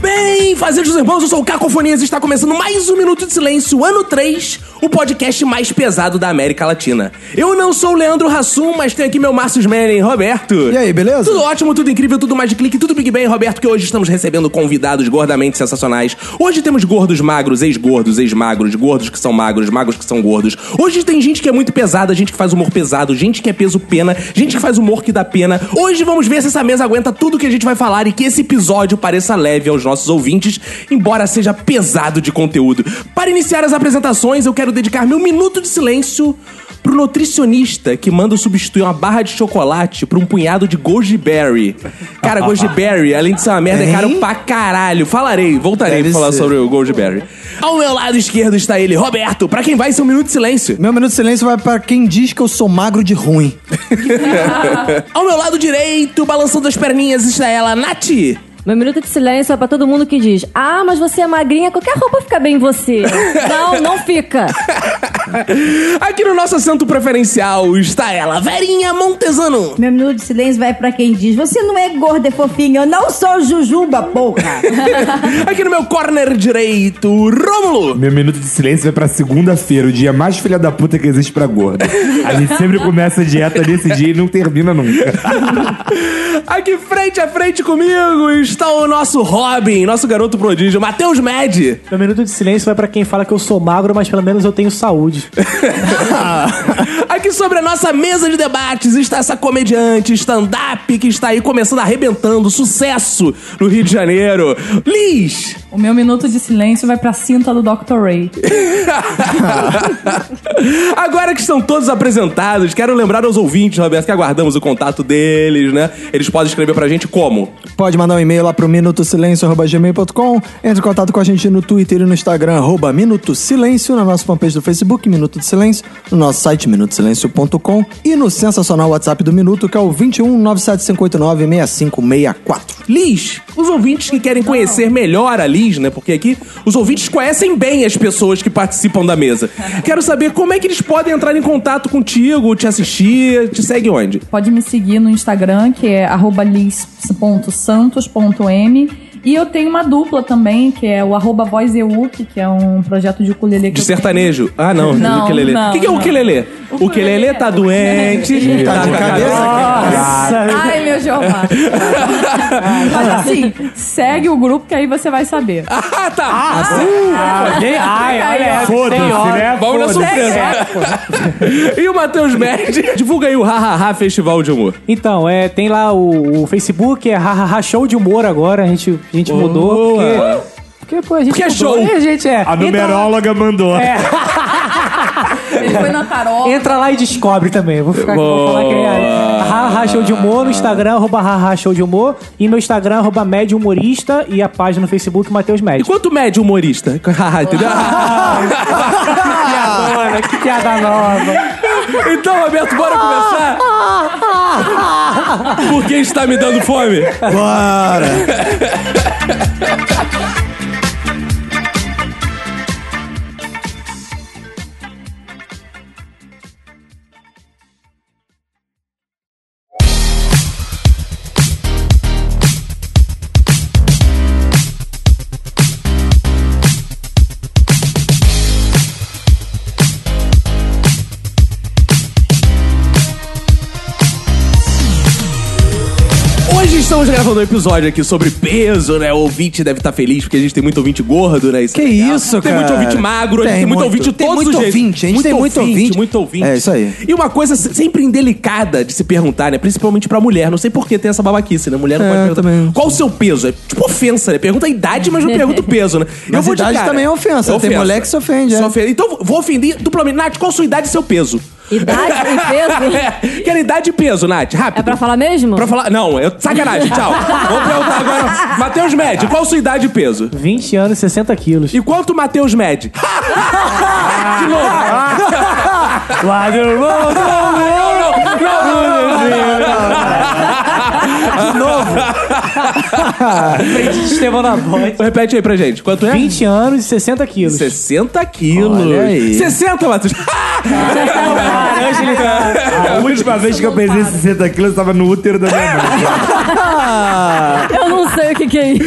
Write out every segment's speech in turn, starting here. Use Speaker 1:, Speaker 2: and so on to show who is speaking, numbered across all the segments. Speaker 1: Bem, fazejos irmãos, eu sou o Cacofonias e está começando mais um Minuto de Silêncio, ano 3, o podcast mais pesado da América Latina. Eu não sou o Leandro Hassum, mas tenho aqui meu Márcio Smelling, Roberto.
Speaker 2: E aí, beleza?
Speaker 1: Tudo ótimo, tudo incrível, tudo mais de clique, tudo Big Bang, Roberto, que hoje estamos recebendo convidados gordamente sensacionais. Hoje temos gordos magros, ex-gordos, ex-magros, gordos que são magros, magros que são gordos. Hoje tem gente que é muito pesada, gente que faz humor pesado, gente que é peso pena, gente que faz humor que dá pena. Hoje vamos ver se essa mesa aguenta tudo que a gente vai falar e que esse episódio pareça leve aos nossos ouvintes, embora seja pesado de conteúdo. Para iniciar as apresentações, eu quero dedicar meu minuto de silêncio pro nutricionista que manda eu substituir uma barra de chocolate por um punhado de goji berry. Cara, goji berry, além de ser uma merda, é caro pra caralho. Falarei, voltarei
Speaker 2: Deve
Speaker 1: pra falar
Speaker 2: ser.
Speaker 1: sobre o goji berry. Ao meu lado esquerdo está ele, Roberto, pra quem vai ser um minuto de silêncio.
Speaker 2: Meu minuto de silêncio vai pra quem diz que eu sou magro de ruim.
Speaker 1: Ao meu lado direito, balançando as perninhas, está ela, Nath.
Speaker 3: Meu minuto de silêncio é pra todo mundo que diz: Ah, mas você é magrinha, qualquer roupa fica bem em você. não, não fica.
Speaker 1: Aqui no nosso assento preferencial está ela, Verinha Montesano.
Speaker 4: Meu minuto de silêncio vai pra quem diz: Você não é gorda e fofinha, eu não sou Jujuba, porra!
Speaker 1: Aqui no meu corner direito, Rômulo.
Speaker 5: Meu minuto de silêncio vai pra segunda-feira, o dia mais filha da puta que existe pra gorda. A gente sempre começa a dieta nesse dia e não termina nunca.
Speaker 1: Aqui frente a frente comigo está o nosso Robin, nosso garoto prodígio, Matheus Med.
Speaker 6: Meu minuto de silêncio vai pra quem fala que eu sou magro, mas pelo menos eu tenho saúde.
Speaker 1: Aqui sobre a nossa mesa de debates está essa comediante stand-up que está aí começando arrebentando sucesso no Rio de Janeiro. Liz!
Speaker 7: O meu minuto de silêncio vai pra cinta do Dr. Ray.
Speaker 1: Agora que estão todos apresentados, quero lembrar aos ouvintes, Roberto, que aguardamos o contato deles, né? Eles podem escrever pra gente como?
Speaker 2: Pode mandar um e-mail lá pro minutosilencio.gmail.com. Entre em contato com a gente no Twitter e no Instagram, arroba Minuto Silêncio, na nossa fanpage do Facebook, Minuto de Silêncio, no nosso site minutosilencio.com e no sensacional WhatsApp do Minuto, que é o 21 97589 6564.
Speaker 1: Liz, os ouvintes que querem conhecer melhor a Liz, né? Porque aqui os ouvintes conhecem bem as pessoas que participam da mesa. Quero saber como é que eles podem entrar em contato contigo, te assistir, te segue onde?
Speaker 7: Pode me seguir no Instagram, que é arroba lis.santos.m. E eu tenho uma dupla também, que é o arroba voz euc, que é um projeto de ukulele
Speaker 1: De
Speaker 7: que eu tenho.
Speaker 1: sertanejo. Ah, não.
Speaker 7: Não,
Speaker 1: ukulele.
Speaker 7: não,
Speaker 1: o que, que é o
Speaker 7: não.
Speaker 1: ukelele? O ukelele tá doente,
Speaker 2: Tá de
Speaker 1: com a
Speaker 2: cabeça,
Speaker 7: Ai, meu Jeová. Mas assim, segue o grupo que aí você vai saber.
Speaker 1: Ah, tá.
Speaker 6: Ai, olha essa, senhora.
Speaker 5: né?
Speaker 1: Vamos na
Speaker 5: Foda-se.
Speaker 1: surpresa.
Speaker 6: É.
Speaker 1: e o Matheus Med, divulga aí o Hahaha Festival de Humor.
Speaker 6: Então, é, tem lá o, o Facebook, é hahaha show de humor agora, a gente, a gente mudou.
Speaker 1: Boa.
Speaker 6: Porque, porque, pô, a gente
Speaker 1: Porque é
Speaker 6: mudou.
Speaker 1: show.
Speaker 6: E A gente é.
Speaker 5: A numeróloga mandou.
Speaker 1: é,
Speaker 7: Ele foi na tarol.
Speaker 6: Entra lá e descobre também. Vou ficar vou falar que é hahaha show de humor no Instagram, arroba hahaha show de humor. E meu Instagram, arroba médio humorista. E a página no Facebook, Matheus
Speaker 1: E
Speaker 6: Médio.
Speaker 1: quanto mede o humorista? Ah, Entendeu?
Speaker 6: Olha, que piada nova.
Speaker 1: então, Roberto, bora começar? Porque está tá me dando fome?
Speaker 2: Bora!
Speaker 1: Hoje estamos gravando um episódio aqui sobre peso, né? O ouvinte deve estar feliz porque a gente tem muito ouvinte gordo, né? Isso
Speaker 2: Que
Speaker 1: é legal.
Speaker 2: isso,
Speaker 1: tem
Speaker 2: cara.
Speaker 1: Tem muito ouvinte magro, a gente
Speaker 2: Tem
Speaker 1: tem muito,
Speaker 2: muito.
Speaker 1: ouvinte de
Speaker 2: Tem
Speaker 1: todos
Speaker 2: muito
Speaker 1: os jeitos.
Speaker 2: ouvinte, a gente tem muito ouvinte.
Speaker 1: Muito ouvinte.
Speaker 2: É, isso aí.
Speaker 1: E uma coisa se- sempre indelicada de se perguntar, né? Principalmente pra mulher. Não sei por que tem essa babaquice, né? Mulher não
Speaker 2: É,
Speaker 1: pode perguntar.
Speaker 2: também.
Speaker 1: Qual o seu peso? É tipo ofensa, né? Pergunta a idade, mas não pergunta o peso, né?
Speaker 2: Mas idade também é ofensa. Tem mulher que se ofende,
Speaker 1: Se
Speaker 2: é.
Speaker 1: ofende. Então vou ofender duplamente. Nath, qual a sua idade e seu peso?
Speaker 3: Idade e peso?
Speaker 1: Quero idade e peso, Nath, rápido.
Speaker 3: É pra falar mesmo?
Speaker 1: Pra falar. Não, eu... sacanagem, tchau. Vamos perguntar agora. Matheus Med, qual sua idade e peso?
Speaker 6: 20 anos, 60 quilos.
Speaker 1: E quanto Matheus Med? De novo.
Speaker 6: Lá do mundo!
Speaker 1: Não, não, não, não, não.
Speaker 6: Frente de Estevão na voz.
Speaker 1: Repete aí pra gente. Quanto é?
Speaker 6: 20 anos e 60 quilos.
Speaker 1: 60 quilos.
Speaker 2: Olha aí.
Speaker 1: 60, Matheus.
Speaker 6: Laranja, ele tá-
Speaker 5: A última vez que eu pesei 60 quilos, eu tava no útero da minha mãe.
Speaker 3: Eu não sei o que, que é isso.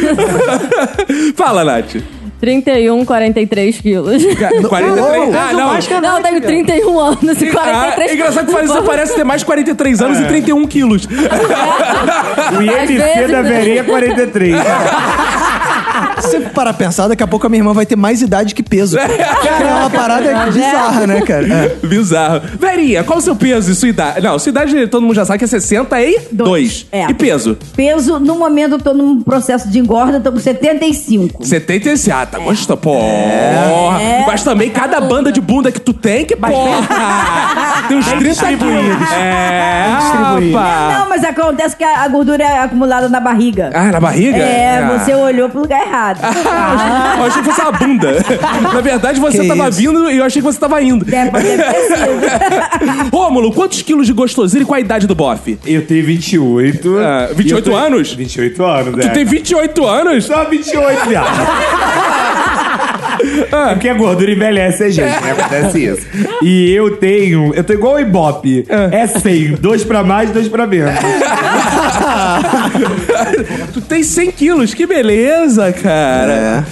Speaker 1: Fala, Nath.
Speaker 3: 31, 43 quilos.
Speaker 1: 43. Ah, não.
Speaker 7: é
Speaker 3: Não, eu tenho
Speaker 7: né?
Speaker 3: 31 anos e
Speaker 1: Ah,
Speaker 3: 43
Speaker 1: é engraçado que parece,
Speaker 3: Vamos-
Speaker 1: parece ter mais 43 anos
Speaker 2: É.
Speaker 1: e 31 quilos.
Speaker 5: O
Speaker 3: Às
Speaker 5: IMC
Speaker 3: vezes- né?
Speaker 5: da velhinha é 43.
Speaker 2: Se para pensar, daqui a pouco a minha irmã vai ter mais idade que peso. Cara, é uma parada bizarra, né, cara? É.
Speaker 1: Bizarro. Verinha, qual o seu peso e sua idade? Não, sua idade todo mundo já sabe que é 60 e 2.
Speaker 4: É.
Speaker 1: E peso?
Speaker 4: Peso, no momento eu tô num processo de engorda, tô com 75.
Speaker 1: 76. Ah,
Speaker 4: É.
Speaker 1: tá gostoso. Porra. Mas também
Speaker 4: Tá
Speaker 1: cada banda de bunda que tu tem, que porra. Tem uns 30 quilos. É,
Speaker 6: distribuídos.
Speaker 1: rapaz.
Speaker 4: Não, mas acontece que a a gordura é acumulada na barriga.
Speaker 1: Ah, na barriga?
Speaker 4: É,
Speaker 1: Ah.
Speaker 4: você olhou pro lugar errado.
Speaker 1: Ah, eu achei que fosse uma bunda. Na verdade, você
Speaker 2: Que
Speaker 1: tava
Speaker 2: isso.
Speaker 1: vindo e eu achei que você tava indo.
Speaker 4: É, pode ter sido.
Speaker 1: Rômulo, quantos quilos de gostosura e qual a idade do bofe?
Speaker 5: Eu tenho 28.
Speaker 1: Ah, 28
Speaker 5: E eu tô-
Speaker 1: anos?
Speaker 5: 28 anos,
Speaker 1: Tu
Speaker 5: é.
Speaker 1: tem 28 anos?
Speaker 5: Só 28, viado.
Speaker 1: Ah.
Speaker 5: Porque a gordura envelhece a gente,
Speaker 1: É.
Speaker 5: né? Acontece isso. E eu tenho. Eu tô igual o Ibope.
Speaker 1: Ah.
Speaker 5: É 100. Dois pra mais, dois pra menos.
Speaker 1: Tu tem 100 quilos, que beleza, cara.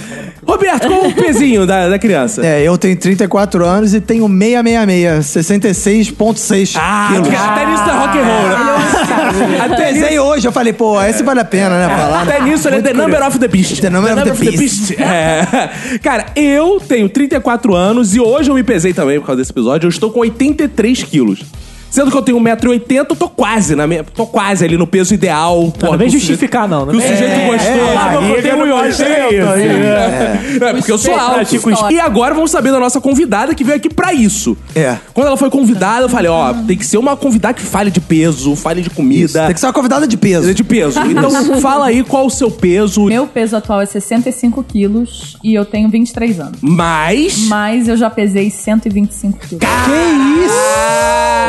Speaker 1: Roberto, qual o pezinho da, da criança?
Speaker 2: É, eu tenho 34 anos e tenho 666, 66,6
Speaker 1: Ah,
Speaker 2: quilos. Ah,
Speaker 1: que- até nisso é rock and roll,
Speaker 2: um
Speaker 1: né? Até nisso,
Speaker 2: Pesei hoje, eu falei, pô, esse vale a pena, né, falar, né? é
Speaker 1: até nisso ele é The Number of the Beast.
Speaker 2: The number of the
Speaker 1: É. Cara, eu tenho 34 anos e hoje eu me pesei também por causa desse episódio. Eu estou com 83 quilos. Sendo que eu tenho 1,80m, eu tô quase na minha. Tô quase ali no peso ideal. Pô,
Speaker 6: Não vem
Speaker 1: que o sujeito-
Speaker 6: justificar, não. né?
Speaker 2: né?
Speaker 1: Que o sujeito
Speaker 2: É,
Speaker 1: gostou. Ah, eu
Speaker 5: barriga
Speaker 1: tenho
Speaker 5: não pode ser
Speaker 1: 1,80m.
Speaker 5: isso.
Speaker 1: É, é porque eu sou alto. E agora vamos saber da nossa convidada que veio aqui pra isso.
Speaker 2: É.
Speaker 1: Quando ela foi convidada, eu falei, ó, tem que ser uma convidada que fale de peso, fale de comida.
Speaker 2: Tem que ser uma convidada de peso.
Speaker 1: De peso. Então fala aí qual o seu peso,
Speaker 7: Meu peso atual é 65 quilos e eu tenho 23 anos.
Speaker 1: mas...
Speaker 7: Mas eu já pesei 125 quilos.
Speaker 1: Que isso?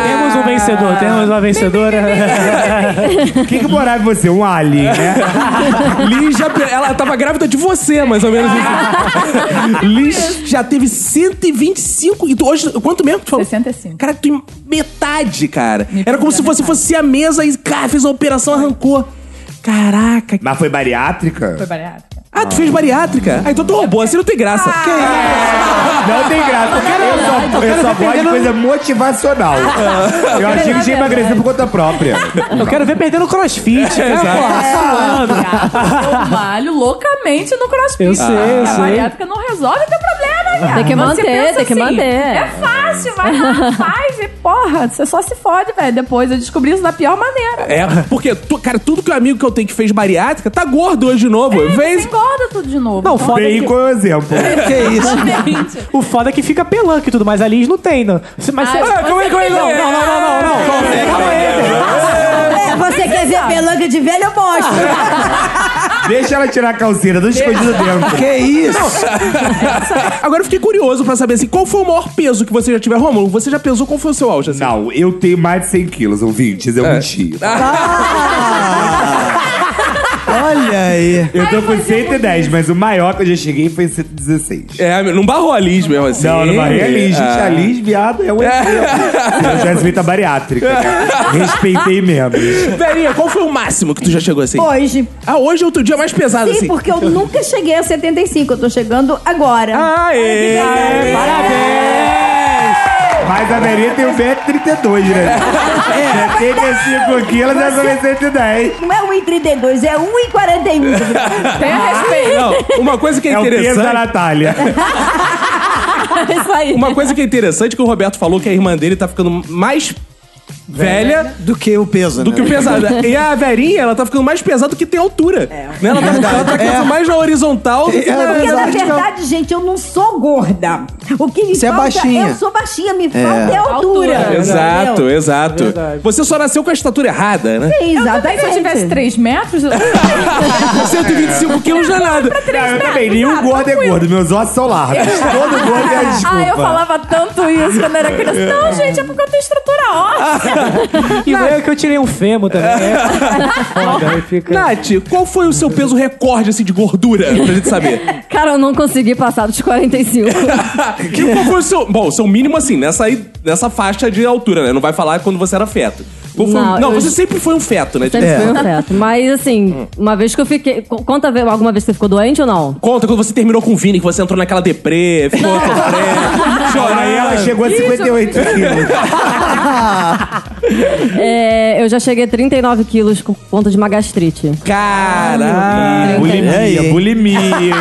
Speaker 6: Temos um vencedor, temos uma vencedora.
Speaker 5: O que que morar em você? Um alien, né?
Speaker 1: Liz já... pe- Ela tava grávida de você, mais ou menos. isso. Liz já teve 125... E tu hoje... Quanto mesmo? que Tu falou?
Speaker 7: 65.
Speaker 1: Cara, tu em metade, cara.
Speaker 7: Me
Speaker 1: Era como se
Speaker 7: fizeram
Speaker 1: você fosse a mesa e, cara, fez uma operação, arrancou. Caraca.
Speaker 5: Mas foi bariátrica?
Speaker 7: Foi bariátrica.
Speaker 1: Ah, tu fez bariátrica? Ah, então tu roubou, assim não tem graça.
Speaker 6: Ah.
Speaker 1: Que isso?
Speaker 5: Não tem graça. Eu
Speaker 1: tá
Speaker 5: só, eu só gosto de coisa
Speaker 1: Ah.
Speaker 5: motivacional. Eu achei que tinha emagrecido por conta própria.
Speaker 6: Eu quero ver perdendo crossfit. né,
Speaker 7: É,
Speaker 6: pô? Suando.
Speaker 7: Eu malho loucamente no crossfit.
Speaker 6: Eu sei, eu
Speaker 7: a
Speaker 6: sei.
Speaker 7: bariátrica não resolve teu problema, cara.
Speaker 3: Tem que manter,
Speaker 7: pensa
Speaker 3: tem que manter.
Speaker 7: É fácil, vai lá, faz e porra, você só se fode, velho. Depois eu descobri isso da pior maneira.
Speaker 1: É, porque, tu- cara, tudo que o amigo que eu tenho que fez bariátrica tá gordo hoje de novo.
Speaker 6: É,
Speaker 7: Você
Speaker 1: Fez.
Speaker 7: engorda tudo de novo. Então,
Speaker 6: Não, foda é
Speaker 5: Bacon
Speaker 6: que,
Speaker 5: é um exemplo.
Speaker 2: Que isso?
Speaker 7: Gente,
Speaker 6: o foda é que fica pelanca e tudo, mas a Liz não tem, não. Se- Mas
Speaker 7: Ah,
Speaker 6: se-
Speaker 7: eu-
Speaker 1: Ah, como é, como é,
Speaker 6: Não, não, não, não, não. Calma aí, calma aí.
Speaker 4: É, você quer ver pelanca de velho, eu
Speaker 1: Ah.
Speaker 4: mostro.
Speaker 5: Deixa ela tirar a calcinha, não escondido dentro.
Speaker 2: Que isso?
Speaker 1: Agora eu fiquei curioso pra saber assim, qual foi o maior peso que você já tiver? Romulo, você já pesou qual foi o seu auge? Assim?
Speaker 5: Não, eu tenho mais de 100 quilos, ouvintes,
Speaker 1: É.
Speaker 5: eu menti.
Speaker 1: Ah.
Speaker 2: Olha aí.
Speaker 5: Eu tô com 110, mas o maior que eu já cheguei foi 116.
Speaker 1: É, não barrou a Liz mesmo assim.
Speaker 5: Não, não vai. É Liz, gente.
Speaker 1: Ah.
Speaker 5: A Liz, viado, é um exemplo. Se eu tivesse feito a bariátrica, né? respeitei menos.
Speaker 1: Verinha, qual foi o máximo que tu já chegou assim?
Speaker 4: Hoje.
Speaker 1: Ah, hoje é outro dia mais pesado
Speaker 4: Sim,
Speaker 1: assim.
Speaker 4: porque eu nunca cheguei a 75, eu tô chegando agora.
Speaker 1: Ah. Aê!
Speaker 4: Aê,
Speaker 1: Parabéns!
Speaker 5: Mas a Verinha tem 1,32m, né? 75 quilos, eu falei 110.
Speaker 4: Não é 1,32, é 1,41.
Speaker 7: tenha respeito.
Speaker 1: Não, uma coisa que é,
Speaker 5: É o peso da
Speaker 1: interessante.
Speaker 5: Natália.
Speaker 3: É isso aí.
Speaker 1: Uma coisa que é interessante que o Roberto falou que a irmã dele tá ficando mais velha
Speaker 2: Do que o peso,
Speaker 1: do
Speaker 2: né?
Speaker 1: que o pesado. E a Verinha, ela tá ficando mais pesada do que tem altura. Né? Ela tá, ela tá ficando mais na horizontal do que
Speaker 2: É,
Speaker 1: na...
Speaker 4: Porque, na
Speaker 2: Exato.
Speaker 4: verdade, gente, eu não sou gorda. O que me
Speaker 2: Você é
Speaker 4: falta
Speaker 2: baixinha.
Speaker 4: Eu sou baixinha, me falta é
Speaker 7: Altura.
Speaker 4: altura.
Speaker 1: Exato,
Speaker 4: entendeu?
Speaker 1: exato.
Speaker 6: verdade.
Speaker 1: Você só nasceu com a estatura errada, né?
Speaker 7: Eu também,
Speaker 4: Exatamente.
Speaker 7: se eu tivesse 3 metros, eu
Speaker 1: 125 quilos não é nada.
Speaker 5: Não, eu também. Nenhum gordo é gordo. Meus ossos são largos. Todo gordo é desculpa.
Speaker 7: Ah, eu falava tanto isso quando era criança. Não, gente, é porque eu tenho estrutura óssea.
Speaker 6: E veio que eu tirei um fêmur também. né? Foda, aí fica.
Speaker 1: Nath, qual foi o seu peso recorde assim, de gordura? Pra gente saber.
Speaker 3: Cara, eu não consegui passar dos 45.
Speaker 1: que, qual foi o seu. Bom, o seu mínimo assim, nessa, aí- nessa faixa de altura, né? Não vai falar quando você era feto. Qual foi o- não,
Speaker 3: Não, eu-
Speaker 1: você sempre foi um feto, né?
Speaker 3: Sempre foi um feto. Mas assim, uma vez que eu fiquei. co- Ah, Conta ve- alguma vez que você ficou doente ou não?
Speaker 1: Conta quando você terminou com o Vini, que você entrou naquela deprê, ficou sofrendo,
Speaker 5: Aí ela
Speaker 1: chorando.
Speaker 5: chegou a 58 quilos.
Speaker 3: É, eu já cheguei a 39 quilos por conta de uma gastrite.
Speaker 1: Caralho.
Speaker 2: Ei,
Speaker 5: Bulimia,
Speaker 2: ei.
Speaker 5: bulimia, hein?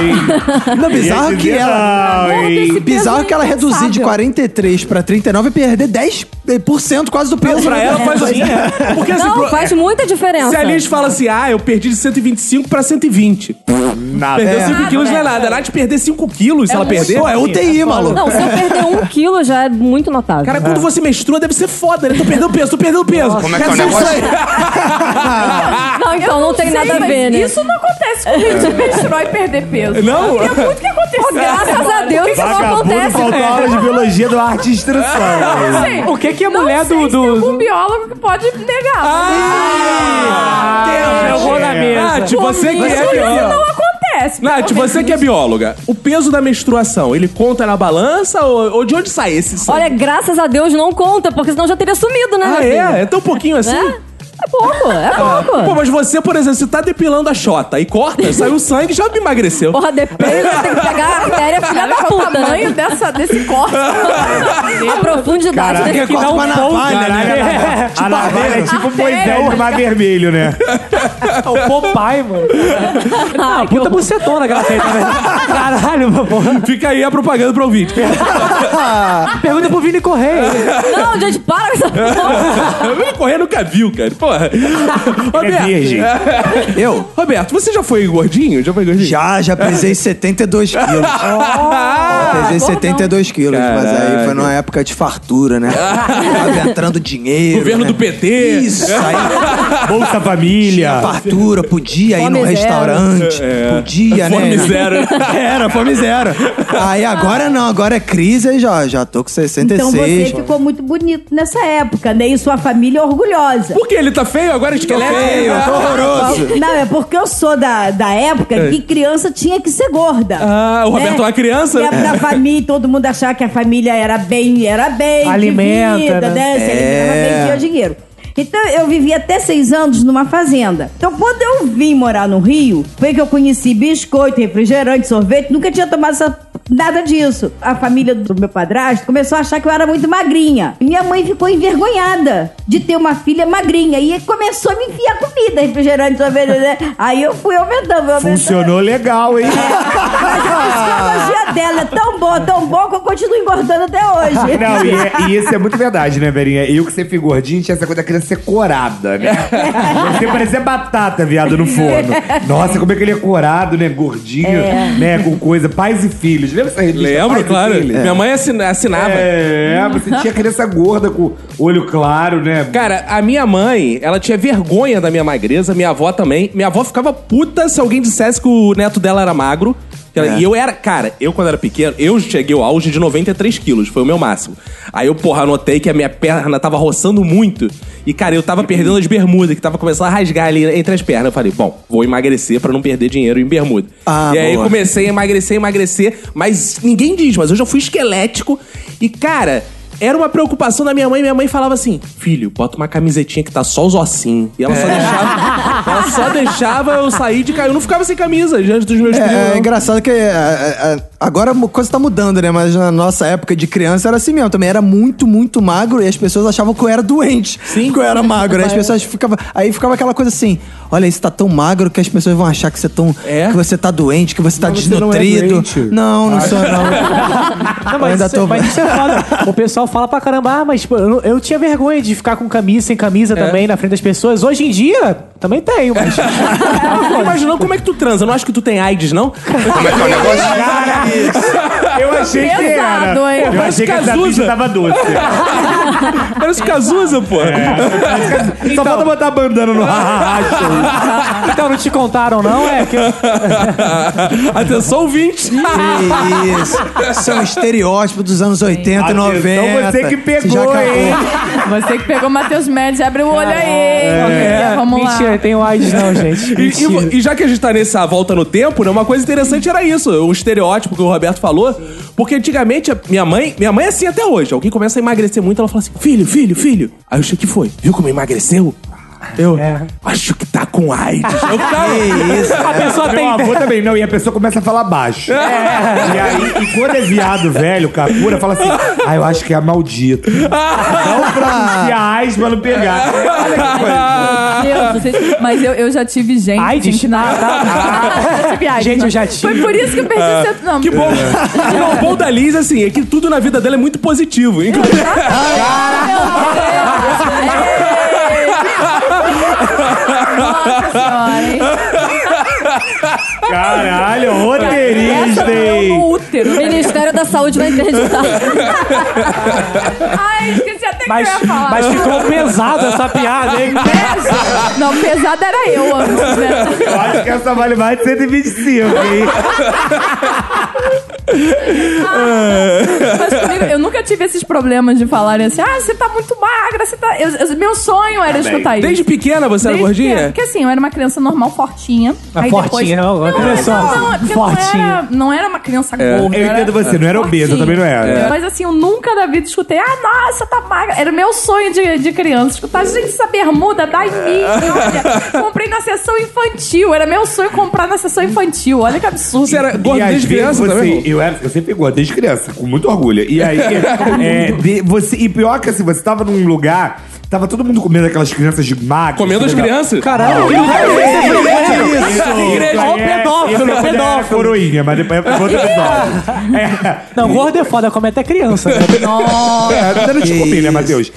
Speaker 2: Não, bizarro
Speaker 5: é,
Speaker 2: que ela.
Speaker 5: Não, hein?
Speaker 2: Bizarro que ela reduzir de
Speaker 7: impensável.
Speaker 2: 43 pra 39 e perder 10% quase do peso.
Speaker 1: Pra
Speaker 2: né?
Speaker 1: ela faz assim. Porque assim,
Speaker 3: Não,
Speaker 1: pro-
Speaker 3: faz muita diferença.
Speaker 1: se a Liz fala assim, ah, eu perdi de 125 pra 120.
Speaker 5: Nada.
Speaker 1: Perder
Speaker 5: É.
Speaker 1: 5 quilos não é nada. A Nath perder 5 quilos, se ela perder.
Speaker 2: Pô, é UTI, maluco.
Speaker 3: Não, se eu perder um quilo já é muito notável.
Speaker 1: Cara, quando você menstrua, deve ser foda, né? Tô perdendo peso, tô perdendo peso. Como é que é o negócio?
Speaker 3: não, então não, tem
Speaker 7: Sei,
Speaker 3: nada a
Speaker 7: mas
Speaker 3: ver, né? É.
Speaker 7: Isso não acontece comigo de menstruar e perder peso.
Speaker 1: Não?
Speaker 7: Tem muito que aconteceu.
Speaker 3: Graças a Deus isso não
Speaker 5: Vagabundo
Speaker 3: acontece.
Speaker 5: faltou aula de biologia do arte e instrução.
Speaker 7: Não sei.
Speaker 6: O que que a
Speaker 7: Não
Speaker 6: mulher
Speaker 7: sei
Speaker 6: do-
Speaker 7: se é
Speaker 6: do-
Speaker 7: tem algum biólogo que pode negar.
Speaker 1: Ah,
Speaker 6: eu vou na mesa.
Speaker 1: Nath, você que
Speaker 7: mas
Speaker 1: é
Speaker 7: isso não
Speaker 1: bióloga.
Speaker 7: acontece.
Speaker 1: Nath,
Speaker 7: pelo
Speaker 1: você que é bióloga, o peso da menstruação, ele conta na balança ou, ou de onde sai esse sangue?
Speaker 3: Olha, graças a Deus não conta, porque senão já teria sumido, né?
Speaker 1: Ah,
Speaker 3: minha filha?
Speaker 1: é? É tão pouquinho assim? Ah,
Speaker 3: Né? É pouco, é
Speaker 1: Pô,
Speaker 3: pouco.
Speaker 1: mas você, por exemplo, você tá depilando a xota e corta, saiu sangue, já me emagreceu.
Speaker 3: Porra, depois é eu tenho que pegar a artéria filha da
Speaker 7: menos. o
Speaker 3: puta,
Speaker 7: tamanho
Speaker 3: né?
Speaker 7: dessa, desse corte.
Speaker 3: A profundidade
Speaker 5: Caraca,
Speaker 3: tem que
Speaker 2: corta
Speaker 3: dar um
Speaker 2: uma
Speaker 3: ponto.
Speaker 2: navalha, né?
Speaker 5: A navalha é tipo Moisés do Mar Vermelho, né?
Speaker 6: É o Popeye, mano. Ah, puta bucetona que ela fez, na verdade. Caralho, meu amor.
Speaker 1: Fica aí a propaganda pro ouvinte.
Speaker 6: Pergunta pro Vini Correia.
Speaker 3: Não, gente, para com essa
Speaker 1: Ele correr nunca viu, cara. Porra.
Speaker 3: É
Speaker 1: Roberto.
Speaker 5: virgem.
Speaker 2: Eu?
Speaker 1: Roberto, você já foi gordinho? Já foi gordinho?
Speaker 2: Já, já pesei 72 quilos. Já pesei 72 quilos, mas aí foi numa época de fartura, né? Tava entrando dinheiro.
Speaker 1: Governo
Speaker 2: né?
Speaker 1: do PT.
Speaker 2: Isso, aí
Speaker 5: Bolsa
Speaker 2: tinha
Speaker 5: Família.
Speaker 2: fartura, podia ir
Speaker 3: Fome
Speaker 2: num
Speaker 3: zero.
Speaker 2: restaurante, podia, né?
Speaker 1: Fome zero.
Speaker 2: Era, fome zero. Aí agora não, agora é crise, aí já, já tô com 66.
Speaker 4: Então você ficou muito bonito nessa época, né? E sua família é orgulhosa.
Speaker 1: Por que ele tá feio agora? Esqueleto?
Speaker 2: é Feio, tô horroroso.
Speaker 4: Não, é porque eu sou da, da época que criança tinha que ser gorda.
Speaker 1: É. Ah, o Roberto é uma criança?
Speaker 4: Tempo da família, todo mundo achava que a família era bem, era bem
Speaker 6: Alimenta,
Speaker 4: vivida,
Speaker 6: né?
Speaker 4: né?
Speaker 2: É.
Speaker 4: Se alimentava bem, tinha dinheiro. Então, eu vivi até seis anos numa fazenda. Então, quando eu vim morar no Rio, foi que eu conheci biscoito, refrigerante, sorvete. Nunca tinha tomado essa- nada disso. A família do meu padrasto começou a achar que eu era muito magrinha. E Minha mãe ficou envergonhada de ter uma filha magrinha. E começou a me enfiar comida, refrigerante, sorvete, né? Aí eu fui aumentando. eu aumentando.
Speaker 5: Funcionou legal, hein?
Speaker 4: A psicologia dela é tão boa, tão boa, que eu continuo engordando até hoje.
Speaker 5: Não, e, é- e isso é muito verdade, né, Verinha? Eu que sempre fui gordinho tinha essa coisa da criança ser corada, né? Você parecia batata, viado, no forno. Nossa, como é que ele é corado, né? Gordinho, né? Com coisa. Pais e filhos. Lembra essa revista? Pais
Speaker 1: Lembro,
Speaker 5: e
Speaker 1: claro.
Speaker 5: Filhos?
Speaker 1: Minha mãe assina- assinava.
Speaker 5: É, você tinha criança gorda com olho claro, né?
Speaker 1: Cara, a minha mãe, ela tinha vergonha da minha magreza, minha avó também. Minha avó ficava puta se alguém dissesse que o neto dela era magro. Que
Speaker 2: É.
Speaker 1: ela- E eu era, cara, eu quando era pequeno, eu cheguei ao auge de 93 quilos, foi o meu máximo. Aí eu, porra, notei que a minha perna tava roçando muito. E, cara, eu tava perdendo as bermudas, que tava começando a rasgar ali entre as pernas. Eu falei, bom, vou emagrecer pra não perder dinheiro em bermuda.
Speaker 2: Ah,
Speaker 1: e aí
Speaker 2: boa.
Speaker 1: comecei a emagrecer, emagrecer, mas ninguém diz, mas eu já fui esquelético. E, cara, era uma preocupação da minha mãe. Minha mãe falava assim: Filho, bota uma camisetinha que tá só os ossinhos. E ela só
Speaker 2: É.
Speaker 1: deixava. ela só deixava eu sair de casa. Eu não ficava sem camisa diante dos meus filhos.
Speaker 2: É, é
Speaker 1: não.
Speaker 2: engraçado que é, é, é, agora a coisa tá mudando, né? Mas na nossa época de criança era assim mesmo. Também era muito, muito magro e as pessoas achavam que eu era doente. Sim. Que eu era magro. Aí as pessoas ficavam. Aí ficava aquela coisa assim: olha, isso tá tão magro que as pessoas vão achar que você, é tão,
Speaker 1: É?
Speaker 2: que você tá doente, que você tá
Speaker 5: Mas você não é
Speaker 2: desnutrido.
Speaker 5: doente.
Speaker 2: não, não sou, não.
Speaker 6: Não,
Speaker 2: Eu
Speaker 6: Ah, mas,
Speaker 2: ainda
Speaker 6: isso,
Speaker 2: tô-
Speaker 6: mas isso é foda. O pessoal fala pra caramba, ah, mas pô, eu, não- eu tinha vergonha de ficar com camisa, sem camisa também, na frente das pessoas. Hoje em dia, também tenho, mas...
Speaker 1: Eu fico imaginando como é que tu transa. Eu Não acho que tu tem AIDS, não?
Speaker 8: Como é que é o negócio?
Speaker 5: Eu achei que
Speaker 7: Pesado,
Speaker 5: era.
Speaker 7: hein?
Speaker 5: Eu achei que essa
Speaker 1: Cazuza.
Speaker 5: bicha tava doce.
Speaker 1: Parece Cazuza, pô.
Speaker 2: É.
Speaker 5: Só falta botar a bandana no racha.
Speaker 6: então, não te contaram não, é? Que eu-
Speaker 1: Atenção, ouvinte.
Speaker 2: Que isso. Isso é um estereótipo dos anos 80 e 90.
Speaker 5: Então você que pegou,
Speaker 2: já acabou.
Speaker 5: hein?
Speaker 7: Você que pegou Matheus Médici, abre o olho aí. hein? É, Vamos lá.
Speaker 6: É. Mentira, tenho AIDS não, gente.
Speaker 1: E, e vo-
Speaker 6: Mentira.
Speaker 1: e já que a gente tá nessa volta no tempo, né, uma coisa interessante era isso, o estereótipo que o Roberto falou. Porque antigamente, a minha mãe, minha mãe é assim até hoje. Alguém começa a emagrecer muito, ela fala assim: filho, filho, filho. Aí eu achei que foi. Viu como emagreceu? Eu
Speaker 6: É.
Speaker 1: acho que tá com AIDS. Eu, "Ah, cara,
Speaker 6: A pessoa É,
Speaker 5: Meu
Speaker 6: tem...
Speaker 5: avô também, não, e a pessoa começa a falar baixo. E aí, e quando é viado velho, capura, fala assim: ah, eu acho que é maldito. Não pra reais pra não pegar. Olha que coisa.
Speaker 7: Meu Deus, vocês- Mas eu, eu já tive gente.
Speaker 6: AIDS?
Speaker 7: gente, na- na- já tive AIDS.
Speaker 6: tá, Gente, eu já tive.
Speaker 7: Foi por isso que eu perdi
Speaker 6: Ah.
Speaker 7: o centro. Não,
Speaker 1: que bom. Não, o bom da Liz, assim, é que tudo na vida dela é muito positivo. Inclusive,
Speaker 7: Nossa senhora, hein?
Speaker 5: Caralho,
Speaker 7: Essa
Speaker 5: roteirista,
Speaker 7: doeu
Speaker 5: hein?
Speaker 7: no útero. né?
Speaker 3: Ministério da Saúde vai interditar.
Speaker 7: Ai, esqueci até
Speaker 6: Mas,
Speaker 7: que eu ia falar.
Speaker 6: mas ficou pesada essa piada, hein?
Speaker 7: Pes- Não, pesada era eu antes, né?
Speaker 5: Eu acho que essa vale mais de 125, hein?
Speaker 7: Mas comigo, eu nunca tive esses problemas de falarem assim, ah, você tá muito magra, você tá... Eu, eu- meu sonho era escutar isso.
Speaker 1: desde pequena você era
Speaker 7: Desde pequena.
Speaker 1: gordinha?
Speaker 7: Porque assim, eu era uma criança normal, fortinha.
Speaker 6: Ah,
Speaker 7: Aí
Speaker 6: fortinha,
Speaker 7: depois...
Speaker 6: não, agora começou.
Speaker 7: Não, não, é porque não
Speaker 6: Fortinha.
Speaker 7: era, não era uma criança gorda.
Speaker 5: Eu entendo você, não era obeso, eu também não era.
Speaker 7: Fortinha. Mas assim, eu nunca na vida escutei, ah, nossa, tá magra. Era meu sonho de, de criança, escutar, gente, essa bermuda dá em mim, olha. Comprei na sessão infantil, era meu sonho comprar na sessão infantil, olha que absurdo.
Speaker 1: Você era
Speaker 5: E
Speaker 1: gorda
Speaker 5: às
Speaker 1: desde
Speaker 5: vezes
Speaker 1: criança
Speaker 5: você-
Speaker 1: também?
Speaker 5: Eu, era, eu sempre gordo, desde criança, com muito orgulho. E aí, é, de- você, e pior que assim, você tava num lugar, tava todo mundo comendo aquelas crianças de assim, magro.
Speaker 1: Comendo as crianças?
Speaker 6: Caralho, que
Speaker 1: Igreja.
Speaker 6: Ó, pedófilo,
Speaker 5: pedófilo.
Speaker 6: pedófilo.
Speaker 5: coroinha, mas depois ficou outro pedófilo. É,
Speaker 6: Não, gordo é foda, come até criança. Né?
Speaker 5: é, eu não te comi, né, Matheus?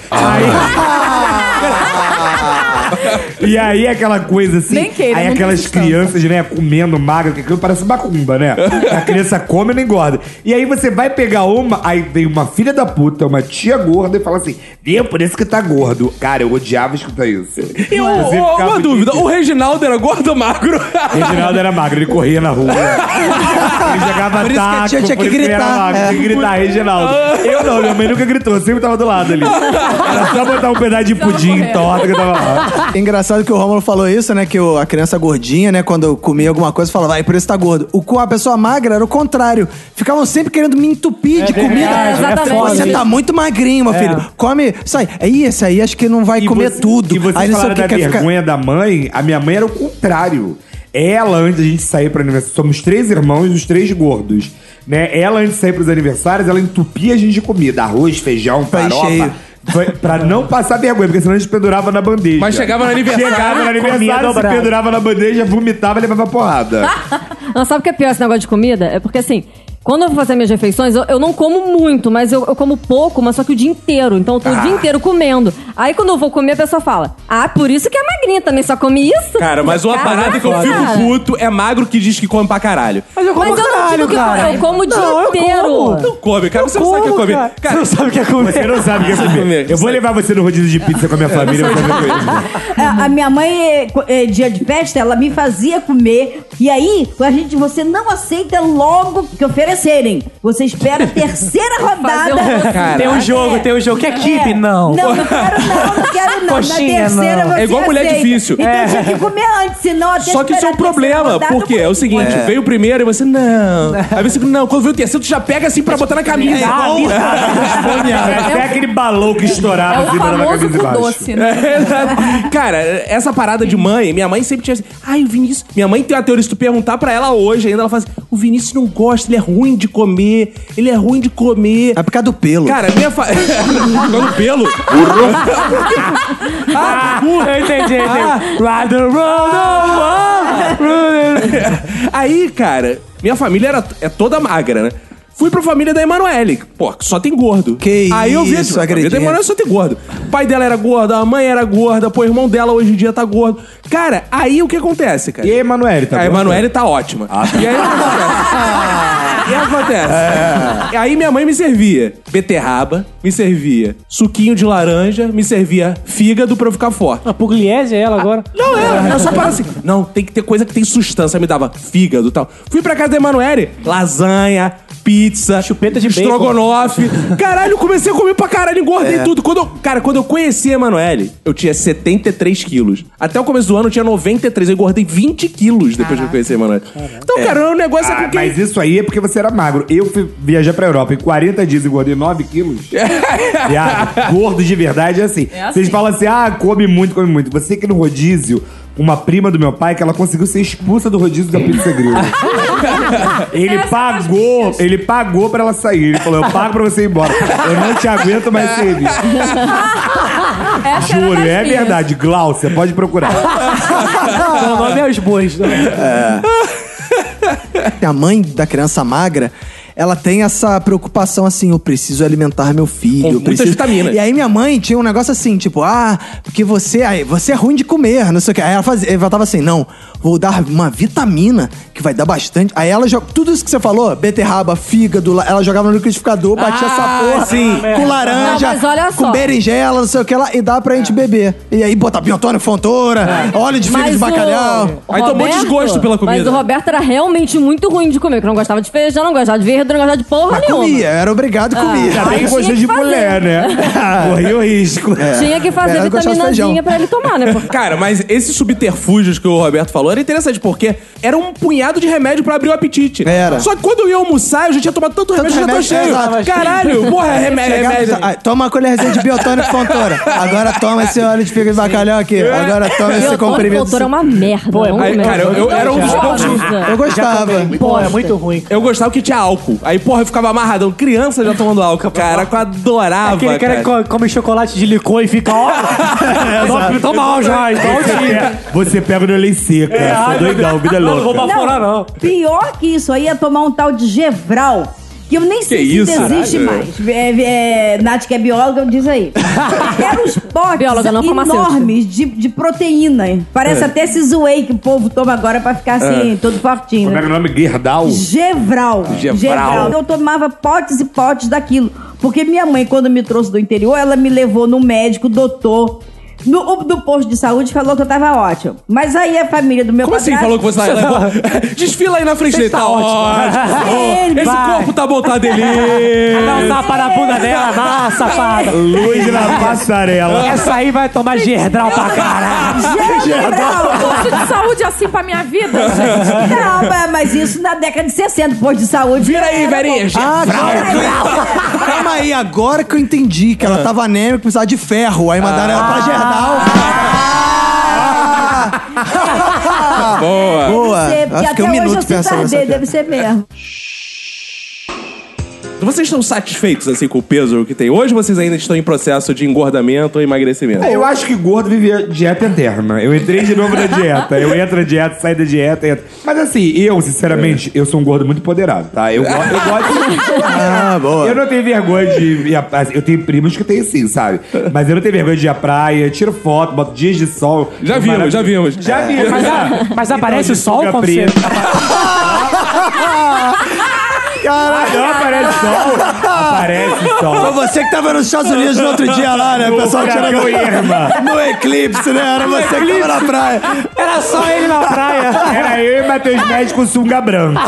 Speaker 5: Aí... E aí aquela coisa assim,
Speaker 7: Nem queira,
Speaker 5: aí
Speaker 7: não
Speaker 5: aquelas
Speaker 7: descansa.
Speaker 5: crianças, né, comendo magro, que aquilo parece macumba, né? A criança come e não engorda. E aí você vai pegar uma, aí vem uma filha da puta, uma tia gorda e fala assim, viu, por isso que tá gordo. Cara, eu odiava escutar isso.
Speaker 1: E o-
Speaker 5: Você
Speaker 1: o-
Speaker 5: ficava
Speaker 1: uma dúvida,
Speaker 5: difícil.
Speaker 1: o Reginaldo era gordo ou magro?
Speaker 5: Reginaldo era magro, ele corria na rua. Ele jogava
Speaker 2: Por isso que a
Speaker 5: taco,
Speaker 2: tia tinha
Speaker 5: por
Speaker 2: que
Speaker 5: isso ele era
Speaker 2: gritar,
Speaker 5: magro,
Speaker 2: é.
Speaker 5: Tinha que gritar, Reginaldo. Eu não, minha mãe nunca gritou, eu sempre tava do lado ali. Era só botar um pedaço de
Speaker 7: Precisava
Speaker 5: pudim
Speaker 7: correr.
Speaker 5: em torta que eu tava lá.
Speaker 2: Engraçado que o Romulo falou isso, né? Que o- a criança gordinha, né? Quando eu comia alguma coisa, falava, vai, por isso tá gordo. O, co- a pessoa magra era o contrário. Ficavam sempre querendo me entupir de comida.
Speaker 6: verdade,
Speaker 7: é exatamente.
Speaker 2: Pô, Você
Speaker 6: foda.
Speaker 2: tá muito magrinho, meu filho. Come. Isso aí. É isso aí, acho que não vai
Speaker 5: É. E
Speaker 2: comer
Speaker 5: você-
Speaker 2: tudo.
Speaker 5: E vocês
Speaker 2: aí não sei
Speaker 5: falaram
Speaker 2: o que
Speaker 5: da
Speaker 2: quer ficar.
Speaker 5: vergonha da mãe, a minha mãe era o contrário. Ela, antes de a gente sair para aniversário, somos três irmãos, os três gordos. Né? Ela, antes de sair pros aniversários, ela entupia a gente de comida. Arroz, feijão,
Speaker 2: Pra encher.
Speaker 5: farofa. Foi- Pra não passar vergonha, porque senão a gente pendurava na bandeja.
Speaker 1: Mas chegava no aniversário,
Speaker 5: Chegava no
Speaker 6: comia
Speaker 5: aniversário, se
Speaker 6: dobrado.
Speaker 5: pendurava na bandeja, vomitava e levava porrada.
Speaker 3: Não, sabe o que é pior esse negócio de comida? É porque assim. Quando eu vou fazer minhas refeições, eu, eu não como muito, mas eu, eu como pouco, mas só que o dia inteiro. Então eu tô o dia inteiro comendo. Aí quando eu vou comer, a pessoa fala: Ah, por isso que é magrinha também, só come isso.
Speaker 1: Cara, mas uma
Speaker 3: Caraca,
Speaker 1: parada que eu
Speaker 3: cara.
Speaker 1: fico puto é magro que diz que come pra caralho.
Speaker 6: Mas eu como
Speaker 3: Mas eu não
Speaker 6: caralho,
Speaker 3: digo que eu-
Speaker 6: cara.
Speaker 3: eu como o dia
Speaker 6: Não, eu
Speaker 3: inteiro.
Speaker 6: como.
Speaker 1: Não come, cara. Você não sabe o que é
Speaker 6: como,
Speaker 1: comer.
Speaker 6: cara.
Speaker 1: Cara,
Speaker 6: Você não sabe o que é comer.
Speaker 5: Você não sabe o que é comer. Eu vou levar você no rodízio de pizza com a minha família. você vai ver com isso.
Speaker 4: A, a minha mãe, eh, co- eh, dia de festa, ela me fazia comer. E aí, a gente, você não aceita logo que oferecerem. Você espera a terceira
Speaker 7: Fazer um
Speaker 4: rodada. é,
Speaker 7: Cara.
Speaker 6: Tem um jogo, tem um jogo.
Speaker 1: é
Speaker 6: Quer kibe? Não.
Speaker 4: Não, não quero não, não quero não.
Speaker 6: Coxinha,
Speaker 4: Na terceira
Speaker 6: não.
Speaker 4: você
Speaker 1: É igual mulher
Speaker 4: aceita.
Speaker 1: difícil. É.
Speaker 4: Então tinha que comer antes, senão até
Speaker 1: Só que isso é um
Speaker 4: esperar a terceira
Speaker 1: problema,
Speaker 4: rodada,
Speaker 1: porque é o seguinte, veio o primeiro e você, não. Aí você, não, quando veio o terceiro, tu já pega assim pra botar na camisa. Então,
Speaker 5: É até aquele balão que
Speaker 7: É o
Speaker 5: estourava assim, botava a
Speaker 7: famoso
Speaker 5: camisa
Speaker 7: cu
Speaker 5: embaixo.
Speaker 7: doce, né?
Speaker 1: É, exato. Cara, essa parada de mãe, minha mãe sempre tinha assim, ai, o Vinícius. Minha mãe tem uma teoria, se tu perguntar pra ela hoje ainda, ela fala assim: o Vinícius não gosta, ele é ruim de comer, ele é ruim de comer.
Speaker 2: É por causa do pelo.
Speaker 1: Cara, minha fa... Jogando pelo. ah,
Speaker 6: Eu entendi, eu entendi. Ride the road,
Speaker 1: oh, Aí, cara, minha família era, é toda magra, né? Fui pra família da Emanuele. Pô, que só tem gordo.
Speaker 2: Que
Speaker 1: Aí eu vi,
Speaker 2: isso,
Speaker 1: tipo, a família da
Speaker 2: acredito.
Speaker 1: Emanuele só tem gordo. O pai dela era gordo, a mãe era gorda, pô, o irmão dela hoje em dia tá gordo. Cara, aí o que acontece, cara?
Speaker 5: E a Emanuele, tá
Speaker 1: a
Speaker 5: bom? Ah,
Speaker 1: Emanuele tá ótima. E aí o que acontece? E aí o que acontece?
Speaker 5: É.
Speaker 1: E aí minha mãe me servia beterraba, me servia suquinho de laranja, me servia fígado pra eu ficar forte.
Speaker 6: A Pugliese é ela agora.
Speaker 1: Não, é, eu só parava assim. Não, tem que ter coisa que tem sustância. Me dava fígado e tal. Fui pra casa da Emanuele, lasanha, pizza,
Speaker 6: Chupeta de bacon.
Speaker 1: estrogonofe. Caralho, comecei a comer pra caralho, engordei tudo. Quando eu- cara, quando eu conheci a Emanuele, eu tinha 73 quilos. Até o começo do ano eu tinha 93. Eu engordei 20 quilos depois que eu conheci a Emanuele. Então, cara, é um negócio é
Speaker 5: Ah,
Speaker 1: com quem...
Speaker 5: mas isso aí é porque você era magro. Eu fui viajar pra Europa em 40 dias e engordei 9 quilos. Viado, gordo de verdade é assim.
Speaker 7: É assim.
Speaker 5: Vocês falam assim, ah, come muito, come muito. Você que é no rodízio, uma prima do meu pai, que ela conseguiu ser expulsa do rodízio da pizza grill. ele
Speaker 7: Essa
Speaker 5: pagou,
Speaker 7: das minhas.
Speaker 5: ele pagou pra ela sair. Ele falou, eu pago pra você ir embora. Eu não te aguento mais ser bicho.
Speaker 7: Essa era
Speaker 5: Juro,
Speaker 7: das
Speaker 5: é
Speaker 7: minhas.
Speaker 5: verdade. Glaucia, pode procurar.
Speaker 6: Seu nome é os bois. né?
Speaker 2: A mãe da criança magra, ela tem essa preocupação assim, eu preciso alimentar meu filho.
Speaker 1: Com
Speaker 2: eu
Speaker 1: muitas
Speaker 2: preciso...
Speaker 1: vitaminas.
Speaker 2: E aí minha mãe tinha um negócio assim, tipo, ah, porque você, aí, você é ruim de comer, não sei o que. Aí ela, fazia, ela tava assim, não, vou dar uma vitamina que vai dar bastante. Aí ela joga, tudo isso que você falou, beterraba, fígado, la- ela jogava no liquidificador, batia
Speaker 1: Ah,
Speaker 2: essa porra
Speaker 1: sim.
Speaker 2: com laranja,
Speaker 3: Não, mas olha
Speaker 2: com
Speaker 3: só.
Speaker 2: berinjela, não sei o que lá, e dá pra
Speaker 1: É.
Speaker 2: gente beber. E aí botar biotônico, fontoura, óleo de fígado de bacalhau.
Speaker 3: o
Speaker 1: Aí tomou desgosto pela comida.
Speaker 3: Mas o Roberto era realmente muito ruim de comer, que não gostava de feijão, não gostava de verde, não gostava de porra
Speaker 2: Mas
Speaker 3: nenhuma.
Speaker 2: comia, era obrigado a comer.
Speaker 5: Ainda bem que
Speaker 3: tinha
Speaker 5: você
Speaker 3: que
Speaker 5: de
Speaker 3: fazer.
Speaker 5: mulher, né? Corri o risco.
Speaker 3: Tinha que fazer
Speaker 2: Ela É. gostava de
Speaker 3: vitaminazinha
Speaker 2: feijão.
Speaker 3: pra ele tomar, né? Porque
Speaker 1: Cara, mas esses subterfúgios que o Roberto falou era interessante, porque era um punhado de remédio pra abrir o apetite.
Speaker 2: Era.
Speaker 1: Só que quando eu ia almoçar, eu já tinha tomado tanto remédio que eu já tô
Speaker 2: remédio,
Speaker 1: cheio.
Speaker 2: exato.
Speaker 1: Caralho, porra, é remédio,
Speaker 2: Chegava-
Speaker 1: remédio.
Speaker 2: Ah, toma uma colherzinha de biotônico fontora. Agora toma esse óleo de fígado de bacalhau aqui. Agora toma esse
Speaker 3: o
Speaker 2: comprimido.
Speaker 3: doutor é uma merda.
Speaker 6: Pô, é
Speaker 3: não
Speaker 6: mais-
Speaker 3: merda.
Speaker 1: cara, eu- eu era um dos
Speaker 3: Não
Speaker 1: poucos-
Speaker 3: gosta.
Speaker 2: Eu gostava. Ah,
Speaker 6: Pô, é muito ruim.
Speaker 1: Eu gostava que tinha álcool. Aí, porra, eu ficava amarradão. Criança já tomando álcool, cara. que Eu adorava,
Speaker 6: É Aquele Ah, cara
Speaker 1: cara.
Speaker 6: que co- come chocolate de licor e fica, ó. Não, tá mal já, então
Speaker 5: Você pega- Você pega no lei seca. Sou doidão, vida
Speaker 6: Não vou
Speaker 5: louca.
Speaker 6: baforar, não.
Speaker 4: Pior que isso aí é tomar um tal de Gevral. Que eu nem sei se
Speaker 1: isso? né?
Speaker 4: existe mais. É, é, Nath, que é bióloga, diz aí. Eram uns potes
Speaker 3: Bióloga, não
Speaker 4: enormes de, de proteína. Parece
Speaker 1: É.
Speaker 4: até esses whey que o povo toma agora pra ficar assim, todo fortinho.
Speaker 5: Como
Speaker 4: né?
Speaker 5: é que é o nome? Gerdau?
Speaker 4: Gevral. Então,
Speaker 1: Gevral.
Speaker 4: Eu tomava potes e potes daquilo. Porque minha mãe, quando me trouxe do interior, ela me levou no médico, doutor. No, o do posto de saúde falou que eu tava ótima. Mas aí a família do meu
Speaker 1: Como assim
Speaker 4: padrasto-
Speaker 1: falou que você tá... Desfila aí na frente dele. Tá, ótimo.
Speaker 4: Ele,
Speaker 1: Esse
Speaker 6: vai.
Speaker 1: corpo tá bom, tá delícia.
Speaker 6: Dá um tapa na bunda dela, dá, safada.
Speaker 5: Luz na passarela.
Speaker 6: Essa aí vai tomar gerdral pra caralho.
Speaker 4: Gevral.
Speaker 7: Posto de saúde assim pra minha vida, gente.
Speaker 4: Não, mas- mas isso na década de 60, posto de saúde.
Speaker 1: Vira aí,
Speaker 4: Era
Speaker 1: velhinha.
Speaker 2: Ah, calma. calma aí, agora que eu entendi que ela tava anêmica e precisava de ferro. Aí mandaram ela
Speaker 3: Ah,
Speaker 2: pra Gerdal.
Speaker 1: Boa.
Speaker 4: bom,
Speaker 2: Boa.
Speaker 4: deve ser,
Speaker 2: Acho
Speaker 4: porque
Speaker 2: que um
Speaker 4: até hoje eu
Speaker 3: assim,
Speaker 2: minuto
Speaker 4: se
Speaker 2: pensando nessa
Speaker 4: tardei,
Speaker 2: piada.
Speaker 4: deve ser mesmo.
Speaker 1: Vocês estão satisfeitos, assim, com o peso que tem hoje? ou Vocês ainda estão em processo de engordamento ou emagrecimento?
Speaker 5: Eu acho que gordo vive dieta eterna. Eu entrei de novo na dieta. Eu entro na dieta, saio da dieta. Entro. Mas assim, eu, sinceramente, eu sou um gordo muito empoderado, tá? Eu, go- eu gosto.
Speaker 2: Ah, boa.
Speaker 5: Eu não tenho vergonha de. ir à praia. Eu tenho primos que tem sim, sabe? Mas eu não tenho vergonha de ir à praia, tiro foto, boto dias de sol.
Speaker 1: Já vimos,
Speaker 5: Maravilha.
Speaker 1: já vimos. É.
Speaker 5: Já vimos.
Speaker 6: Mas,
Speaker 5: já.
Speaker 6: a- mas
Speaker 5: Então,
Speaker 6: aparece o
Speaker 5: de
Speaker 6: sol
Speaker 5: sunga
Speaker 6: quando você...
Speaker 5: preta. Caralho, não aparece sol. Aparece
Speaker 2: Foi
Speaker 5: sol.
Speaker 2: você que tava nos Estados Unidos no outro dia lá, né? O pessoal tirando...
Speaker 5: Furacão Irma.
Speaker 2: No eclipse, né? Era você que tava na praia.
Speaker 6: Era só ele na praia.
Speaker 5: Era eu e Matheus Médico com sunga branca.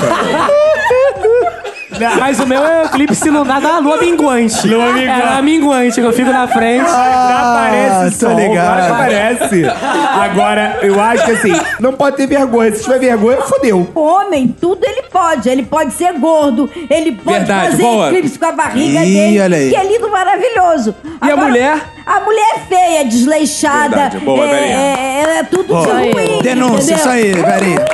Speaker 6: Mas o meu é o eclipse lunar da lua minguante.
Speaker 5: Lua minguante.
Speaker 6: É lua minguante, que eu fico na frente.
Speaker 5: aparece
Speaker 2: tô
Speaker 5: sol,
Speaker 2: ligado.
Speaker 5: claro que aparece. Agora, eu acho que assim, não pode ter vergonha. Se tiver vergonha, fodeu.
Speaker 4: Homem, tudo ele pode. Ele pode ser gordo, ele pode
Speaker 1: Verdade,
Speaker 4: fazer
Speaker 1: boa.
Speaker 4: eclipse com a barriga
Speaker 2: Ih,
Speaker 4: dele,
Speaker 2: olha aí.
Speaker 4: que é lindo, maravilhoso.
Speaker 1: E a mulher?
Speaker 4: A mulher é feia, desleixada.
Speaker 1: Verdade, boa,
Speaker 4: é,
Speaker 1: Verinha.
Speaker 4: é, é, é tudo de
Speaker 2: Boa.
Speaker 4: ruim.
Speaker 2: Denúncia,
Speaker 4: entendeu?
Speaker 2: isso aí, Verinha.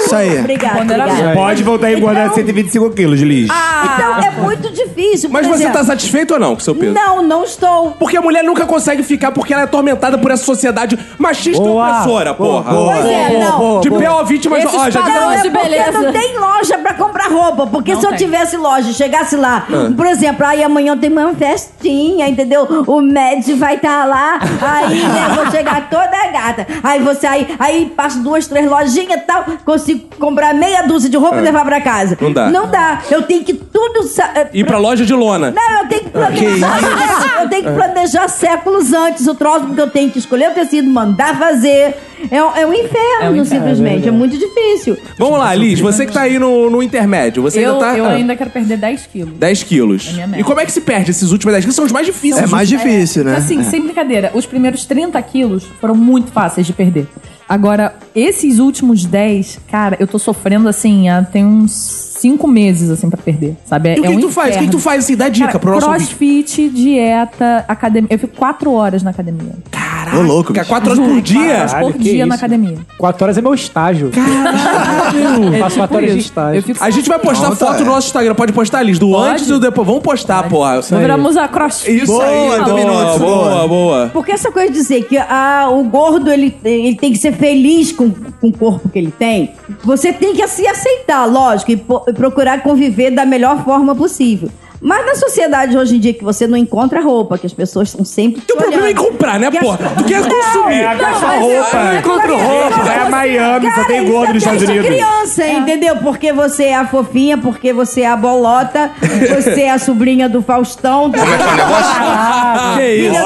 Speaker 2: Isso aí.
Speaker 4: Obrigada,
Speaker 7: Ponderação.
Speaker 4: obrigada.
Speaker 5: Pode voltar a engordar 125 quilos de lixo.
Speaker 4: Então é muito difícil.
Speaker 1: Mas
Speaker 4: por
Speaker 7: é.
Speaker 1: você tá
Speaker 4: exemplo.
Speaker 1: satisfeito ou não com o seu peso?
Speaker 4: Não, não estou.
Speaker 1: Porque a mulher nunca consegue ficar porque ela é atormentada por essa sociedade machista e
Speaker 6: Boa.
Speaker 1: opressora, porra.
Speaker 4: Pois é, não.
Speaker 1: De pé ao vítima,
Speaker 3: Esses
Speaker 1: ó, já
Speaker 3: padrões
Speaker 1: diga...
Speaker 4: Não, é
Speaker 3: de
Speaker 4: porque
Speaker 3: beleza.
Speaker 4: não tem loja pra comprar roupa, porque
Speaker 7: Não
Speaker 4: se eu
Speaker 7: tem.
Speaker 4: tivesse loja, chegasse lá,
Speaker 1: Ah.
Speaker 4: por exemplo, aí amanhã tem uma festinha, entendeu? O Med vai estar lá, aí né, vou chegar toda gata. Aí você aí, aí passo duas, três lojinhas e tal, consigo comprar meia dúzia de roupa e levar pra casa.
Speaker 1: Ah. Não dá.
Speaker 4: Não dá. Eu tenho que tudo. sa- eh,
Speaker 1: Ir pra loja de lona.
Speaker 4: não, eu tenho que
Speaker 1: Ah,
Speaker 4: planejar. eu tenho que planejar séculos antes o troço, porque eu tenho que escolher o tecido, mandar fazer. É um, é um inferno, simplesmente. É, muito difícil.
Speaker 1: Vamos lá, Liz, você que tá aí no, no intermédio. Você
Speaker 7: Eu,
Speaker 1: ainda tá.
Speaker 7: eu
Speaker 1: Ah,
Speaker 7: ainda quero perder 10 quilos.
Speaker 1: 10 quilos.
Speaker 7: minha meta.
Speaker 1: E como é que se perde esses últimos 10 quilos? São os mais difíceis.
Speaker 2: É mais difícil, né?
Speaker 1: É.
Speaker 7: Assim, sem brincadeira, os primeiros 30 quilos foram muito fáceis de perder. Agora, esses últimos 10, cara, eu tô sofrendo assim, há, tem uns 5 meses assim pra perder, sabe?
Speaker 1: E o que,
Speaker 7: é um
Speaker 1: que tu faz? O que que tu
Speaker 7: inferno.
Speaker 1: faz assim? Dá dica
Speaker 7: Cara,
Speaker 1: pro nosso ouvinte.
Speaker 7: crossfit, dieta, academia. Eu fico 4 horas na academia.
Speaker 2: Ô, louco,
Speaker 1: Fica
Speaker 2: bicho.
Speaker 1: 4 é horas por dia?
Speaker 7: Quatro horas por
Speaker 6: que
Speaker 7: dia na
Speaker 6: isso.
Speaker 7: academia.
Speaker 6: Quatro horas é meu estágio.
Speaker 7: É
Speaker 6: Faço quatro
Speaker 7: tipo
Speaker 6: horas de
Speaker 7: isso.
Speaker 6: estágio.
Speaker 7: Eu fico
Speaker 1: A gente vai postar
Speaker 2: Nossa,
Speaker 1: foto no
Speaker 2: é.
Speaker 1: nosso Instagram. Pode postar, Liz, do
Speaker 7: Pode.
Speaker 1: antes e do depois. Vamos postar, porra. Isso
Speaker 7: Vamos a crossfit.
Speaker 1: aí,
Speaker 2: Boa,
Speaker 1: boa,
Speaker 2: Dominus,
Speaker 1: boa,
Speaker 2: boa.
Speaker 1: boa.
Speaker 4: Porque essa coisa de dizer que ah, o gordo ele, ele tem que ser feliz com, com o corpo que ele tem, você tem que se aceitar, lógico, e, po- e procurar conviver da melhor forma possível. Mas na sociedade hoje em dia que você não encontra roupa, que as pessoas estão sempre.
Speaker 5: um
Speaker 1: Teu problema é comprar, né,
Speaker 4: Que as-
Speaker 1: porra? Tu quer consumir.
Speaker 5: É, agachar
Speaker 4: mas é-
Speaker 5: roupa.
Speaker 4: é-
Speaker 5: Encontra roupa. Vai a Miami, só tem
Speaker 4: isso
Speaker 5: gordo
Speaker 4: é
Speaker 5: nos Estados
Speaker 4: desde
Speaker 5: Unidos.
Speaker 4: criança, entendeu? Porque você é a fofinha, porque você é a bolota, você é a sobrinha do Faustão. Como é
Speaker 5: um
Speaker 4: que é o
Speaker 1: que
Speaker 6: é,
Speaker 1: isso?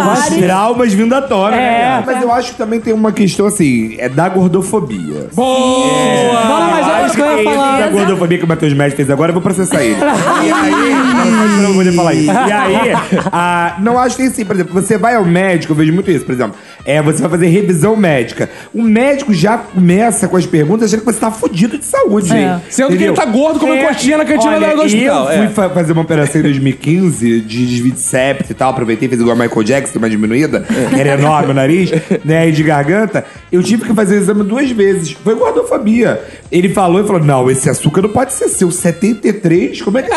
Speaker 6: Vacilo,
Speaker 5: Traumas vindo à tona,
Speaker 6: É.
Speaker 5: né? Mas eu acho que também tem uma questão, assim, é da gordofobia.
Speaker 1: Boa!
Speaker 6: Bola, mas olha o que Ah, eu ia falar.
Speaker 5: da gordofobia que o Matheus Mestre fez agora, eu vou processar ele. e aí, eu não vou poder falar isso. E aí, ah, não acho que tem sim, por exemplo, você vai ao médico, eu vejo muito isso, por exemplo. É, você vai fazer revisão médica. O médico já começa com as perguntas achando que você tá fudido de saúde.
Speaker 7: É.
Speaker 1: Sendo que
Speaker 5: Entendeu?
Speaker 1: ele tá gordo comendo coxinha na cantina
Speaker 5: olha,
Speaker 1: da- do hospital,
Speaker 6: Então,
Speaker 5: Eu fui
Speaker 1: é.
Speaker 5: fa- fazer uma operação em 2015 de desvio de septo e tal, aproveitei, fiz igual a Michael Jackson, uma diminuída, que era enorme o nariz, né, e de garganta. Eu tive que fazer o exame duas vezes. Foi gordofobia. Ele falou e falou: não, esse açúcar não pode ser seu. 73? Como é que é?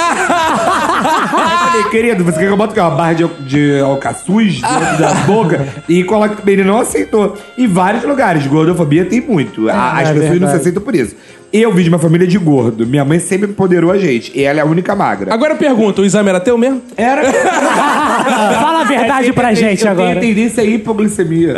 Speaker 5: Eu falei, querido, você quer que eu bote o quê? uma barra de, al- de alcaçuz dentro da boca? E coloca. Ele não aceitou. Em vários lugares, gordofobia tem muito. A- As
Speaker 6: é
Speaker 5: pessoas não se
Speaker 6: verdade.
Speaker 5: aceitam por isso. Eu vim de uma família de gordo. Minha mãe sempre empoderou a gente. E ela é a única magra.
Speaker 1: Agora eu pergunto, o exame era teu mesmo?
Speaker 5: Era.
Speaker 6: Fala a verdade pra gente
Speaker 5: eu tenho
Speaker 6: agora.
Speaker 5: tendência à hipoglicemia.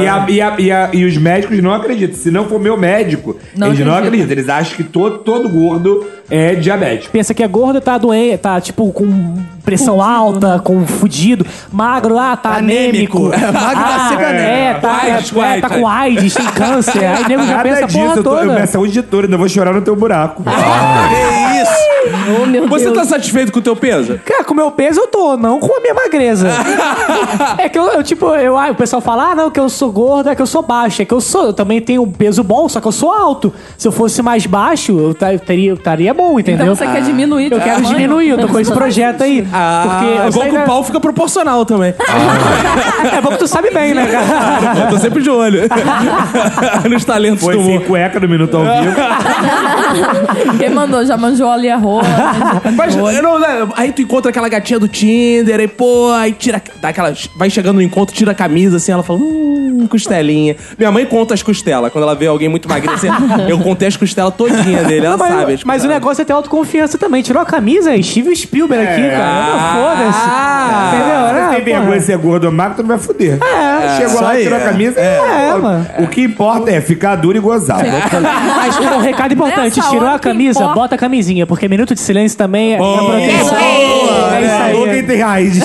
Speaker 5: E, a- e a- e a- e os médicos não acreditam. Se não for meu médico,
Speaker 7: Não
Speaker 5: eles não
Speaker 7: acredita.
Speaker 5: acreditam. Eles acham que todo, todo gordo é diabético.
Speaker 6: Pensa que é gordo, tá doente, tá tipo com pressão alta, com fudido. Magro lá, tá
Speaker 1: Anêmico.
Speaker 6: anêmico.
Speaker 1: Magro tá
Speaker 6: ah,
Speaker 1: sempre
Speaker 6: É, tá,
Speaker 1: AIDS,
Speaker 6: é, tá
Speaker 1: AIDS.
Speaker 6: com AIDS, tem câncer. Aí nego já pensa a porra
Speaker 5: Ah, eu tô, eu,
Speaker 6: toda.
Speaker 5: minha saúde de toda, ainda vou chorar no teu buraco.
Speaker 1: Que isso? Você tá satisfeito com o teu peso?
Speaker 6: Cara, com o meu peso eu tô, não com a minha magreza. é que eu, eu, tipo, eu, ah, o pessoal fala, ah, não, que eu sou gordo, é que eu sou baixo. É que eu sou, eu também tenho um peso bom, só que eu sou alto. Se eu fosse mais baixo, eu ta- eu teria, eu estaria bom, entendeu?
Speaker 7: Então você quer diminuir de
Speaker 6: Eu
Speaker 3: É
Speaker 6: quero
Speaker 7: tamanho?
Speaker 6: diminuir, eu tô com
Speaker 3: Ah.
Speaker 6: esse projeto aí. porque
Speaker 1: é
Speaker 6: Ah, eu
Speaker 1: bom
Speaker 6: saí
Speaker 1: que o
Speaker 6: da-
Speaker 1: pau fica proporcional também.
Speaker 6: É bom que tu sabe bem, né, cara?
Speaker 1: Eu tô sempre de olho nos talentos
Speaker 5: Foi
Speaker 1: do
Speaker 5: sem
Speaker 1: mundo.
Speaker 5: cueca no Minuto ao Vivo.
Speaker 7: Quem mandou? Já manjou ali a rola.
Speaker 3: assim.
Speaker 1: Mas, não, né, aí tu encontra aquela gatinha do Tinder, aí, pô, aí tira. Dá aquela, vai chegando no encontro, tira a camisa, assim, ela fala, hum, costelinha. Minha mãe conta as costelas. Quando ela vê alguém muito magrinho, assim, eu contei as costelas todinha dele, ela
Speaker 6: Não, mas,
Speaker 1: sabe. as
Speaker 6: mas o
Speaker 1: costelas.
Speaker 6: negócio é ter autoconfiança também. Tirou a camisa, é Steve Spielberg aqui, cara.
Speaker 1: Ah.
Speaker 6: Não, Foda-se. Entendeu?
Speaker 5: Se
Speaker 6: Ah,
Speaker 5: você tem
Speaker 6: porra.
Speaker 5: vergonha de ser gordo ou magro, tu não vai fuder. É, Chegou lá, tirou a camisa é.
Speaker 6: É, mano.
Speaker 5: O que importa é ficar duro e gozar. Tá
Speaker 1: né?
Speaker 6: Mas um recado importante,
Speaker 7: Nessa
Speaker 6: tirou
Speaker 7: hora
Speaker 6: a
Speaker 7: que
Speaker 6: camisa,
Speaker 7: importa.
Speaker 6: bota a camisinha, porque minuto de silêncio também é é proteção.
Speaker 5: Boa,
Speaker 6: É
Speaker 1: né?
Speaker 6: isso aí.
Speaker 5: Falou quem tem raízes.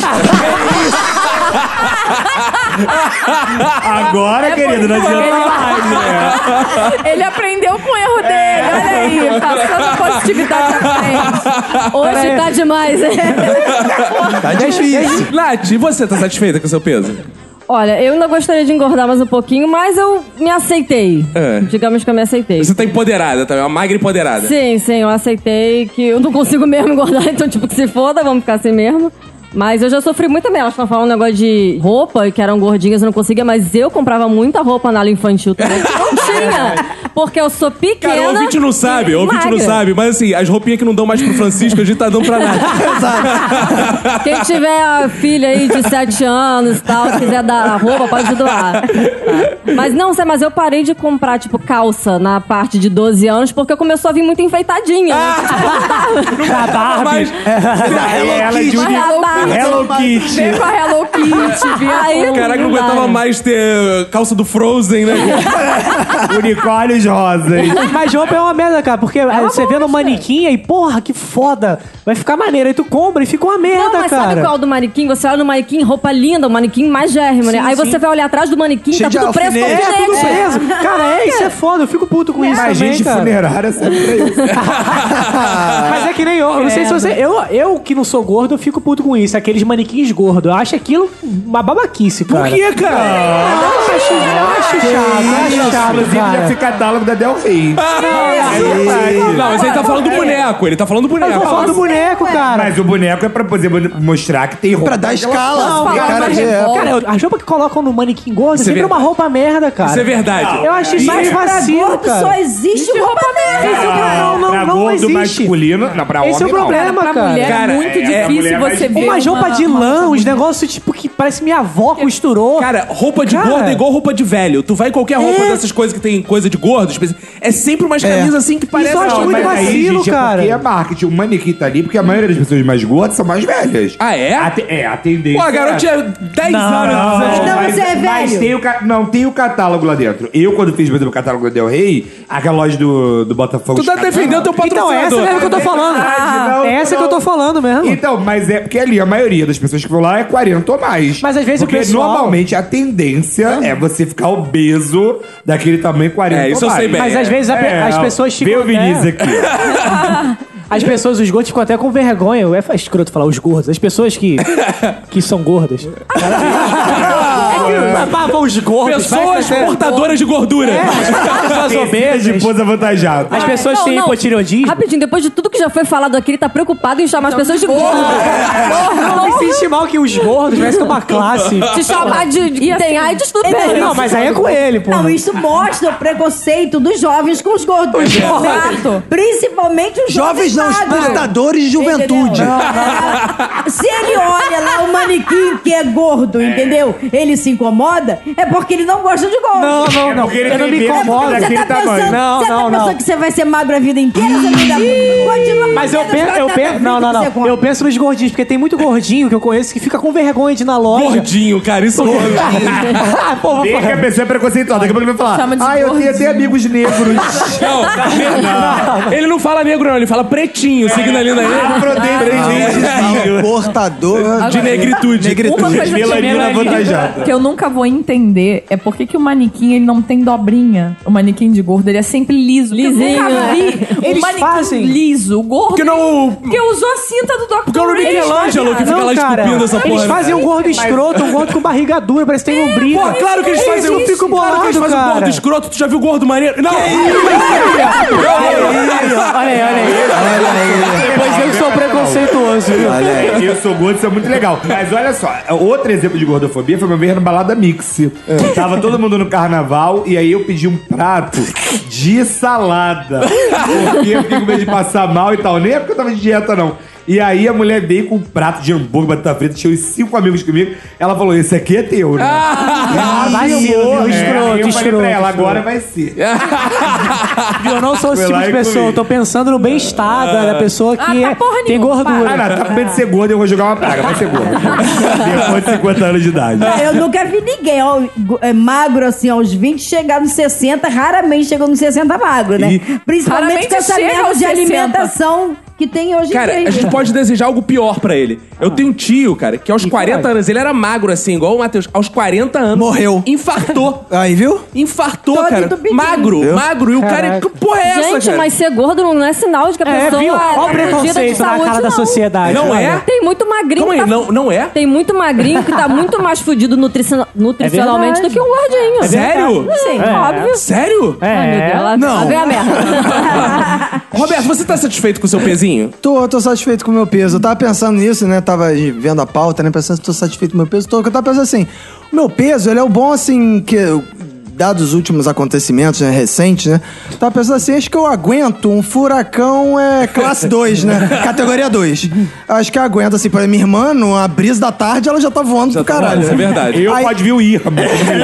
Speaker 6: É
Speaker 5: Agora, querido, não Tá adianta mais, né? É.
Speaker 7: Ele aprendeu com o erro dele. Olha aí,
Speaker 3: tá
Speaker 7: passando positividade na frente.
Speaker 3: Hoje tá demais, né?
Speaker 2: Tá difícil.
Speaker 1: Nath, e você tá satisfeita com o seu peso?
Speaker 3: Olha, eu ainda gostaria de engordar mais um pouquinho, mas eu me aceitei.
Speaker 1: É.
Speaker 3: Digamos que eu me aceitei.
Speaker 1: Você tá empoderada também, uma magra empoderada.
Speaker 3: Sim, sim, eu aceitei que eu não consigo mesmo engordar, então, tipo, que se foda, vamos ficar assim mesmo. Mas eu já sofri muito também. Elas estão falando um negócio de roupa, que eram gordinhas, eu não conseguia, mas eu comprava muita roupa na ala infantil também. que Não magrinha. Porque eu sou pequena.
Speaker 1: Cara, o ouvinte não sabe, o ouvinte não
Speaker 3: magra.
Speaker 1: sabe, mas assim, as roupinhas que não dão mais pro Francisco, a gente tá dando pra nada.
Speaker 3: Quem tiver a filha aí de 7 anos e tal, quiser dar roupa, pode doar. Tá. Mas não, sei, mas eu parei de comprar, tipo, calça na parte de 12 anos, porque começou a vir muito né? enfeitadinha.
Speaker 1: Ah,
Speaker 6: Da Barbie.
Speaker 1: Mas
Speaker 5: É, ela
Speaker 3: Mas
Speaker 5: de
Speaker 1: um
Speaker 3: a barba-
Speaker 6: é
Speaker 5: Hello Kitty.
Speaker 7: Veio com a Hello Kitty, viu?
Speaker 3: Aí,
Speaker 1: caraca, não
Speaker 3: dá.
Speaker 1: aguentava mais ter calça do Frozen, né?
Speaker 5: Unicórnios rosas.
Speaker 6: Mas roupa é uma merda, cara, porque aí você vê no manequim e, porra, que foda. Vai ficar maneiro. Aí tu compra e fica uma merda,
Speaker 3: Não, mas
Speaker 6: cara.
Speaker 3: sabe qual é do manequim? Você olha no manequim, roupa linda, o manequim mais gérrimo, né?
Speaker 6: Sim,
Speaker 3: Aí
Speaker 6: sim.
Speaker 3: você vai olhar atrás do manequim,
Speaker 2: Cheio de
Speaker 3: tá tudo preso com
Speaker 2: alfinete.
Speaker 6: É,
Speaker 3: alfinete.
Speaker 6: tudo preso. Cara, é, isso é foda. Eu fico puto com isso
Speaker 5: Mas
Speaker 6: também,
Speaker 5: gente
Speaker 6: cara.
Speaker 5: funerária sempre
Speaker 6: Ah,
Speaker 5: pra isso. Ah,
Speaker 6: Mas é que nem eu. Eu não sei se você... Eu, eu que não sou gordo, eu fico puto com isso. Aqueles manequins gordos. Eu acho aquilo uma babaquice, cara.
Speaker 5: Por que, cara?
Speaker 6: Eu acho, eu acho chato, eu acho chato,
Speaker 5: Inclusive, já
Speaker 6: tá cara.
Speaker 5: fica catálogo da Del Rey.
Speaker 1: Não, mas ele tá falando do boneco, ele tá falando do
Speaker 6: É. Mas eu vou falar
Speaker 1: boneco.
Speaker 6: do boneco, cara.
Speaker 5: Mas o boneco é pra poder mostrar que tem roupa.
Speaker 2: Pra dar escala.
Speaker 6: Não,
Speaker 2: Tem
Speaker 6: cara, é,
Speaker 2: cara de- é,
Speaker 6: Cara, eu- as roupas que colocam no manequim gordo é sempre
Speaker 1: é
Speaker 6: uma roupa merda, cara.
Speaker 1: Isso é verdade.
Speaker 6: Eu acho isso meio vacilo,
Speaker 4: Gordo só
Speaker 6: cara.
Speaker 4: existe roupa mesmo.
Speaker 6: Não, não,
Speaker 5: Ah, pra
Speaker 6: não
Speaker 5: gordo
Speaker 6: existe.
Speaker 5: masculino, não, pra homem
Speaker 6: Esse é o
Speaker 5: não.
Speaker 7: Cara,
Speaker 6: problema,
Speaker 7: pra
Speaker 6: cara.
Speaker 7: mulher
Speaker 1: Cara,
Speaker 7: é muito
Speaker 5: é, a mulher
Speaker 7: difícil
Speaker 5: vai-
Speaker 7: você ver.
Speaker 6: Uma roupa de lã, os negócios tipo que parece minha avó costurou.
Speaker 1: Cara, roupa de
Speaker 6: Cara. É.
Speaker 1: gordo é igual roupa de velho. Tu vai em qualquer roupa dessas coisas que tem coisa de gordo, especi- é sempre umas camisas assim que parece... assim.
Speaker 6: eu acho
Speaker 1: Não,
Speaker 6: é muito
Speaker 1: mas-
Speaker 6: mais-
Speaker 5: aí,
Speaker 6: vacilo,
Speaker 5: gente,
Speaker 6: cara.
Speaker 5: É porque é marketing. O manequim tá ali porque a maioria das pessoas mais gordas são mais velhas.
Speaker 1: Ah, é?
Speaker 5: A te- é, a tendência.
Speaker 1: Pô, a garota
Speaker 5: é...
Speaker 1: tinha 10
Speaker 5: Não,
Speaker 1: anos.
Speaker 4: Então
Speaker 5: mas,
Speaker 4: você é
Speaker 5: mas
Speaker 4: velho.
Speaker 5: tem o, ca- não, tem o catálogo lá dentro. Eu, quando fiz, por exemplo, o catálogo do Del Rey, aquela loja do, do Botafogo...
Speaker 1: Tu tá
Speaker 5: os catálogos-
Speaker 1: defendendo teu
Speaker 6: Então,
Speaker 1: patrocinador.
Speaker 6: essa é mesmo que eu tô falando.
Speaker 5: verdade, não,
Speaker 6: essa é que eu tô
Speaker 5: não.
Speaker 6: falando mesmo.
Speaker 5: Então, mas é porque ali a maioria das pessoas que vão lá é 40 ou mais.
Speaker 6: Mas às vezes o
Speaker 5: porque
Speaker 6: pessoal-
Speaker 5: normalmente a tendência é você ficar obeso daquele tamanho 40
Speaker 1: É, isso
Speaker 5: ou
Speaker 1: eu
Speaker 5: mais. É,
Speaker 1: sei bem.
Speaker 6: Mas às vezes a- as pessoas ficam.
Speaker 5: Vê o
Speaker 6: até-
Speaker 5: Vinícius aqui.
Speaker 6: As pessoas, os gordos ficam até com vergonha. É escroto falar os gordos. As pessoas que, que são gordas. é que babam os gordos. vai
Speaker 1: Pessoas
Speaker 6: fazer- É.
Speaker 1: portadoras de gordura.
Speaker 6: Pessoas
Speaker 5: Tem de
Speaker 6: obesas.
Speaker 5: pose avantajado.
Speaker 6: As pessoas
Speaker 3: Não,
Speaker 6: têm
Speaker 3: não.
Speaker 6: hipotireoidismo.
Speaker 3: Rapidinho, depois de tudo que já foi falado aqui, ele tá preocupado em chamar as pessoas de gordo.
Speaker 6: Não me senti mal que os gordos parece que é uma classe.
Speaker 3: Te chamar de. de tem AIDS, tudo bem.
Speaker 6: assim, Não, mas aí é com ele, pô.
Speaker 4: Não, isso mostra o preconceito dos jovens com os gordos.
Speaker 6: Os jovens.
Speaker 4: Exato. Principalmente os
Speaker 2: Jovens não, os
Speaker 4: magros.
Speaker 2: portadores de juventude.
Speaker 4: Entendeu? É. Se ele olha lá o manequim que é gordo, entendeu? Ele se incomoda, é porque ele não gosta de gordo.
Speaker 6: Não, não, não.
Speaker 5: É porque ele
Speaker 6: Eu não
Speaker 5: tem
Speaker 6: me
Speaker 5: medo
Speaker 6: incomodo.
Speaker 5: daquele
Speaker 4: Você tá
Speaker 5: tamanho.
Speaker 4: pensando,
Speaker 6: Não,
Speaker 4: você
Speaker 6: não,
Speaker 4: tá pensando
Speaker 6: não.
Speaker 4: que você vai ser magro a vida inteira? Você vai dar- Continua
Speaker 6: Mas eu
Speaker 4: comendo
Speaker 6: penso, eu penso,
Speaker 4: batata frita
Speaker 6: não, não,
Speaker 4: um que você
Speaker 6: não.
Speaker 4: come.
Speaker 6: Eu penso nos gordinhos, porque tem muito gordinho que eu conheço que fica com vergonha de ir na loja.
Speaker 1: Gordinho, cara, isso é
Speaker 6: Ah, pô, vou
Speaker 5: Vê que a
Speaker 6: falar.
Speaker 5: pessoa é preconceituosa. Daqui a pouco ele vai
Speaker 7: Chama de
Speaker 5: falar. Ah, eu tenho
Speaker 7: gordinho."
Speaker 5: até amigos negros.
Speaker 1: Não, ele não fala negro, não, ele fala pretinho, signalando aí.
Speaker 5: né?
Speaker 2: Não, Portador
Speaker 1: De negritude.
Speaker 7: Uma coisa que,
Speaker 5: Melanina
Speaker 7: eu-
Speaker 5: avantajada.
Speaker 7: que eu nunca vou entender é por que, que o manequim ele não tem dobrinha. O manequim de gordo, ele é sempre liso. Porque Eu nunca vi
Speaker 6: Eles
Speaker 7: um manequim
Speaker 6: fazem.
Speaker 7: liso. O gordo.
Speaker 1: Porque não.
Speaker 7: Porque usou a cinta do Dr.
Speaker 1: Porque o Michelangelo que fica lá
Speaker 6: Não, cara.
Speaker 1: esculpindo essa porra.
Speaker 6: Eles fazem um gordo escroto, um gordo com barriga dura, parece que tem lombriga.
Speaker 1: Pô, claro que eles fazem
Speaker 6: Eu fico
Speaker 1: claro que eles
Speaker 6: bolado,
Speaker 1: fazem um
Speaker 6: cara.
Speaker 1: gordo escroto. Tu já viu gordo maneiro? Não!
Speaker 6: Aí, ó, Olha aí, olha aí. Depois eu que sou preconceituoso, viu?
Speaker 5: É, eu sou gordo, isso é muito legal. Mas olha só, outro exemplo de gordofobia foi uma vez na balada Mix. Tava todo mundo no carnaval e aí eu pedi um prato de salada. Porque eu fiquei com medo de passar mal e tal. Nem é porque eu tava de dieta, não. E aí a mulher veio com um prato de hambúrguer, batata frita, tinha uns cinco amigos comigo. Ela falou, esse aqui é teu, né?
Speaker 6: Ah, vacilo, viu?
Speaker 5: É, aí
Speaker 6: Escroto,
Speaker 5: eu falei
Speaker 6: escroto. É.
Speaker 5: pra ela, agora vai ser.
Speaker 6: Viu, Eu não sou esse
Speaker 5: Foi
Speaker 6: tipo
Speaker 5: lá
Speaker 6: de
Speaker 5: e
Speaker 6: pessoa,
Speaker 5: comi.
Speaker 6: eu tô pensando no bem-estar da pessoa que
Speaker 7: Ah, tá
Speaker 6: é-
Speaker 7: porra
Speaker 6: tem
Speaker 7: nenhuma,
Speaker 6: gordura.
Speaker 5: Ah, não, tá com medo de ser gordo, eu vou jogar uma praga, vai ser gordo. Depois de 50 anos de idade.
Speaker 4: Ah, Eu nunca vi ninguém ó, go- é, magro assim aos 20 chegar nos 60, raramente chegou nos 60 magro, né?
Speaker 5: E-
Speaker 4: Principalmente
Speaker 7: Raramente
Speaker 4: com essa
Speaker 7: chega
Speaker 4: merda
Speaker 7: aos
Speaker 4: de
Speaker 7: 60.
Speaker 4: alimentação que tem hoje
Speaker 1: Cara,
Speaker 4: em dia.
Speaker 1: a gente pode desejar algo pior pra ele. Eu tenho um tio, cara, que aos 40 anos, ele era magro assim, igual o Matheus. Aos 40 anos.
Speaker 2: Morreu.
Speaker 1: Infartou.
Speaker 2: Aí, viu?
Speaker 1: Infartou,
Speaker 4: Todo
Speaker 1: cara.
Speaker 4: entupidinho.
Speaker 1: Magro,
Speaker 2: Viu?
Speaker 1: magro. E o cara.
Speaker 6: Caraca.
Speaker 1: Que porra é essa,
Speaker 3: Gente,
Speaker 1: cara?
Speaker 3: mas ser gordo não é sinal de que a
Speaker 6: É,
Speaker 3: pessoa
Speaker 6: viu?
Speaker 3: é
Speaker 6: Olha o
Speaker 3: perdida
Speaker 6: preconceito na
Speaker 3: saúde,
Speaker 6: cara da
Speaker 3: não.
Speaker 6: sociedade.
Speaker 1: Não
Speaker 6: olha.
Speaker 1: é?
Speaker 3: Tem muito magrinho.
Speaker 1: Calma
Speaker 3: que
Speaker 1: aí,
Speaker 3: tá-
Speaker 1: não, não é?
Speaker 3: Tem muito magrinho que tá muito mais fudido nutriciona- nutricionalmente do que um gordinho.
Speaker 1: Sério?
Speaker 3: Sim,
Speaker 6: É.
Speaker 3: óbvio.
Speaker 1: Sério?
Speaker 6: É.
Speaker 3: Ai, meu Deus, ela,
Speaker 2: Não.
Speaker 3: ela veio a merda.
Speaker 1: Roberto, você tá satisfeito com o seu pezinho?
Speaker 2: Tô, tô satisfeito com o meu peso. Eu tava pensando nisso, né? Tava vendo a pauta, né? Pensando se tô satisfeito com o meu peso. Tô, eu tava pensando é assim, o meu peso, ele é o bom, assim, que... eu- dados os últimos acontecimentos né, recentes, né? Tá pensando assim, acho que eu aguento um furacão é, classe 2, né? Categoria 2. Acho que eu aguento, assim, pra minha irmã, numa brisa da tarde, ela já tá voando
Speaker 1: Já tá
Speaker 2: pro caralho.
Speaker 1: voando, isso é verdade.
Speaker 5: Eu
Speaker 2: Aí-
Speaker 5: pode vir o Irma.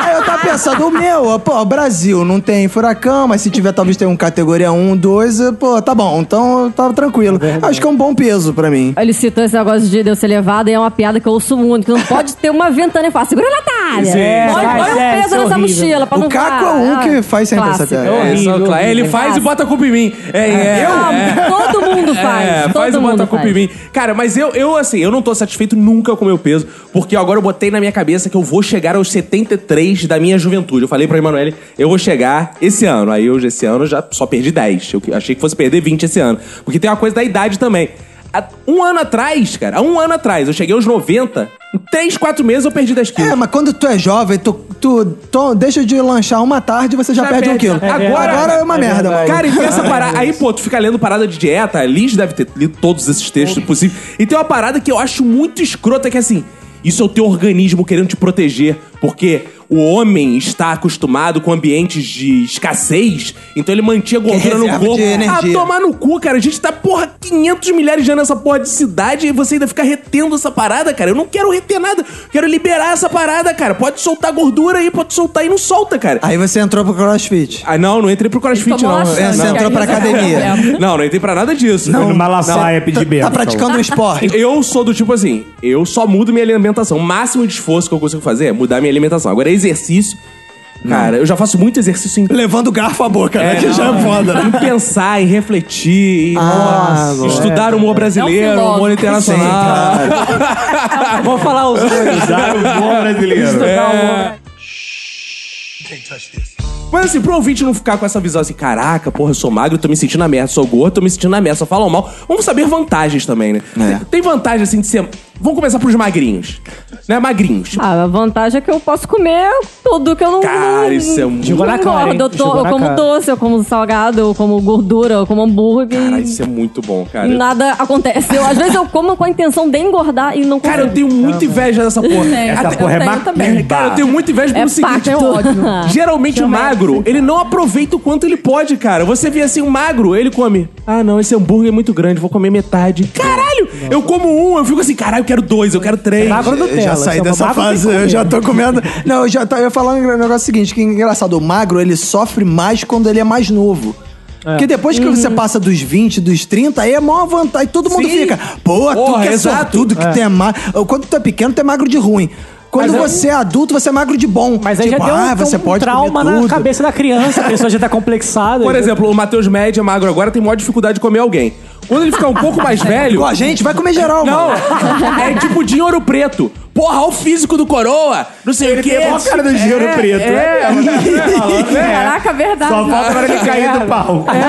Speaker 2: Aí eu tava pensando, o meu, ó, pô, Brasil, não tem furacão, mas se tiver, talvez tenha um categoria 1, 2, eh, pô, tá bom, então eu tava tranquilo. Acho que é um bom peso pra mim.
Speaker 3: Ele citou esse negócio de Deus ser levado e é uma piada que eu ouço muito, que não pode ter uma ventana e fala, segura na talha.
Speaker 6: É,
Speaker 3: Põe
Speaker 6: vai,
Speaker 3: põe um
Speaker 6: é, isso
Speaker 3: peso nessa
Speaker 6: é horrível.
Speaker 3: mochila pra
Speaker 2: O
Speaker 3: não
Speaker 2: Caco
Speaker 3: voar.
Speaker 2: é um
Speaker 3: Ah,
Speaker 2: que faz sempre essa
Speaker 3: clássico.
Speaker 2: piada.
Speaker 6: É
Speaker 1: É,
Speaker 6: horrível,
Speaker 1: só, claro.
Speaker 6: horrível.
Speaker 1: ele faz e bota a culpa em mim. É, é,
Speaker 3: Ah,
Speaker 1: é.
Speaker 3: Todo mundo faz.
Speaker 1: É,
Speaker 3: todo
Speaker 1: faz e
Speaker 3: mundo
Speaker 1: bota a culpa
Speaker 3: faz.
Speaker 1: em mim. Cara, mas eu, eu, assim, eu não tô satisfeito nunca com o meu peso, porque agora eu botei na minha cabeça que eu vou chegar aos 73 da minha juventude. Eu falei pra Emanuele, eu vou chegar esse ano. Aí hoje, esse ano, eu já só perdi 10. Eu que- achei que fosse perder 20 esse ano. Porque tem uma coisa da idade também. Há um ano atrás, cara, há um ano atrás, eu cheguei aos 90, em 3, 4 meses eu perdi 10 quilos.
Speaker 2: É, mas quando tu é jovem, tu, tu, tu deixa de lanchar uma tarde e você já,
Speaker 1: Já
Speaker 2: perde um
Speaker 1: perde.
Speaker 2: quilo.
Speaker 1: É
Speaker 2: agora,
Speaker 1: verdade.
Speaker 2: agora é uma merda, mano.
Speaker 1: Cara, e tem essa parada. Aí, pô, tu fica lendo parada de dieta. A Liz deve ter lido todos esses
Speaker 2: É.
Speaker 1: textos possíveis. E tem uma parada que eu acho muito escrota, que é assim. Isso é o teu organismo querendo te proteger, porque o homem está acostumado com ambientes de escassez, então ele mantinha gordura no
Speaker 2: reserva de
Speaker 1: corpo.
Speaker 2: energia.
Speaker 1: Ah, tomar no cu, cara. A gente tá, porra, 500 milhares de anos nessa porra de cidade e você ainda fica retendo essa parada, cara. Eu não quero reter nada. Quero liberar essa parada, cara. Pode soltar gordura aí, pode soltar aí, não solta, cara.
Speaker 2: Aí você entrou pro crossfit.
Speaker 1: Ah, não, não entrei pro
Speaker 7: Tomou
Speaker 1: crossfit, não.
Speaker 7: uma
Speaker 2: É,
Speaker 7: chance,
Speaker 2: você entrou
Speaker 7: aí tá
Speaker 2: pra
Speaker 7: não tem
Speaker 2: academia.
Speaker 7: problema.
Speaker 1: Não, não entrei pra nada disso.
Speaker 5: Foi numa laçaia
Speaker 2: Tá-
Speaker 5: pedir bênção.
Speaker 2: Tá praticando um esporte.
Speaker 1: Eu sou do tipo assim, eu só mudo minha alimentação. O máximo de esforço que eu consigo fazer é mudar minha alimentação. Agora, exercício. Cara, eu já faço muito exercício em.
Speaker 2: Levando garfo à boca, né?
Speaker 1: É,
Speaker 2: Que
Speaker 1: não,
Speaker 2: já é foda, né?
Speaker 1: Em pensar, em refletir, em
Speaker 2: Ah,
Speaker 1: nossa,
Speaker 2: bom.
Speaker 1: estudar o humor brasileiro, o humor
Speaker 7: É um filósofo.
Speaker 1: internacional.
Speaker 6: Vou falar os dois.
Speaker 5: Usar o bom brasileiro. É,
Speaker 1: Mas assim, pro ouvinte não ficar com essa visão assim, caraca, porra, eu sou magro, tô me sentindo na merda, sou gordo, tô me sentindo na merda, só falam mal. Vamos saber vantagens também, né?
Speaker 2: É.
Speaker 1: Tem- Tem vantagem assim de ser. Vamos começar pros magrinhos. Né, magrinhos.
Speaker 3: Ah, a vantagem é que eu posso comer tudo que eu não.
Speaker 1: Cara,
Speaker 3: não-
Speaker 1: isso é muito-
Speaker 6: Jogou na
Speaker 3: não
Speaker 6: cara, hein?
Speaker 3: engordo. Eu, tô-
Speaker 6: Jogou
Speaker 3: eu
Speaker 6: na
Speaker 3: como
Speaker 6: cara.
Speaker 3: doce, eu como salgado, eu como gordura, eu como hambúrguer.
Speaker 1: Cara,
Speaker 3: e
Speaker 1: isso é muito bom, cara.
Speaker 3: Nada acontece. Eu, às vezes eu como com a intenção de engordar e não consigo.
Speaker 1: Cara, eu tenho muita inveja dessa porra.
Speaker 5: Essa
Speaker 1: Até-
Speaker 5: porra é
Speaker 7: tenho também.
Speaker 5: macumba.
Speaker 1: Cara, eu tenho muita inveja pelo
Speaker 7: É
Speaker 1: seguinte.
Speaker 7: pacto, é ódio.
Speaker 1: tipo, Geralmente o magro, ele não aproveita o quanto ele pode, cara. Você vê assim, o magro, ele come. Ah, não, esse hambúrguer é muito grande, vou comer metade. Caralho! Eu como um, eu fico assim, caralho, eu quero dois, eu quero três.
Speaker 6: Magro
Speaker 2: Eu
Speaker 6: Nutella.
Speaker 2: já saí
Speaker 6: chama
Speaker 2: dessa
Speaker 6: magro
Speaker 2: fase,
Speaker 6: tem
Speaker 2: eu
Speaker 6: que
Speaker 2: já
Speaker 6: comer.
Speaker 2: tô comendo. Não, eu já tá, eu ia falar um negócio seguinte, que é engraçado, o magro ele sofre mais quando ele é mais novo.
Speaker 6: É.
Speaker 2: Porque depois que
Speaker 6: Hum.
Speaker 2: você passa dos 20, dos 30, aí é maior vantagem. Todo mundo
Speaker 1: Sim.
Speaker 2: fica, pô, tu
Speaker 1: Porra,
Speaker 2: que é
Speaker 1: exato.
Speaker 2: sortudo, que tu é magro. Quando tu é pequeno, tu é magro de ruim. Quando
Speaker 6: Mas eu-
Speaker 2: você é adulto, você é magro de bom.
Speaker 6: Mas aí já deu um,
Speaker 2: ah, você
Speaker 6: um
Speaker 2: pode comer
Speaker 6: trauma na
Speaker 2: tudo.
Speaker 6: cabeça da criança, a pessoa já tá complexada.
Speaker 1: Por exemplo, o Matheus Média, magro agora, tem maior dificuldade de comer alguém. Quando ele ficar um pouco mais velho.
Speaker 2: Pô, a gente vai comer geral,
Speaker 1: Não,
Speaker 2: mano.
Speaker 1: é tipo de ouro preto. Porra, olha o físico do coroa. Não sei o quê.
Speaker 5: Olha a cara do dinheiro preto. né?
Speaker 1: É,
Speaker 4: é,
Speaker 7: Caraca, verdade.
Speaker 5: Só falta agora ele cair do pau.
Speaker 6: aí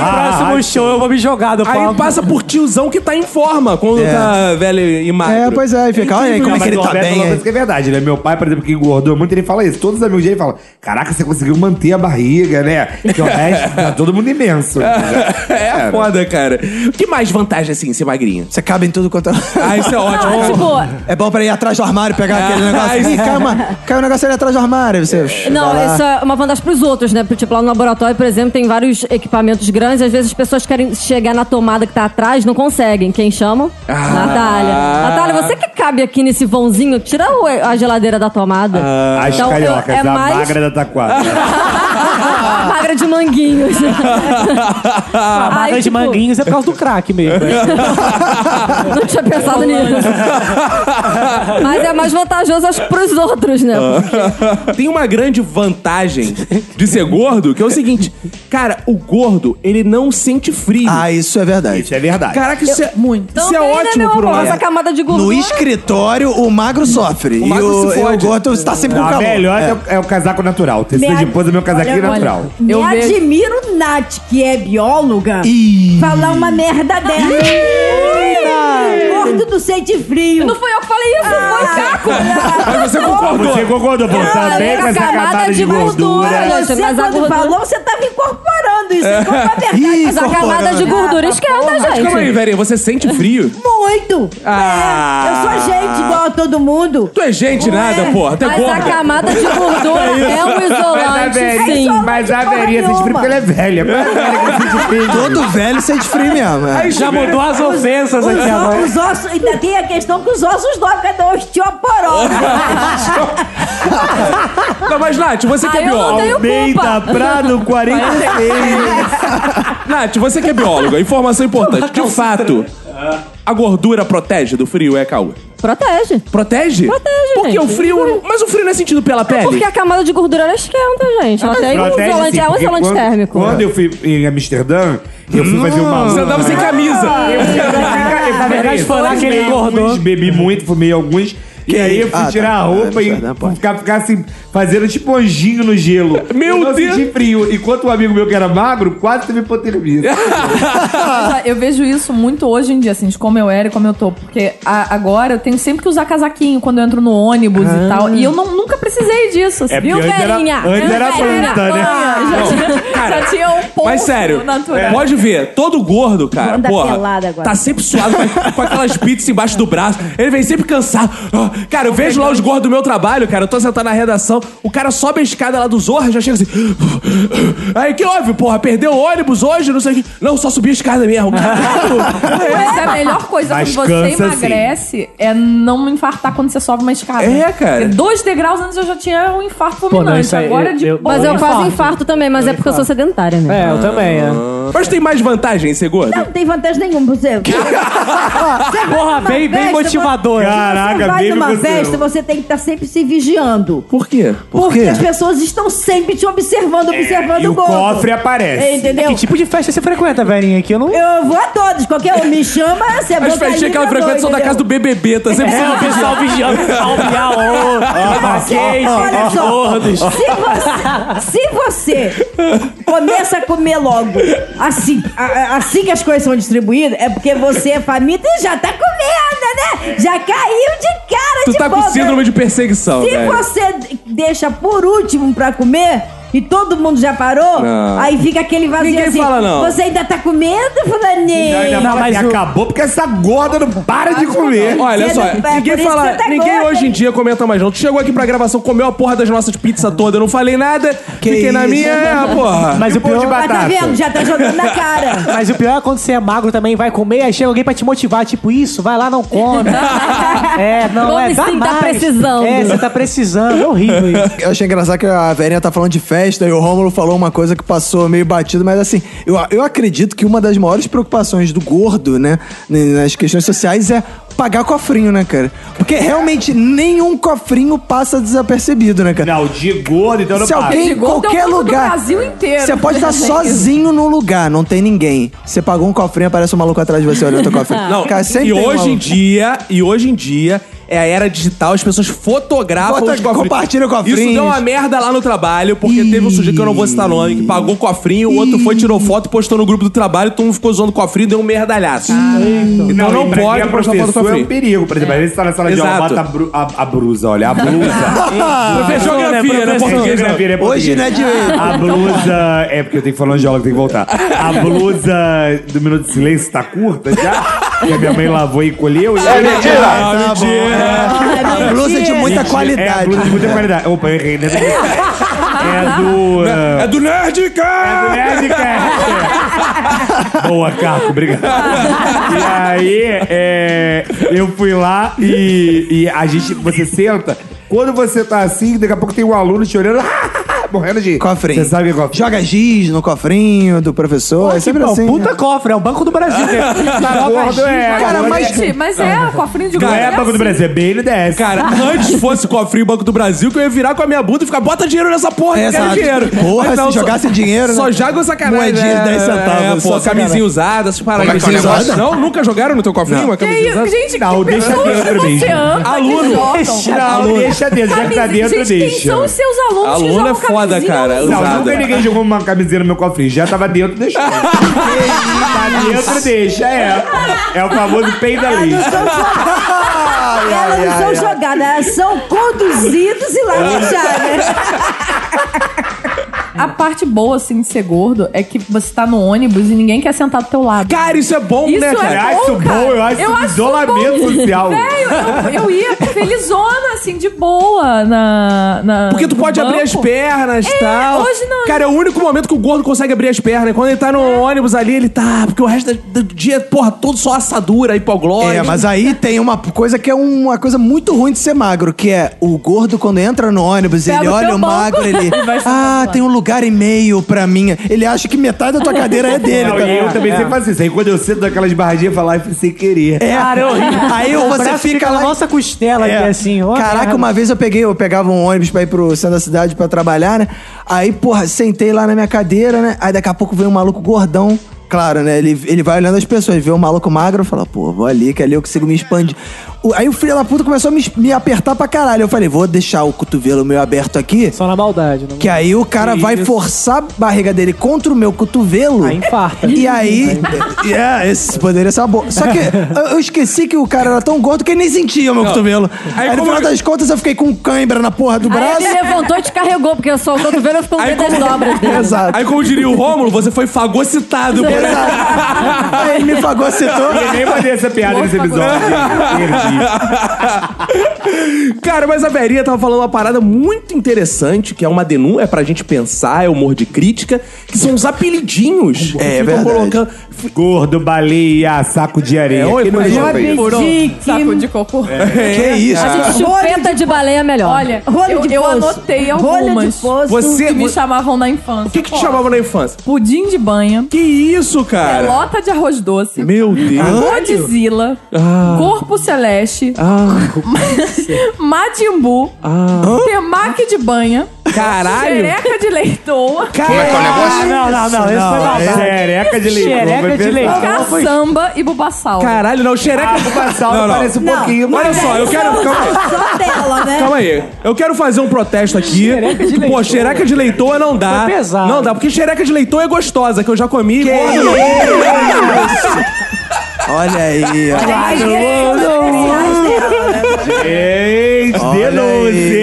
Speaker 5: Ah,
Speaker 6: próximo
Speaker 5: ai,
Speaker 6: show eu vou me jogar do
Speaker 1: Aí
Speaker 6: palco.
Speaker 1: passa por tiozão que tá em forma quando
Speaker 2: É.
Speaker 1: tá velho e magro.
Speaker 2: É, pois é, e fica, olha aí como é
Speaker 5: Mas
Speaker 2: que ele
Speaker 5: o
Speaker 2: tá
Speaker 5: Roberto
Speaker 2: bem.
Speaker 5: falou uma
Speaker 2: aí.
Speaker 5: coisa que é verdade, né? Meu pai, por exemplo, que engordou muito, ele fala isso. Todos os amigos dele falam: Caraca, você conseguiu manter a barriga, né? Que o resto tá todo mundo imenso.
Speaker 1: É foda, cara. O que mais vantagem, assim, ser magrinho?
Speaker 2: Você cabe em tudo quanto é.
Speaker 1: Ah, isso é ótimo.
Speaker 3: Ah, tipo,
Speaker 2: É bom pra ir atrás do armário pegar aquele negócio. Ih, caiu, uma, caiu um negócio ali atrás do armário. Você
Speaker 3: Não,
Speaker 2: vai lá.
Speaker 3: isso é uma vantagem pros outros, né? Porque, tipo, lá no laboratório, por exemplo, tem vários equipamentos grandes. Às vezes as pessoas querem chegar na tomada que tá atrás, não conseguem. Quem chama? Natália. Natália, você que cabe aqui nesse vãozinho, tira o- a geladeira da tomada.
Speaker 5: As
Speaker 3: Então, eu-
Speaker 5: cariocas,
Speaker 3: é
Speaker 5: a
Speaker 3: mais-
Speaker 5: magra da taquara.
Speaker 3: Magra Ah, de manguinhos.
Speaker 6: A barra
Speaker 3: Aí,
Speaker 6: de
Speaker 3: tipo,
Speaker 6: manguinhos Ah, é por causa do crack mesmo.
Speaker 3: Não tinha pensado nisso. Mas é mais vantajoso, acho, pros outros, né?
Speaker 1: Tem uma grande vantagem de ser gordo, que é o seguinte. Cara, o gordo, ele não sente frio.
Speaker 2: Ah, isso é verdade.
Speaker 5: Isso é verdade.
Speaker 1: Caraca, isso é... Muito. Isso é
Speaker 3: Também, né,
Speaker 1: ótimo,
Speaker 3: meu
Speaker 1: por um
Speaker 3: amor?
Speaker 1: lado.
Speaker 3: Essa camada de
Speaker 2: No
Speaker 3: gordura.
Speaker 2: escritório, o magro sofre.
Speaker 1: O magro
Speaker 2: e o,
Speaker 1: se
Speaker 2: e o
Speaker 1: fode.
Speaker 2: gordo está sempre com
Speaker 5: a
Speaker 2: calor.
Speaker 5: melhor
Speaker 2: É.
Speaker 5: é. o- é o casaco natural. Tecido de pose, meu casaquinho é
Speaker 4: Olha,
Speaker 5: natural.
Speaker 4: Me
Speaker 7: Eu vejo-
Speaker 4: admiro Nath, que é bióloga, falar uma merda dessa. Gordo do sente frio.
Speaker 3: Não fui eu que falei isso, foi Caco.
Speaker 1: Mas você concordou.
Speaker 5: Você concordou, pô,
Speaker 3: Não,
Speaker 5: tá
Speaker 3: ela
Speaker 5: bem
Speaker 3: era
Speaker 5: com essa
Speaker 3: camada
Speaker 5: camada
Speaker 3: de
Speaker 5: de gordura.
Speaker 3: gordura.
Speaker 4: Você,
Speaker 3: Mas a
Speaker 4: quando
Speaker 3: gordura-
Speaker 4: falou, você tava incorporando falando isso. Isso
Speaker 3: Mas
Speaker 4: é uma verdade.
Speaker 3: a camada de gordura esquenta,
Speaker 1: Mas calma aí,
Speaker 3: gente.
Speaker 1: velhinha, você sente frio?
Speaker 4: Muito.
Speaker 1: Ah.
Speaker 4: É, eu sou gente igual a todo mundo.
Speaker 1: Tu é gente
Speaker 4: Não
Speaker 1: nada,
Speaker 4: é.
Speaker 1: porra. Tu é
Speaker 3: Mas a
Speaker 1: gorda.
Speaker 3: camada de gordura é um isolante, sim.
Speaker 4: isolante
Speaker 5: mas a
Speaker 4: porra
Speaker 5: velhinha sente
Speaker 4: nenhuma.
Speaker 5: frio porque ela é velha. Mas a velha que sente frio.
Speaker 2: Todo velho sente frio mesmo. é.
Speaker 6: Já mudou as ofensas
Speaker 4: Os,
Speaker 6: aqui
Speaker 4: ossos,
Speaker 6: agora.
Speaker 4: os ossos, ainda tem a questão que os ossos dobram, cada um osteoporose.
Speaker 1: Não, mas, Nath, você que
Speaker 3: Ah,
Speaker 1: é
Speaker 3: eu não
Speaker 1: bióloga.
Speaker 3: tenho
Speaker 5: Almeida
Speaker 3: culpa.
Speaker 5: Prado 46.
Speaker 1: Nath, você que é bióloga, informação importante. De fato, a gordura protege do frio, é, Caú?
Speaker 3: Protege.
Speaker 1: Protege?
Speaker 3: Protege,
Speaker 1: Porque
Speaker 3: gente.
Speaker 1: o frio. Mas o frio não é sentido pela pele.
Speaker 3: Porque a camada de gordura ela esquenta, gente. Ela tem um
Speaker 5: Protege,
Speaker 3: isolante,
Speaker 5: sim,
Speaker 3: é um
Speaker 5: porque
Speaker 3: isolante
Speaker 5: quando-
Speaker 3: térmico.
Speaker 5: Quando eu fui em Amsterdã, eu fui fazer uma...
Speaker 1: Você andava sem camisa.
Speaker 3: Ah,
Speaker 5: Na
Speaker 6: verdade, foi lá que ele engordou.
Speaker 5: Bebi muito, fumei alguns. E aí eu fui
Speaker 2: Ah, tá.
Speaker 5: tirar a roupa
Speaker 2: Ah,
Speaker 5: e
Speaker 2: não pode.
Speaker 5: ficar, ficar assim, fazendo tipo anjinho no gelo.
Speaker 1: Meu
Speaker 5: eu não
Speaker 1: Deus.
Speaker 5: senti frio. Enquanto um amigo meu que era magro, quase teve hipotermia.
Speaker 7: Mas, ó, Eu vejo isso muito hoje em dia, assim, de como eu era e como eu tô. Porque a- agora eu tenho sempre que usar casaquinho quando eu entro no ônibus e tal. E eu não- nunca precisei disso, assim.
Speaker 5: Ah. É,
Speaker 7: viu?
Speaker 5: porque antes era-
Speaker 7: velhinha?
Speaker 5: antes
Speaker 7: Viu,
Speaker 5: era
Speaker 7: velhinha?
Speaker 5: planta, né?
Speaker 7: Ah, Já, tinha,
Speaker 1: cara,
Speaker 7: já tinha um pouco
Speaker 1: Mas sério,
Speaker 5: é,
Speaker 7: natural.
Speaker 1: pode ver, todo gordo, cara,
Speaker 4: Vamos dar
Speaker 1: porra,
Speaker 4: pelada agora.
Speaker 1: tá sempre suado com, com aquelas pizzas embaixo do braço. Ele vem sempre cansado. Ah, Cara, eu vejo lá os gordos do meu trabalho, cara, eu tô sentado na redação, o cara sobe a escada lá do Zorra, já chega assim... Aí, que houve, porra? Perdeu o ônibus hoje? Não sei o que. Não, só subi a escada mesmo. Caralho.
Speaker 7: Mas a melhor coisa
Speaker 5: Mas
Speaker 7: quando você
Speaker 5: cansa,
Speaker 7: emagrece é não infartar quando você sobe uma escada.
Speaker 1: É, cara.
Speaker 7: Porque dois degraus antes eu já tinha um infarto
Speaker 6: não,
Speaker 7: fulminante.
Speaker 6: isso aí,
Speaker 7: Agora é
Speaker 6: eu-
Speaker 7: de
Speaker 6: eu-
Speaker 7: boa.
Speaker 3: Mas eu quase
Speaker 6: infarto.
Speaker 3: infarto também, mas é porque eu sou sedentária, né?
Speaker 6: É, eu também, é.
Speaker 1: Mas tem mais vantagem em ser gordo?
Speaker 4: Não tem vantagem nenhuma pra você.
Speaker 6: Porra, bem, bem
Speaker 4: Ah, festa,
Speaker 6: motivador.
Speaker 5: Caraca,
Speaker 4: você vai
Speaker 5: mesmo
Speaker 4: numa
Speaker 5: que eu-
Speaker 4: festa, você tem que estar sempre se vigiando.
Speaker 1: Por quê?
Speaker 4: porque as pessoas estão sempre te observando, observando
Speaker 5: E o
Speaker 4: gordo.
Speaker 5: cofre aparece.
Speaker 4: Entendeu?
Speaker 6: Que tipo de festa você frequenta, velhinha? Que eu não...
Speaker 4: Eu vou a todos, qualquer um me chama, você vai.
Speaker 1: As festinhas que ela frequenta são da casa do BBB, tá sempre...
Speaker 6: É, o pessoal vigiando, salve a
Speaker 1: Ah, é
Speaker 4: Olha
Speaker 6: onda,
Speaker 4: só.
Speaker 6: gordos.
Speaker 4: Se você, se você começa a comer logo assim, a- a- assim que as coisas são distribuídas, é porque você é faminto e já tá comendo, né? Já caiu de cara
Speaker 1: Tu
Speaker 4: de
Speaker 1: tá com
Speaker 4: boca.
Speaker 1: síndrome de perseguição,
Speaker 4: Se
Speaker 1: velho.
Speaker 4: você d- deixa por último pra comer e todo mundo já parou,
Speaker 1: Não.
Speaker 4: aí fica aquele vazio
Speaker 1: Ninguém
Speaker 4: assim.
Speaker 1: fala não.
Speaker 4: Você ainda tá comendo,
Speaker 5: E ainda
Speaker 4: fulaninho?
Speaker 5: fala
Speaker 6: mas
Speaker 5: assim,
Speaker 6: o-
Speaker 5: acabou porque essa gorda não para de comer.
Speaker 1: Olha
Speaker 4: Você
Speaker 1: só,
Speaker 4: não- é por
Speaker 1: ninguém
Speaker 4: isso que
Speaker 1: fala,
Speaker 4: você tá
Speaker 1: ninguém
Speaker 4: gorda,
Speaker 1: hoje em
Speaker 4: hein?
Speaker 1: dia comenta mais não. Tu chegou aqui pra gravação, comeu a porra das nossas pizzas toda, eu não falei nada,
Speaker 2: Que
Speaker 1: fiquei na
Speaker 2: isso?
Speaker 1: minha, é, porra.
Speaker 6: Mas
Speaker 5: E
Speaker 6: o pior...
Speaker 5: de
Speaker 4: Mas tá
Speaker 5: batata.
Speaker 4: vendo? Já tá jogando na cara.
Speaker 6: Mas o pior é quando você é magro também, vai comer, aí chega alguém pra te motivar, tipo, isso, vai lá, não come. é, não,
Speaker 3: Come
Speaker 6: é, dá
Speaker 3: sim, tá
Speaker 6: mais.
Speaker 3: precisando.
Speaker 6: É, você tá precisando, é horrível isso.
Speaker 2: Eu achei engraçado que a velhinha tá falando de festa e o Rômulo falou uma coisa que passou meio batido, mas assim, eu, eu acredito que uma das maiores preocupações do gordo, né, n- nas questões sociais é pagar cofrinho, né, cara? Porque realmente nenhum cofrinho passa desapercebido, né, cara?
Speaker 5: Não, de gordo, então não
Speaker 2: Se
Speaker 5: para.
Speaker 2: alguém em
Speaker 7: De gordo é
Speaker 2: qualquer
Speaker 7: o público do
Speaker 2: lugar.
Speaker 7: Brasil inteiro.
Speaker 2: Você pode estar sozinho num lugar, não tem ninguém. Você pagou um cofrinho, aparece um maluco atrás de você olhando teu cofrinho.
Speaker 1: Não,
Speaker 2: cara, sempre
Speaker 1: e
Speaker 2: tem um
Speaker 1: hoje em
Speaker 2: maluco.
Speaker 1: dia, e hoje em dia, é a era digital, as pessoas fotografam
Speaker 2: Foto-
Speaker 1: os cofrinhos.
Speaker 2: compartilham cofrinhos.
Speaker 1: Isso deu uma merda lá no trabalho, porque
Speaker 2: Ih.
Speaker 1: teve um sujeito que eu não vou citar nome, que pagou cofrinho, o outro foi, tirou foto, postou no grupo do trabalho, todo mundo ficou zoando cofrinho, deu um merdalhaço. Então não,
Speaker 5: e pra quem
Speaker 1: pode
Speaker 5: é
Speaker 1: postar foto do
Speaker 5: professor é um
Speaker 1: cofrinho.
Speaker 5: perigo. Por exemplo, às vezes você tá na sala de aula,
Speaker 1: Exato.
Speaker 5: bota a, bru- a- a blusa, É olha, a blusa.
Speaker 1: Professor geografia, né? Português, né?
Speaker 5: Geografia,
Speaker 2: Hoje, né, de...
Speaker 7: Ah,
Speaker 5: A blusa. É porque eu tenho que falar onde tem que voltar. A blusa do Minuto de Silêncio tá curta já. E a minha mãe lavou e colheu. E aí, tá
Speaker 1: Ah, mentira.
Speaker 4: Ah,
Speaker 2: Blusa de
Speaker 4: mentira.
Speaker 2: muita
Speaker 5: É a
Speaker 2: qualidade.
Speaker 5: blusa de muita qualidade. Opa, eu errei, né? É do. eh,
Speaker 1: É do
Speaker 5: É
Speaker 1: Nerdcast!
Speaker 5: Nerdcast. Boa, Caco, obrigado. E aí, é, eu fui lá e, e a gente, você senta. Quando você tá assim, daqui a pouco tem um aluno te olhando, morrendo de.
Speaker 2: Cofrinho.
Speaker 5: Você sabe o que é cofrinho?
Speaker 2: Joga giz no cofrinho do professor. é sempre
Speaker 6: Tipo,
Speaker 2: assim.
Speaker 6: puta
Speaker 2: né?
Speaker 6: cofre, é o Banco do Brasil. né?
Speaker 5: Gordo é.
Speaker 2: Cara,
Speaker 5: gordo
Speaker 2: mas-
Speaker 5: é-
Speaker 7: Gente, mas é, o cofrinho de
Speaker 5: Não
Speaker 7: gordo
Speaker 5: é
Speaker 7: assim.
Speaker 5: Banco do Brasil, é BNDES.
Speaker 1: Cara,
Speaker 2: Tá.
Speaker 1: antes fosse cofrinho Banco do Brasil, que eu ia virar com a minha bunda e ficar, bota dinheiro nessa porra,
Speaker 2: É,
Speaker 1: eu quero
Speaker 2: exato.
Speaker 1: dinheiro.
Speaker 2: Porra,
Speaker 1: Mas
Speaker 2: se jogasse dinheiro, né?
Speaker 1: Só joga o sacanagem.
Speaker 2: Moedinha de 10 centavos,
Speaker 1: É,
Speaker 2: só
Speaker 1: pô,
Speaker 2: sacanagem.
Speaker 1: camisinha usada, essas paradas.
Speaker 2: Como é que é o
Speaker 1: Camisinha
Speaker 2: negócio?
Speaker 1: Não, nunca jogaram no teu cofrinho uma
Speaker 7: Que
Speaker 1: camisinha
Speaker 7: isso,
Speaker 1: usada?
Speaker 7: gente,
Speaker 5: Não,
Speaker 7: que
Speaker 5: deixa
Speaker 7: pessoas
Speaker 5: dentro
Speaker 7: você
Speaker 5: mesmo.
Speaker 7: anda que
Speaker 1: Aluno.
Speaker 7: jogam?
Speaker 5: Não, deixa dentro, já que tá
Speaker 7: Camisa-
Speaker 5: dentro,
Speaker 7: gente,
Speaker 5: deixa.
Speaker 7: quem são os seus alunos que
Speaker 1: Aluno
Speaker 7: jogam
Speaker 1: é foda,
Speaker 7: camisinha
Speaker 1: cara.
Speaker 7: usada?
Speaker 5: Não,
Speaker 1: Usada.
Speaker 5: nunca ninguém jogou uma camisinha no meu cofrinho. Já tava dentro, deixou. tá dentro, deixa. É. É o famoso peida lixo.
Speaker 4: Elas não são né? jogadas, elas são conduzidas e lá deixadas.
Speaker 7: A parte boa, assim, de ser gordo é que você tá no ônibus e ninguém quer sentar do teu lado.
Speaker 1: Cara, isso é bom,
Speaker 7: Isso
Speaker 1: né,
Speaker 7: é
Speaker 1: cara?
Speaker 5: Eu acho
Speaker 7: bom, cara.
Speaker 5: bom, eu acho isso isolamento
Speaker 7: bom.
Speaker 5: social.
Speaker 7: Velho, eu, eu ia felizona, assim, de boa na. na-
Speaker 1: Porque tu
Speaker 7: no
Speaker 2: é
Speaker 1: pode abrir
Speaker 7: banco.
Speaker 1: as pernas e
Speaker 7: É,
Speaker 1: tal.
Speaker 7: hoje não.
Speaker 2: né?
Speaker 1: Cara, é o único momento que o gordo consegue abrir as pernas. Quando ele tá no
Speaker 2: É.
Speaker 1: ônibus ali, ele tá. Porque o resto do dia, porra, todo só assadura, hipoglória.
Speaker 2: É, mas aí tem uma coisa que é uma coisa muito ruim de ser magro, que é o gordo quando entra no ônibus,
Speaker 7: Pega
Speaker 2: ele
Speaker 7: o
Speaker 2: olha
Speaker 7: teu
Speaker 2: o
Speaker 7: banco.
Speaker 2: magro, ele...
Speaker 7: Vai se
Speaker 2: ah,
Speaker 7: sentar.
Speaker 2: tem um lugar e meio pra mim. Ele acha que metade da tua cadeira é dele.
Speaker 5: Não,
Speaker 2: tá
Speaker 5: e eu
Speaker 2: ligado?
Speaker 5: também sempre faço isso. Aí quando eu sento daquelas barradinhas, eu falo, "Ai, fui sem querer.
Speaker 2: É.
Speaker 6: Cara, é horrível.
Speaker 2: Aí
Speaker 6: o
Speaker 2: você
Speaker 6: braço
Speaker 2: fica lá
Speaker 6: na
Speaker 2: e-
Speaker 6: nossa costela
Speaker 1: É.
Speaker 6: aqui, assim. ó,
Speaker 2: É. Caraca,
Speaker 6: merda.
Speaker 2: uma vez eu peguei, eu pegava um ônibus pra ir pro centro da cidade pra trabalhar, né? Aí, porra, sentei lá na minha cadeira, né? Aí daqui a pouco veio um maluco gordão. Claro, né? Ele, ele vai olhando as pessoas, vê um maluco magro e fala, pô, vou ali, que ali eu consigo me expandir. O- aí o filho da puta começou a me, me apertar pra caralho. Eu falei, vou deixar o cotovelo meu aberto aqui,
Speaker 6: Só na maldade. Não...
Speaker 2: que aí o cara vai forçar a barriga dele contra o meu cotovelo.
Speaker 6: Aí infarta.
Speaker 2: E aí. yeah, esse poderia ser uma boa. Só que eu eu esqueci que o cara era tão gordo que ele nem sentia o meu cotovelo. Aí, no
Speaker 1: como-
Speaker 2: final das contas eu fiquei com cãibra na porra do
Speaker 3: Aí
Speaker 2: braço.
Speaker 3: ele levantou e te carregou, porque só o cotovelo ficou com
Speaker 1: Aí
Speaker 3: das
Speaker 1: como-
Speaker 3: dobras dele.
Speaker 2: Exato.
Speaker 1: Aí, como diria o Rômulo, você foi fagocitado. por-
Speaker 2: Exato. Aí ele me fagocitou.
Speaker 5: Eu nem mandei essa piada nesse episódio. Perdi.
Speaker 1: Cara, mas a Verinha tava falando uma parada muito interessante, que é uma denúncia, é pra gente pensar, é humor de crítica, que são os apelidinhos.
Speaker 2: É,
Speaker 1: Ficam
Speaker 2: verdade.
Speaker 1: colocando.
Speaker 5: Gordo, baleia, saco de areia.
Speaker 1: É, oi,
Speaker 5: Que
Speaker 1: pois
Speaker 5: nojento.
Speaker 1: é.
Speaker 7: Saco de cocô.
Speaker 2: Que isso?
Speaker 3: A
Speaker 7: um
Speaker 3: gente chupeta de baleia é melhor.
Speaker 7: Olha,
Speaker 4: Rolho
Speaker 7: eu,
Speaker 4: de
Speaker 7: eu
Speaker 4: poço.
Speaker 7: anotei
Speaker 4: Rolho de
Speaker 7: algumas
Speaker 4: poço.
Speaker 1: Você-
Speaker 7: que me
Speaker 1: vo-
Speaker 7: chamavam na
Speaker 1: O
Speaker 7: infância.
Speaker 1: que, que te
Speaker 7: Ó,
Speaker 1: chamava na infância?
Speaker 7: Pudim de banha,
Speaker 1: Que isso, cara?
Speaker 7: pelota de arroz doce,
Speaker 1: Meu Deus.
Speaker 7: Godzilla,
Speaker 1: Ah.
Speaker 7: Corpo Celeste, Madimbu, Temaki de banha,
Speaker 1: Ah. Caralho.
Speaker 7: Xereca de
Speaker 1: Como
Speaker 7: leitoa,
Speaker 1: é que é o
Speaker 6: Ah, não, não, não. Esse foi
Speaker 1: é,
Speaker 6: maldade.
Speaker 5: Xereca de leite.
Speaker 6: Xereca de leitão.
Speaker 7: Caçamba e Bubassal.
Speaker 1: Caralho, não, xereca. Não, não.
Speaker 5: parece um pouquinho.
Speaker 1: Olha só, eu quero. Calma aí.
Speaker 4: Só dela, né?
Speaker 1: Calma aí. Eu quero fazer um protesto aqui.
Speaker 6: Xereca de
Speaker 1: Pô,
Speaker 6: leitoa.
Speaker 1: xereca de leitoa não dá.
Speaker 6: Tá pesado.
Speaker 1: Não dá, porque xereca de leitoa é gostosa, que eu já comi. Porra, não.
Speaker 2: Olha aí, ó.
Speaker 4: Mas esses são os especiais dela, né?
Speaker 5: Gente,
Speaker 2: Olha
Speaker 5: denúncia.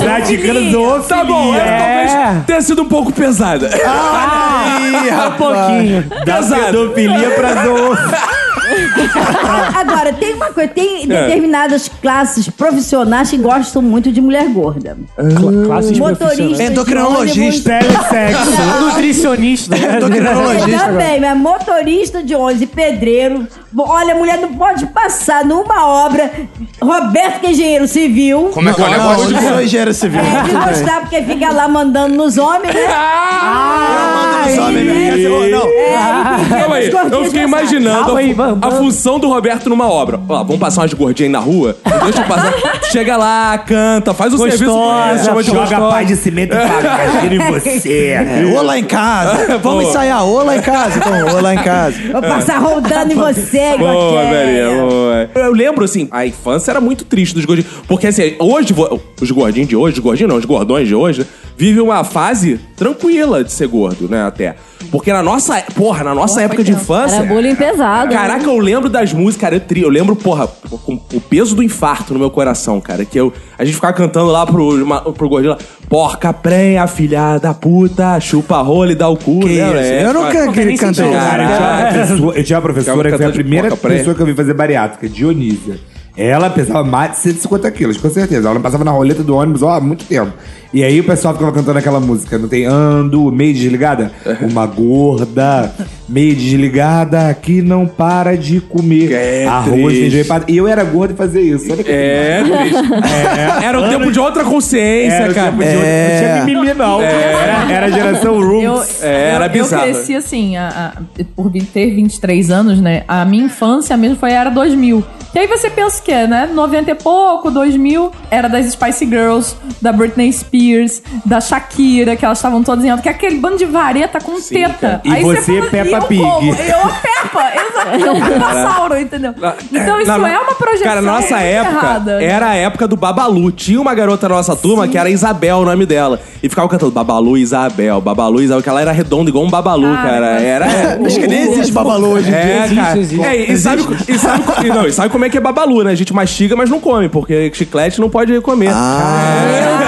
Speaker 5: Praticando zoofilia.
Speaker 1: Tá bom, essa
Speaker 6: é?
Speaker 1: talvez tenha sido um pouco pesada.
Speaker 2: Ih,
Speaker 6: Um pouquinho.
Speaker 5: Da
Speaker 1: Pesado.
Speaker 5: pedofilia pra zoofilia.
Speaker 4: Agora, tem uma coisa, tem determinadas classes profissionais que gostam muito de mulher gorda.
Speaker 7: Ah.
Speaker 6: Classe de
Speaker 4: Motorista.
Speaker 2: Endocrinologista.
Speaker 5: Telesexo.
Speaker 6: Nutricionista.
Speaker 2: né? Endocrinologista.
Speaker 4: Também, mas motorista de ônibus e pedreiro. Bom, Olha, a mulher não pode passar numa obra. Roberto, que é engenheiro civil.
Speaker 9: Como é que é o
Speaker 2: Não,
Speaker 9: negócio?
Speaker 2: eu sou engenheiro civil.
Speaker 4: É de gostar, porque fica lá mandando nos homens, né? Ah,
Speaker 2: Os homens, né? Ô, Não,
Speaker 1: é. Calma aí, eu fiquei imaginando
Speaker 6: Calma
Speaker 1: a,
Speaker 6: aí, vamos,
Speaker 1: a
Speaker 6: vamos.
Speaker 1: função do Roberto numa obra. Ó, vamos passar umas gordinhas aí na rua? Deixa eu passar. Chega lá, canta, faz o serviço. É,
Speaker 6: Gostosa,
Speaker 1: chama de
Speaker 5: Joga
Speaker 1: gostosa.
Speaker 5: pá de cimento e paga. Tira em você.
Speaker 2: Ô lá em casa. Vamos ensaiar ô lá em casa. Então, ô lá em casa.
Speaker 4: Vou passar rodando em você, é.
Speaker 1: Boa,
Speaker 4: Goqueia.
Speaker 1: velhinha, boa. é. Eu lembro, assim, a infância era muito triste dos gordinhos. Porque, assim, hoje, vo- os gordinhos de hoje, os gordinhos não, os gordões de hoje, vivem uma fase tranquila de ser gordo, né, até. Porque na nossa, porra, na nossa
Speaker 7: é
Speaker 1: época de infância...
Speaker 3: Era bullying pesado. né?
Speaker 1: Caraca, eu lembro das músicas, cara, eu, tri- eu lembro, porra, com o peso do infarto no meu coração, cara, que eu, a gente ficava cantando lá pro, uma- pro gordinho lá, porca prenha, filha da puta, chupa rola e dá o cu,
Speaker 2: Que
Speaker 1: né,
Speaker 2: isso?
Speaker 1: né?
Speaker 5: assim,
Speaker 2: Eu nunca cantei.
Speaker 5: Cara, eu tinha uma é pessoa- eu tinha uma professora que foi a
Speaker 1: Ficava
Speaker 5: primeira
Speaker 1: cantando de porca
Speaker 5: pessoa que eu vi fazer bariátrica, Dionísia. Ela pesava mais de 150 quilos, com certeza. Ela não passava na roleta do ônibus ó, há muito tempo. E aí o pessoal ficava cantando aquela música, não tem ando, meio desligada?
Speaker 1: Uhum.
Speaker 5: Uma gorda, meio desligada, que não para de comer.
Speaker 1: É
Speaker 5: Arroz,
Speaker 1: triste.
Speaker 5: feijão e pato. E eu era gordo e fazia isso. Olha que
Speaker 1: É, triste. Era o tempo de outra consciência,
Speaker 5: Era o
Speaker 1: cara.
Speaker 5: tempo de outro- Não tinha mimimi, não. Era, era a geração
Speaker 7: Eu,
Speaker 5: Roots.
Speaker 1: É, era
Speaker 7: eu-
Speaker 1: bizarro.
Speaker 7: Eu cresci assim, a- a- por vi- ter 23 anos, né? A minha infância mesmo foi a era 2000. E aí você pensa o quê, né? 90 e pouco, 2000, era das Spice Girls, da Britney Spears, da Shakira, que elas estavam todas em alta, que é aquele bando de vareta com teta.
Speaker 5: cara. E você,
Speaker 7: fala,
Speaker 5: Peppa
Speaker 7: "E eu
Speaker 5: Pig."
Speaker 7: como? Eu, Peppa, exato, eu, dinossauro, entendeu? Então isso
Speaker 1: Na-
Speaker 7: é uma projeção
Speaker 1: Cara, na nossa
Speaker 7: muito
Speaker 1: época
Speaker 7: errada.
Speaker 1: era a época do Babalu. Tinha uma garota na nossa turma que era Isabel, o nome dela. E ficava cantando Babalu Isabel, Babalu Isabel, que ela era redonda igual um Babalu,
Speaker 7: Ah,
Speaker 1: cara.
Speaker 7: mas-
Speaker 1: Era.
Speaker 2: Acho que nem existe babalu hoje em dia.
Speaker 1: É,
Speaker 6: Existe,
Speaker 1: cara.
Speaker 6: existe.
Speaker 1: É, e, sabe, e, sabe, e não, e sabe como é que é babalu, né? A gente mastiga, mas não come, porque chiclete não pode comer.
Speaker 2: Ah,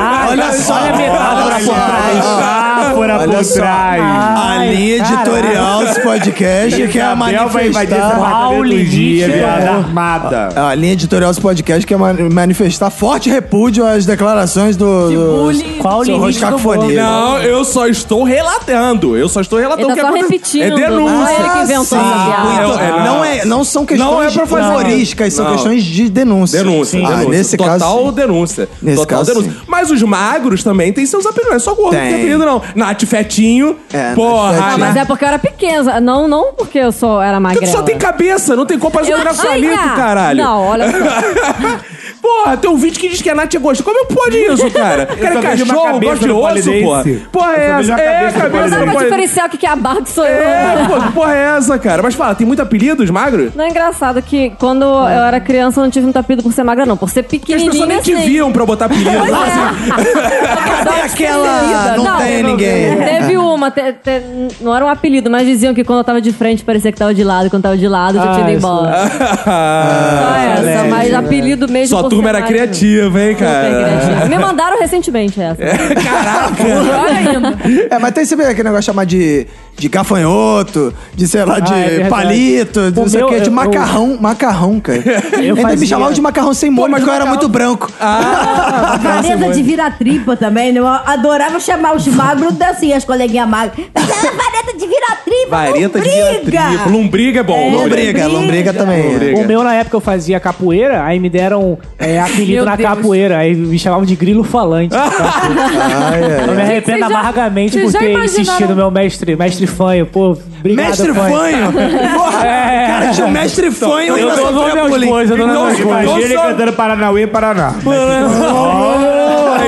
Speaker 6: Ah,
Speaker 2: Olha só.
Speaker 1: é
Speaker 6: Olha a metáfora
Speaker 1: Ah,
Speaker 5: metáfora
Speaker 2: Olha
Speaker 5: por
Speaker 2: só.
Speaker 5: trás.
Speaker 2: A
Speaker 6: Ai,
Speaker 2: linha editorial desse podcast que é a
Speaker 5: Isabel vai invadir esse
Speaker 2: manifestar...
Speaker 5: apartamento um dia,
Speaker 6: limite,
Speaker 2: é
Speaker 5: viado,
Speaker 6: amor.
Speaker 5: armada.
Speaker 2: A linha editorial desse podcast que é ma- manifestar forte repúdio às declarações do... do-
Speaker 7: bullying.
Speaker 6: Qual o
Speaker 2: Seu
Speaker 6: limite do
Speaker 2: roscafonia.
Speaker 6: bolo?
Speaker 1: Não, eu só estou relatando. Eu só estou relatando
Speaker 3: Ele
Speaker 1: o que
Speaker 3: tá só
Speaker 1: aconteceu.
Speaker 3: repetindo.
Speaker 1: É denúncia.
Speaker 3: Ah, ele que inventou essa piada.
Speaker 2: Então,
Speaker 1: É, é,
Speaker 2: não, é, não são
Speaker 1: Não é
Speaker 2: questões
Speaker 1: pra fazer.
Speaker 2: humorísticas, são
Speaker 1: Não.
Speaker 2: questões de denúncia.
Speaker 1: Denúncia,
Speaker 2: Ah,
Speaker 1: denúncia.
Speaker 2: nesse
Speaker 1: Total
Speaker 2: caso, sim.
Speaker 1: denúncia.
Speaker 2: Nesse
Speaker 1: Total
Speaker 2: caso,
Speaker 1: denúncia.
Speaker 2: sim.
Speaker 1: Mas os magros também têm seus apelidos. Não é só gordo que
Speaker 2: Tem.
Speaker 1: tem apelido, não. Nath Fetinho.
Speaker 2: É,
Speaker 1: porra.
Speaker 2: Nath Fetinho.
Speaker 3: Mas
Speaker 1: Nath-
Speaker 3: é porque eu era pequena. Não, não porque eu sou, era
Speaker 1: Porque
Speaker 3: magrela.
Speaker 1: tu só tem cabeça, não tem um copa de
Speaker 3: Eu tinha.
Speaker 1: grafalito, caralho.
Speaker 3: Não, olha só.
Speaker 1: Porra, tem um vídeo que diz que a Nath é gostosa. Como pode isso, cara? O cara é
Speaker 5: só vejo uma
Speaker 1: cachorro,
Speaker 5: cabeça
Speaker 1: gosta de
Speaker 5: no
Speaker 1: osso,
Speaker 5: Polidense.
Speaker 1: porra. Porra, é
Speaker 5: Eu só
Speaker 1: essa?
Speaker 5: vejo uma
Speaker 1: É,
Speaker 3: Mas
Speaker 1: cabeça
Speaker 5: cabeça no
Speaker 3: só
Speaker 1: do
Speaker 3: pra
Speaker 1: Polidense.
Speaker 3: diferenciar o que que é barba que sou eu.
Speaker 1: É, pô, que porra é essa, cara? Mas fala, tem muito apelido os magros?
Speaker 3: Não é engraçado que quando eu era criança eu não tive muito apelido por ser magra, não. Por ser
Speaker 1: Porque as
Speaker 3: pequenininha,
Speaker 1: pessoas nem te
Speaker 3: sim.
Speaker 1: viam pra botar apelido.
Speaker 3: Pois
Speaker 1: Então, assim,
Speaker 3: é. Dá uma
Speaker 2: aquela?
Speaker 3: esquecida.
Speaker 2: Ah, Não tem ninguém.
Speaker 3: Teve uma, te- te- não era um apelido, mas diziam que quando eu tava de frente parecia que tava de lado, quando tava de lado eu já tinha
Speaker 6: Ah,
Speaker 3: ido
Speaker 6: isso.
Speaker 3: embora.
Speaker 2: é
Speaker 3: Só essa,
Speaker 6: gente,
Speaker 2: né?
Speaker 3: mas apelido mesmo.
Speaker 1: Sua
Speaker 3: por
Speaker 1: turma
Speaker 3: ser
Speaker 1: era
Speaker 3: magra.
Speaker 1: criativa, hein,
Speaker 3: Super
Speaker 1: cara?
Speaker 3: criativa. Me mandaram recentemente essa.
Speaker 5: É,
Speaker 1: Caraca!
Speaker 3: Pior ainda.
Speaker 2: É, mas tem sempre aquele negócio chamado de, de gafanhoto, de, sei lá, de
Speaker 6: Ah, é verdade.
Speaker 2: palito, de não
Speaker 6: O
Speaker 2: sei o
Speaker 6: meu,
Speaker 2: quê, de
Speaker 6: eu-
Speaker 2: macarrão, macarrão, cara. Ainda me
Speaker 6: fazia-
Speaker 2: chamavam de macarrão sem molho,
Speaker 1: mas
Speaker 2: porque eu era
Speaker 1: macarrão-
Speaker 2: muito branco.
Speaker 4: Vareza de vira-tripa também, né? Eu adorava chamar os magros assim, as coleguinhas magras. Mas era vareta de vira-tripa,
Speaker 1: Vareta de
Speaker 5: Tipo,
Speaker 1: tribo. Lombriga é bom.
Speaker 2: lombriga,
Speaker 4: lombriga.
Speaker 2: lombriga também. é.
Speaker 1: Lombriga.
Speaker 6: O meu, na época, eu fazia capoeira, aí me deram é, apelido
Speaker 7: Meu
Speaker 6: na
Speaker 7: Deus.
Speaker 6: capoeira, aí me chamavam de grilo falante.
Speaker 2: Ai, ai,
Speaker 6: Eu me
Speaker 2: ai.
Speaker 7: Vocês
Speaker 6: arrependo
Speaker 7: já-
Speaker 6: amargamente
Speaker 7: vocês
Speaker 6: por
Speaker 7: já
Speaker 6: ter
Speaker 7: imaginaram-
Speaker 6: insistido no meu mestre, mestre Fanho. Pô, obrigado,
Speaker 2: Mestre Fanho? Porra,
Speaker 6: É.
Speaker 2: cara, tinha um mestre
Speaker 5: Então,
Speaker 2: Fanho ainda
Speaker 6: Eu dou
Speaker 2: sofria
Speaker 6: nome aos
Speaker 2: bullying.
Speaker 6: bois, eu dou nome aos bois.
Speaker 5: Imagina ele
Speaker 1: Então, só-
Speaker 5: cantando Paranauê, Paraná.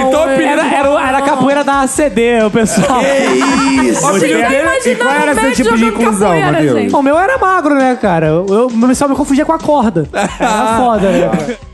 Speaker 1: Então, apelido.
Speaker 6: Era, era, era a capoeira da ACD, o pessoal.
Speaker 2: Que isso?
Speaker 7: Vocês já
Speaker 5: E qual
Speaker 7: imaginaram
Speaker 5: era
Speaker 7: o
Speaker 5: seu
Speaker 7: médico
Speaker 5: tipo de
Speaker 7: jogando
Speaker 5: inclusão,
Speaker 7: capoeira,
Speaker 5: Matheus?
Speaker 7: gente.
Speaker 6: O meu era magro, né, cara? Eu, eu- o pessoal me confundia com a corda. Era foda, né? cara?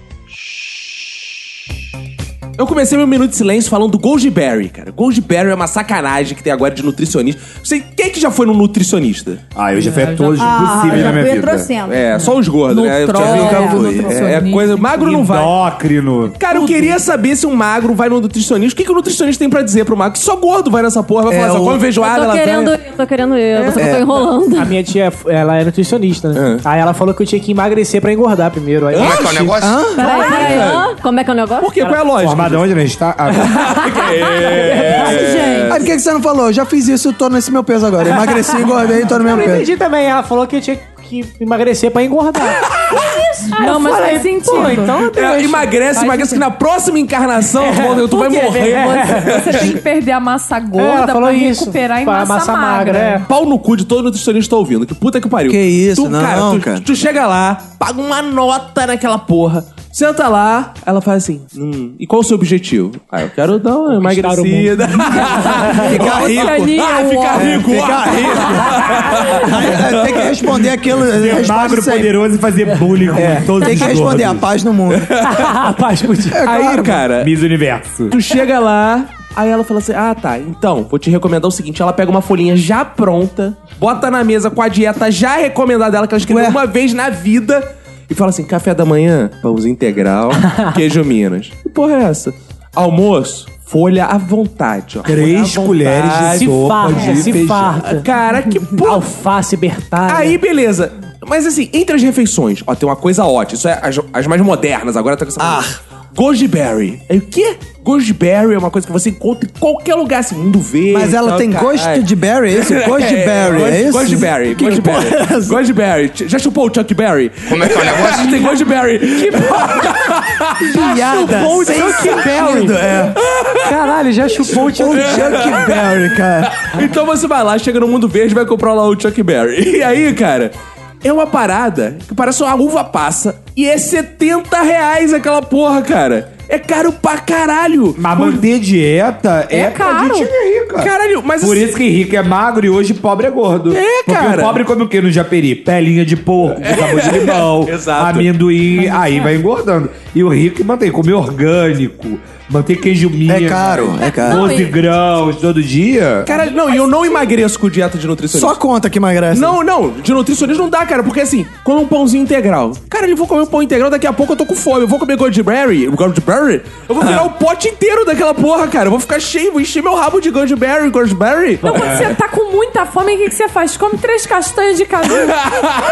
Speaker 1: Eu comecei meu minuto de silêncio falando do Goldberry, cara. Goldberry é uma sacanagem que tem agora de nutricionista. Você, quem é que já foi num nutricionista?
Speaker 5: Ah, eu já
Speaker 3: É,
Speaker 5: fui a todos
Speaker 4: Ah,
Speaker 5: possíveis na
Speaker 4: já
Speaker 5: minha
Speaker 4: fui
Speaker 3: assim.
Speaker 5: vida.
Speaker 4: atrocendo.
Speaker 1: É, só os gordos, né? Eu
Speaker 7: Nutrólogo,
Speaker 1: nunca fui.
Speaker 7: nutricionista.
Speaker 1: É, é coisa. Magro não vai.
Speaker 5: Endócrino.
Speaker 1: Cara, eu queria saber se um magro vai no nutricionista. O que, que o nutricionista tem pra dizer pro magro? Que só gordo vai nessa porra, vai
Speaker 2: É,
Speaker 1: falar só
Speaker 2: o-
Speaker 1: come
Speaker 3: Eu
Speaker 1: feijoada,
Speaker 3: tô querendo
Speaker 1: lasanha.
Speaker 3: eu, tô querendo eu.
Speaker 7: É.
Speaker 3: Você que eu tô enrolando.
Speaker 6: A minha tia, ela é nutricionista, né? Aí ela falou que eu tinha que emagrecer pra engordar primeiro. Aí,
Speaker 9: Como é que é o negócio?
Speaker 3: Peraí, peraí. Hã? Como é que é o negócio?
Speaker 1: Por quê? Qual é a lógica?
Speaker 5: Formado onde, né? Está...
Speaker 2: Ah,
Speaker 5: Ah,
Speaker 2: por que que você não falou? Eu já fiz isso, eu tô nesse meu peso agora. Emagreci, engordei, tô no
Speaker 6: eu
Speaker 2: mesmo
Speaker 6: não
Speaker 2: peso.
Speaker 6: entendi também. Ela falou que eu tinha que emagrecer pra engordar.
Speaker 7: Não, mas faz
Speaker 6: Pô,
Speaker 7: sentido.
Speaker 6: então...
Speaker 1: É, emagrece, emagrece, que na próxima encarnação,
Speaker 2: É.
Speaker 1: tu vai
Speaker 7: Porque,
Speaker 1: morrer. É.
Speaker 7: velho, Você tem que perder a massa
Speaker 6: É, ela
Speaker 7: gorda
Speaker 6: falou
Speaker 7: pra
Speaker 6: isso.
Speaker 7: recuperar em
Speaker 6: Pra
Speaker 7: massa,
Speaker 6: massa
Speaker 7: magra.
Speaker 6: magra, é.
Speaker 1: Pau no cu de todo nutricionista tá ouvindo. Que puta que pariu.
Speaker 2: Que isso,
Speaker 1: tu,
Speaker 2: não,
Speaker 1: cara,
Speaker 2: não,
Speaker 1: tu,
Speaker 2: cara.
Speaker 1: tu chega lá, paga uma nota naquela porra. Senta lá, ela faz assim, hum, e qual o seu objetivo? Ah, eu quero dar uma
Speaker 6: Conquistar o mundo.
Speaker 1: emagrecida. ficar rico. Ah, ficar rico.
Speaker 2: Fica
Speaker 1: ah.
Speaker 2: rico. Tem que responder aquilo.
Speaker 5: Ser
Speaker 2: resposta
Speaker 5: magro,
Speaker 2: sempre. É.
Speaker 5: poderoso e fazer bullying com todos
Speaker 2: Tem
Speaker 5: os
Speaker 2: que responder a
Speaker 5: gordos.
Speaker 2: paz no mundo. É
Speaker 6: Rapaz,
Speaker 1: Aí, cara,
Speaker 5: Miss Universo.
Speaker 1: tu chega lá, aí ela fala assim, ah, tá, então, vou te recomendar o seguinte, ela pega uma folhinha já pronta, bota na mesa com a dieta já recomendada dela, que ela escreveu uma vez na vida, e fala assim, café da manhã, pãozinho integral, queijo Minas. Que porra é essa? Almoço, folha à vontade, ó.
Speaker 5: Três
Speaker 1: Folha à
Speaker 5: colheres
Speaker 1: vontade.
Speaker 5: de
Speaker 6: se
Speaker 5: sopa
Speaker 6: farta,
Speaker 5: de
Speaker 6: se
Speaker 5: feijão.
Speaker 6: farta.
Speaker 1: Cara, que porra
Speaker 6: Alface,
Speaker 2: Ah,
Speaker 6: Bertalha.
Speaker 2: né?
Speaker 1: Aí, beleza. Mas assim, entre as refeições, ó, tem uma coisa ótima. Isso é as, as mais modernas, agora tá com essa.
Speaker 2: Ah.
Speaker 1: Goji Berry. Aí, o quê? Goji Berry é uma coisa que você encontra em qualquer lugar, assim, mundo verde.
Speaker 2: Mas ela
Speaker 1: tal,
Speaker 2: tem
Speaker 1: caralho.
Speaker 2: gosto de berry, é isso? Gosto de berry,
Speaker 1: goji-
Speaker 2: é isso?
Speaker 1: Goji Berry.
Speaker 2: Que
Speaker 1: Goji
Speaker 2: porra é
Speaker 1: Berry.
Speaker 2: essa?
Speaker 1: Goji Berry. Ch- Já chupou o Chuck Berry?
Speaker 9: Como é que é o negócio?
Speaker 1: tem Goji Berry. Que
Speaker 2: Piada.
Speaker 6: Chupou o
Speaker 2: sem
Speaker 6: Chuck
Speaker 2: sentido,
Speaker 6: Berry.
Speaker 2: É.
Speaker 6: Caralho, já chupou o
Speaker 2: O
Speaker 6: tio.
Speaker 2: Chuck Berry, cara.
Speaker 1: Então você vai lá, chega no mundo verde, vai comprar lá o Chuck Berry. E aí, cara, é uma parada que parece uma uva passa e é 70 reais aquela porra, cara. É caro pra caralho.
Speaker 5: Mas manter dieta é,
Speaker 7: É
Speaker 5: pra
Speaker 7: caro.
Speaker 5: gente rica.
Speaker 1: Caralho, mas
Speaker 5: Por
Speaker 1: assim-
Speaker 5: isso que rico é magro e hoje pobre é É. gordo.
Speaker 1: É,
Speaker 5: Porque
Speaker 1: cara.
Speaker 5: o pobre come o que no Japeri? Pelinha de porco, com sabor de limão,
Speaker 1: Exato.
Speaker 5: assim, amendoim, aí vai engordando. E o rico mantém, come orgânico, Manter queijo minha.
Speaker 2: É caro, é caro.
Speaker 5: 12 grãos todo dia.
Speaker 1: Cara, não, e eu não emagreço com dieta de nutricionista.
Speaker 2: Só assim. conta que emagrece.
Speaker 1: Não, não, de nutricionista não dá, cara, porque assim, come um pãozinho integral. Cara, ele vou comer um pão integral, daqui a pouco eu tô com fome. Eu vou comer Goldberry, Goldberry, eu vou virar o pote inteiro daquela porra, cara. Eu vou ficar cheio, vou encher meu rabo de Goldberry, Goldberry.
Speaker 7: Então, quando você tá com muita fome, o que, que você faz? Come três castanhas de caju.
Speaker 5: Não, o é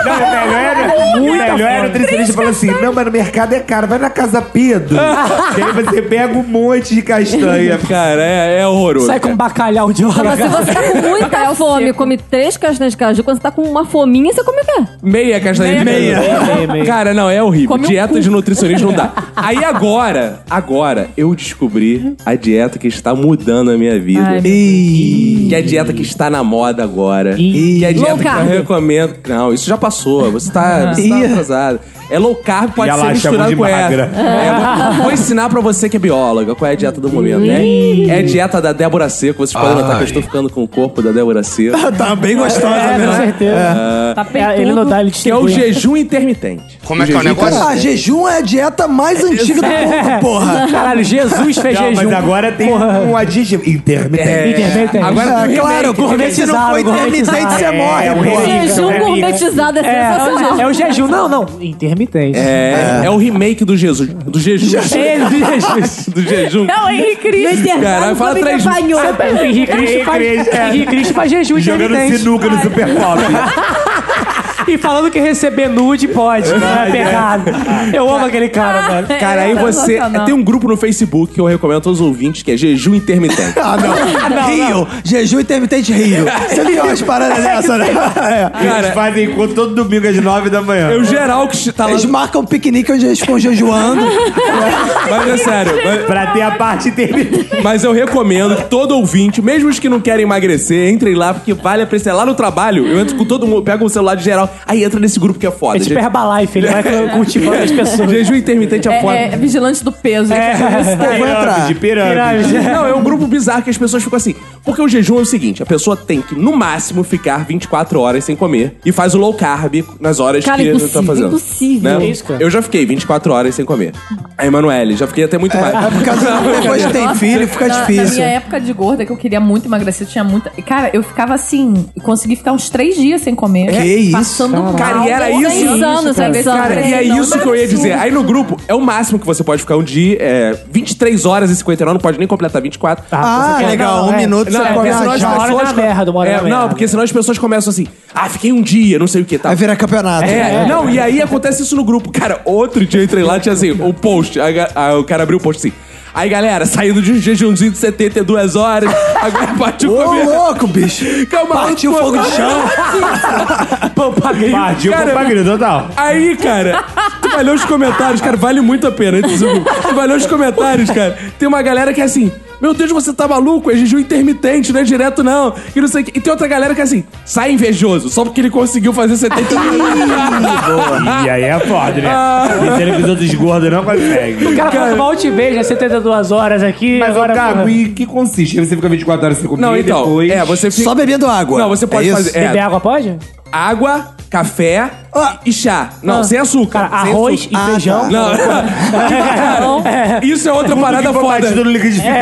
Speaker 5: melhor era, o melhor era o nutricionista falando assim: não, mas no mercado é caro, vai na casa Pedro. que aí você pega um monte de castanha.
Speaker 1: Cara, é, é horroroso.
Speaker 6: Sai com um bacalhau de hora.
Speaker 3: Mas se
Speaker 6: cara.
Speaker 3: você tá com
Speaker 7: É
Speaker 3: muita fome, come três castanhas de caju, quando você tá com uma fominha, você come o quê?
Speaker 1: Meia castanha de
Speaker 6: Meia.
Speaker 1: caju.
Speaker 6: Meia, meia.
Speaker 1: Cara, não, é horrível.
Speaker 7: Come um
Speaker 1: dieta de nutricionista não dá. Aí agora, agora, eu descobri a dieta que está mudando a minha vida.
Speaker 7: Ai, meu
Speaker 1: Ei, que é a dieta que está na moda agora. Que é a dieta
Speaker 3: Low
Speaker 1: que eu
Speaker 3: carb.
Speaker 1: recomendo. Não, isso já passou. Você tá, você tá atrasado. É low carb, pode
Speaker 5: E ela
Speaker 1: ser misturado
Speaker 5: chama de
Speaker 1: com essa.
Speaker 5: magra.
Speaker 1: É, vou- vou ensinar pra você que é bióloga qual é a dieta do momento, né? É a dieta da Débora Seco. Vocês podem notar que eu estou ficando com o corpo da Débora Seco.
Speaker 2: Tá bem gostosa
Speaker 6: É, com
Speaker 7: né?
Speaker 6: certeza.
Speaker 7: Tá
Speaker 6: É, ele não dá, ele
Speaker 1: Que é o
Speaker 6: distribui.
Speaker 1: jejum intermitente.
Speaker 9: Como é que é o negócio?
Speaker 2: Ah, jejum é a dieta mais antiga do mundo, porra.
Speaker 6: É. Caralho, Jesus fez
Speaker 5: Não,
Speaker 6: jejum.
Speaker 5: mas agora tem um adjetivo intermitente.
Speaker 6: Intermitente.
Speaker 1: Agora, um
Speaker 2: É claro, porque se não for intermitente, você
Speaker 5: gourmetizado.
Speaker 2: morre,
Speaker 5: É, um
Speaker 2: porra.
Speaker 5: Sim,
Speaker 3: Jejum
Speaker 5: é,
Speaker 3: gourmetizado é sensacional.
Speaker 6: É, é o jejum. Não, não. Intermitente.
Speaker 1: É, é o remake do Jesus. Do jejum.
Speaker 6: Ele, Jesus.
Speaker 1: do jejum.
Speaker 7: Não, Henrique Cristo.
Speaker 1: Caralho, fala três-
Speaker 4: Você
Speaker 6: É, o Henrique Cristo faz,
Speaker 5: Igreja.
Speaker 6: Henrique Cristo faz jejum
Speaker 5: Jogando
Speaker 6: intermitente.
Speaker 5: sinuca no Super Pop.
Speaker 6: E falando que receber nude pode. né? É pecado. Eu amo aquele cara,
Speaker 3: tá-
Speaker 6: velho.
Speaker 3: É,
Speaker 7: é,
Speaker 1: Cara, aí você.
Speaker 7: Sensacional.
Speaker 1: Tem um grupo no Facebook que eu recomendo a todos os ouvintes, que é Jejum Intermitente.
Speaker 2: Ah, não. Rio. Jejum intermitente Rio. Você tem umas paradas dessa, né?
Speaker 5: Eles
Speaker 1: Cara,
Speaker 5: fazem encontro todo domingo às 9 da manhã.
Speaker 1: eu geral que tá
Speaker 2: É.
Speaker 1: lá.
Speaker 2: Eles marcam um piquenique onde eles ficam jejuando.
Speaker 1: Mas é sério. mas-
Speaker 5: Pra ter a parte intermitente.
Speaker 1: Mas eu recomendo que todo ouvinte, mesmo os que não querem emagrecer, entrem lá, porque vale a pena. Lá no trabalho, eu entro com todo mundo, pego o celular de geral, aí entra nesse grupo que é foda.
Speaker 6: É tipo
Speaker 1: gente.
Speaker 6: Herbalife, ele vai cultivando as pessoas.
Speaker 1: Jejum intermitente é foda.
Speaker 7: É, é vigilante do peso. né?
Speaker 2: Eu vou entrar.
Speaker 5: De pirâmide.
Speaker 6: Pirâmide.
Speaker 1: Não, é um grupo bizarro que as pessoas ficam assim. Porque o jejum é o seguinte: a pessoa tem que, no máximo, ficar 24 horas sem comer. E faz o low carb nas horas
Speaker 3: Cara,
Speaker 1: que não tá
Speaker 3: impossível,
Speaker 1: fazendo.
Speaker 3: impossível.
Speaker 1: Né?
Speaker 6: É isso, cara.
Speaker 1: Eu já fiquei 24 horas sem comer. A Emanuele, já fiquei até muito mais.
Speaker 2: É por causa que depois que tem filho, fica
Speaker 7: Na- Na
Speaker 2: difícil.
Speaker 7: minha época de gorda, que eu queria muito emagrecer, eu tinha muita. Cara, eu ficava assim, eu consegui ficar uns três dias sem comer.
Speaker 2: Que isso?
Speaker 7: Passando mal.
Speaker 1: Cara, e era isso?
Speaker 3: Seis anos,
Speaker 7: cara.
Speaker 3: seis
Speaker 1: Cara,
Speaker 3: anos.
Speaker 1: e é
Speaker 7: Não,
Speaker 1: isso
Speaker 7: não
Speaker 1: que eu ia
Speaker 7: absurdo.
Speaker 1: dizer. Aí no grupo, é o máximo que você pode ficar um dia. É 23 horas e 59, não pode nem completar 24.
Speaker 2: Ah,
Speaker 6: Não,
Speaker 2: legal.
Speaker 6: não,
Speaker 2: um
Speaker 6: é.
Speaker 2: minuto
Speaker 1: Não,
Speaker 2: você
Speaker 1: é porque
Speaker 2: come
Speaker 6: não,
Speaker 1: senão
Speaker 2: ah,
Speaker 1: as
Speaker 6: já.
Speaker 2: já.
Speaker 6: Uma hora
Speaker 1: pessoas.
Speaker 6: na merda, uma hora
Speaker 1: É,
Speaker 6: na
Speaker 1: não,
Speaker 6: merda.
Speaker 1: porque senão as pessoas começam assim: ah, fiquei um dia, não sei o que tal.
Speaker 2: Vai virar campeonato.
Speaker 1: É, não, e aí acontece isso no grupo. Cara, outro dia eu entrei lá, tinha assim, o post. aí ga- aí o cara abriu o post assim. Aí, galera, saindo de um jejumzinho de 72 horas, agora partiu
Speaker 2: Ô,
Speaker 1: comer.
Speaker 2: louco, bicho.
Speaker 1: Calma,
Speaker 2: Partiu
Speaker 1: maluco,
Speaker 2: fogo de
Speaker 1: pô.
Speaker 2: chão.
Speaker 1: Pampagrilo.
Speaker 5: Partiu
Speaker 1: Cara,
Speaker 5: pro pagrinho total.
Speaker 1: Aí, cara, tu vai ler os comentários, cara, vale muito a pena. antes do- Tu vai ler os comentários, cara. Tem uma galera que é assim, meu Deus, você tá maluco, é jejum intermitente, não é direto não. E não sei o quê. E tem outra galera que é assim, sai invejoso, só porque ele conseguiu fazer 72
Speaker 5: E aí é foda, né? E televisão dos gordos não consegue.
Speaker 6: O cara faz mal te veja, 72 horas aqui.
Speaker 5: Mas, ô,
Speaker 6: agora,
Speaker 5: Caco,
Speaker 6: porra.
Speaker 5: e que consiste? Aí Você fica 24 horas sem comer
Speaker 1: Não,
Speaker 5: e
Speaker 1: então,
Speaker 5: depois...
Speaker 1: é, você fica...
Speaker 2: Só bebendo água.
Speaker 1: Não, você pode
Speaker 2: É isso?
Speaker 1: fazer é,
Speaker 6: Beber água pode?
Speaker 1: água, café
Speaker 2: Ah.
Speaker 1: e chá. Não,
Speaker 6: Ah.
Speaker 1: sem açúcar.
Speaker 6: Cara,
Speaker 1: sem
Speaker 6: arroz
Speaker 1: açúcar.
Speaker 6: e
Speaker 2: Ah,
Speaker 6: feijão.
Speaker 2: tá.
Speaker 1: Não, cara, isso é outra parada
Speaker 5: Tudo que for batido
Speaker 1: foda.
Speaker 5: no liquidificador.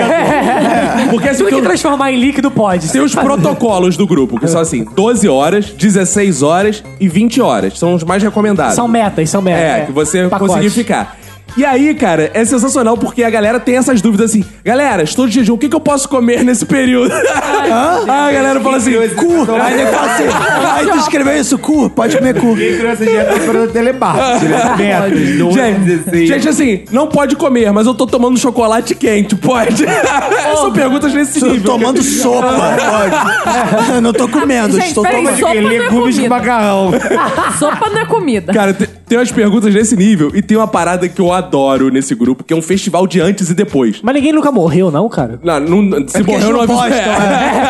Speaker 1: Porque assim,
Speaker 6: Tudo
Speaker 1: tem
Speaker 6: que é?
Speaker 1: um-
Speaker 6: transformar em líquido pode.
Speaker 1: tem os protocolos do grupo, que são assim, 12 horas, 16 horas e 20 horas. São os mais recomendados.
Speaker 6: São metas, são metas.
Speaker 1: É, que você
Speaker 6: Pacote.
Speaker 1: conseguir ficar. E aí, cara, é sensacional porque a galera tem essas dúvidas assim: galera, estou de jejum, o que, que eu posso comer nesse período? ah, a galera fala assim:
Speaker 2: Cu. Aí ele fala assim, aí tu escreveu isso, cu. Pode comer cu.
Speaker 5: Quem criou essa dieta foi o telemarketing, né? Metas, 12,
Speaker 1: Gente,
Speaker 5: 16.
Speaker 1: gente, assim, não pode comer, mas eu tô tomando chocolate quente, pode? São perguntas nesse nível.
Speaker 2: Tomando sopa. Pode. Não tô comendo,
Speaker 7: Gente,
Speaker 2: estou
Speaker 7: peraí,
Speaker 2: tomando.
Speaker 7: sopa não é
Speaker 5: legumes com
Speaker 7: comida.
Speaker 5: macarrão.
Speaker 7: Sopa não é comida.
Speaker 1: Cara, te- tem umas perguntas nesse nível e tem uma parada que eu adoro nesse grupo, que é um festival de antes e depois.
Speaker 6: Mas ninguém nunca morreu, não, cara?
Speaker 1: Não, não- se
Speaker 2: É porque
Speaker 1: morreu não
Speaker 2: eles não né?
Speaker 1: avisa.
Speaker 2: postam,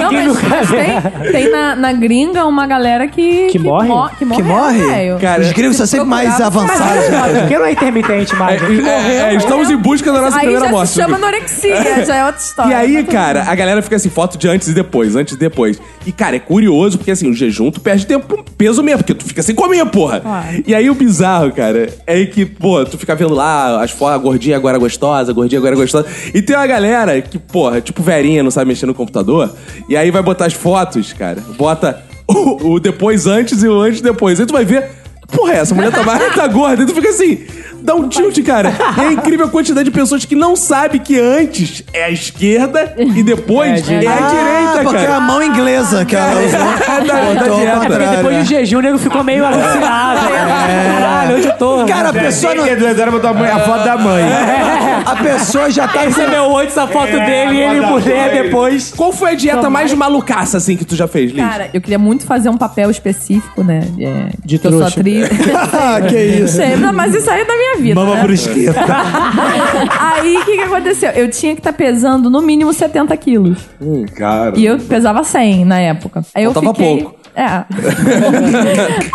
Speaker 7: Não,
Speaker 6: Quem
Speaker 7: mas,
Speaker 6: nunca
Speaker 7: mas
Speaker 6: vê?
Speaker 7: tem, tem na, na gringa uma galera que.
Speaker 6: Que morre?
Speaker 7: mo- que morre?
Speaker 2: Que morre?
Speaker 7: é, velho.
Speaker 1: Cara,
Speaker 2: Os gregos são sempre mais avançados.
Speaker 6: Porque não é intermitente mais.
Speaker 1: É, é, é, estamos em busca da nossa
Speaker 7: Aí
Speaker 1: primeira
Speaker 7: já
Speaker 1: morte.
Speaker 7: se chama anorexia, já é outra história.
Speaker 1: E aí,
Speaker 7: Mas tudo
Speaker 1: cara,
Speaker 7: bem.
Speaker 1: a galera fica assim, foto de antes e depois, antes e depois. E, cara, é curioso, porque assim, o jejum, tu perde tempo, peso mesmo, porque tu fica sem comer, porra.
Speaker 7: Claro.
Speaker 1: E aí, o bizarro, cara, é que, pô, tu fica ficar vendo lá as fotos, gordinha agora gostosa, gordinha agora gostosa. E tem uma galera que, porra, tipo verinha, não sabe mexer no computador, e aí vai botar as fotos, cara. Bota o, o depois antes e o antes depois. Aí tu vai ver. Porra, essa mulher tá magra, tá gorda. Aí tu fica assim, dá um tilt, cara. E é incrível a quantidade de pessoas que não sabe que antes é a esquerda e depois é, a direita,
Speaker 2: porque é a
Speaker 1: cara.
Speaker 2: mão inglesa que ela usa.
Speaker 1: da, da
Speaker 2: Botou ao
Speaker 1: dieta.
Speaker 2: contrário,
Speaker 6: Depois do
Speaker 2: né?
Speaker 6: jejum, o nego ficou meio alucinado. né? Caralho, onde eu tô?
Speaker 2: Cara, a pessoa, não-
Speaker 5: Eduardo era botou a, mãe, a foto da mãe.
Speaker 2: a pessoa já tá...
Speaker 6: Esse é meu antes, a foto
Speaker 5: É,
Speaker 6: dele, e ele
Speaker 5: foda
Speaker 6: mulher
Speaker 5: dele.
Speaker 6: depois.
Speaker 1: Qual foi a dieta mais malucaça, assim, que tu já fez, Liz?
Speaker 7: Cara, eu queria muito fazer um papel específico, né? É,
Speaker 6: De
Speaker 7: que eu sou
Speaker 6: trouxa.
Speaker 7: atriz.
Speaker 2: Ah, que isso.
Speaker 7: Sei, não, mas isso aí é da minha vida.
Speaker 5: Mama
Speaker 7: né?
Speaker 5: por esquerda.
Speaker 7: Aí o que, que aconteceu? Eu tinha que estar pesando no mínimo 70 quilos.
Speaker 5: Cara.
Speaker 7: E eu pesava 100 na época. Aí eu
Speaker 1: Faltava
Speaker 7: fiquei...
Speaker 1: pouco.
Speaker 7: É.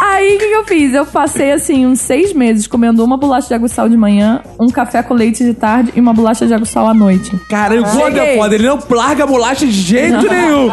Speaker 7: Aí o que, que eu fiz? Eu passei assim uns seis meses comendo uma bolacha de aguçal de manhã, um café com leite de tarde e uma bolacha de aguçal à noite.
Speaker 1: Cara, o gordo é
Speaker 7: Cheguei.
Speaker 1: foda, ele não larga a bolacha de jeito nenhum.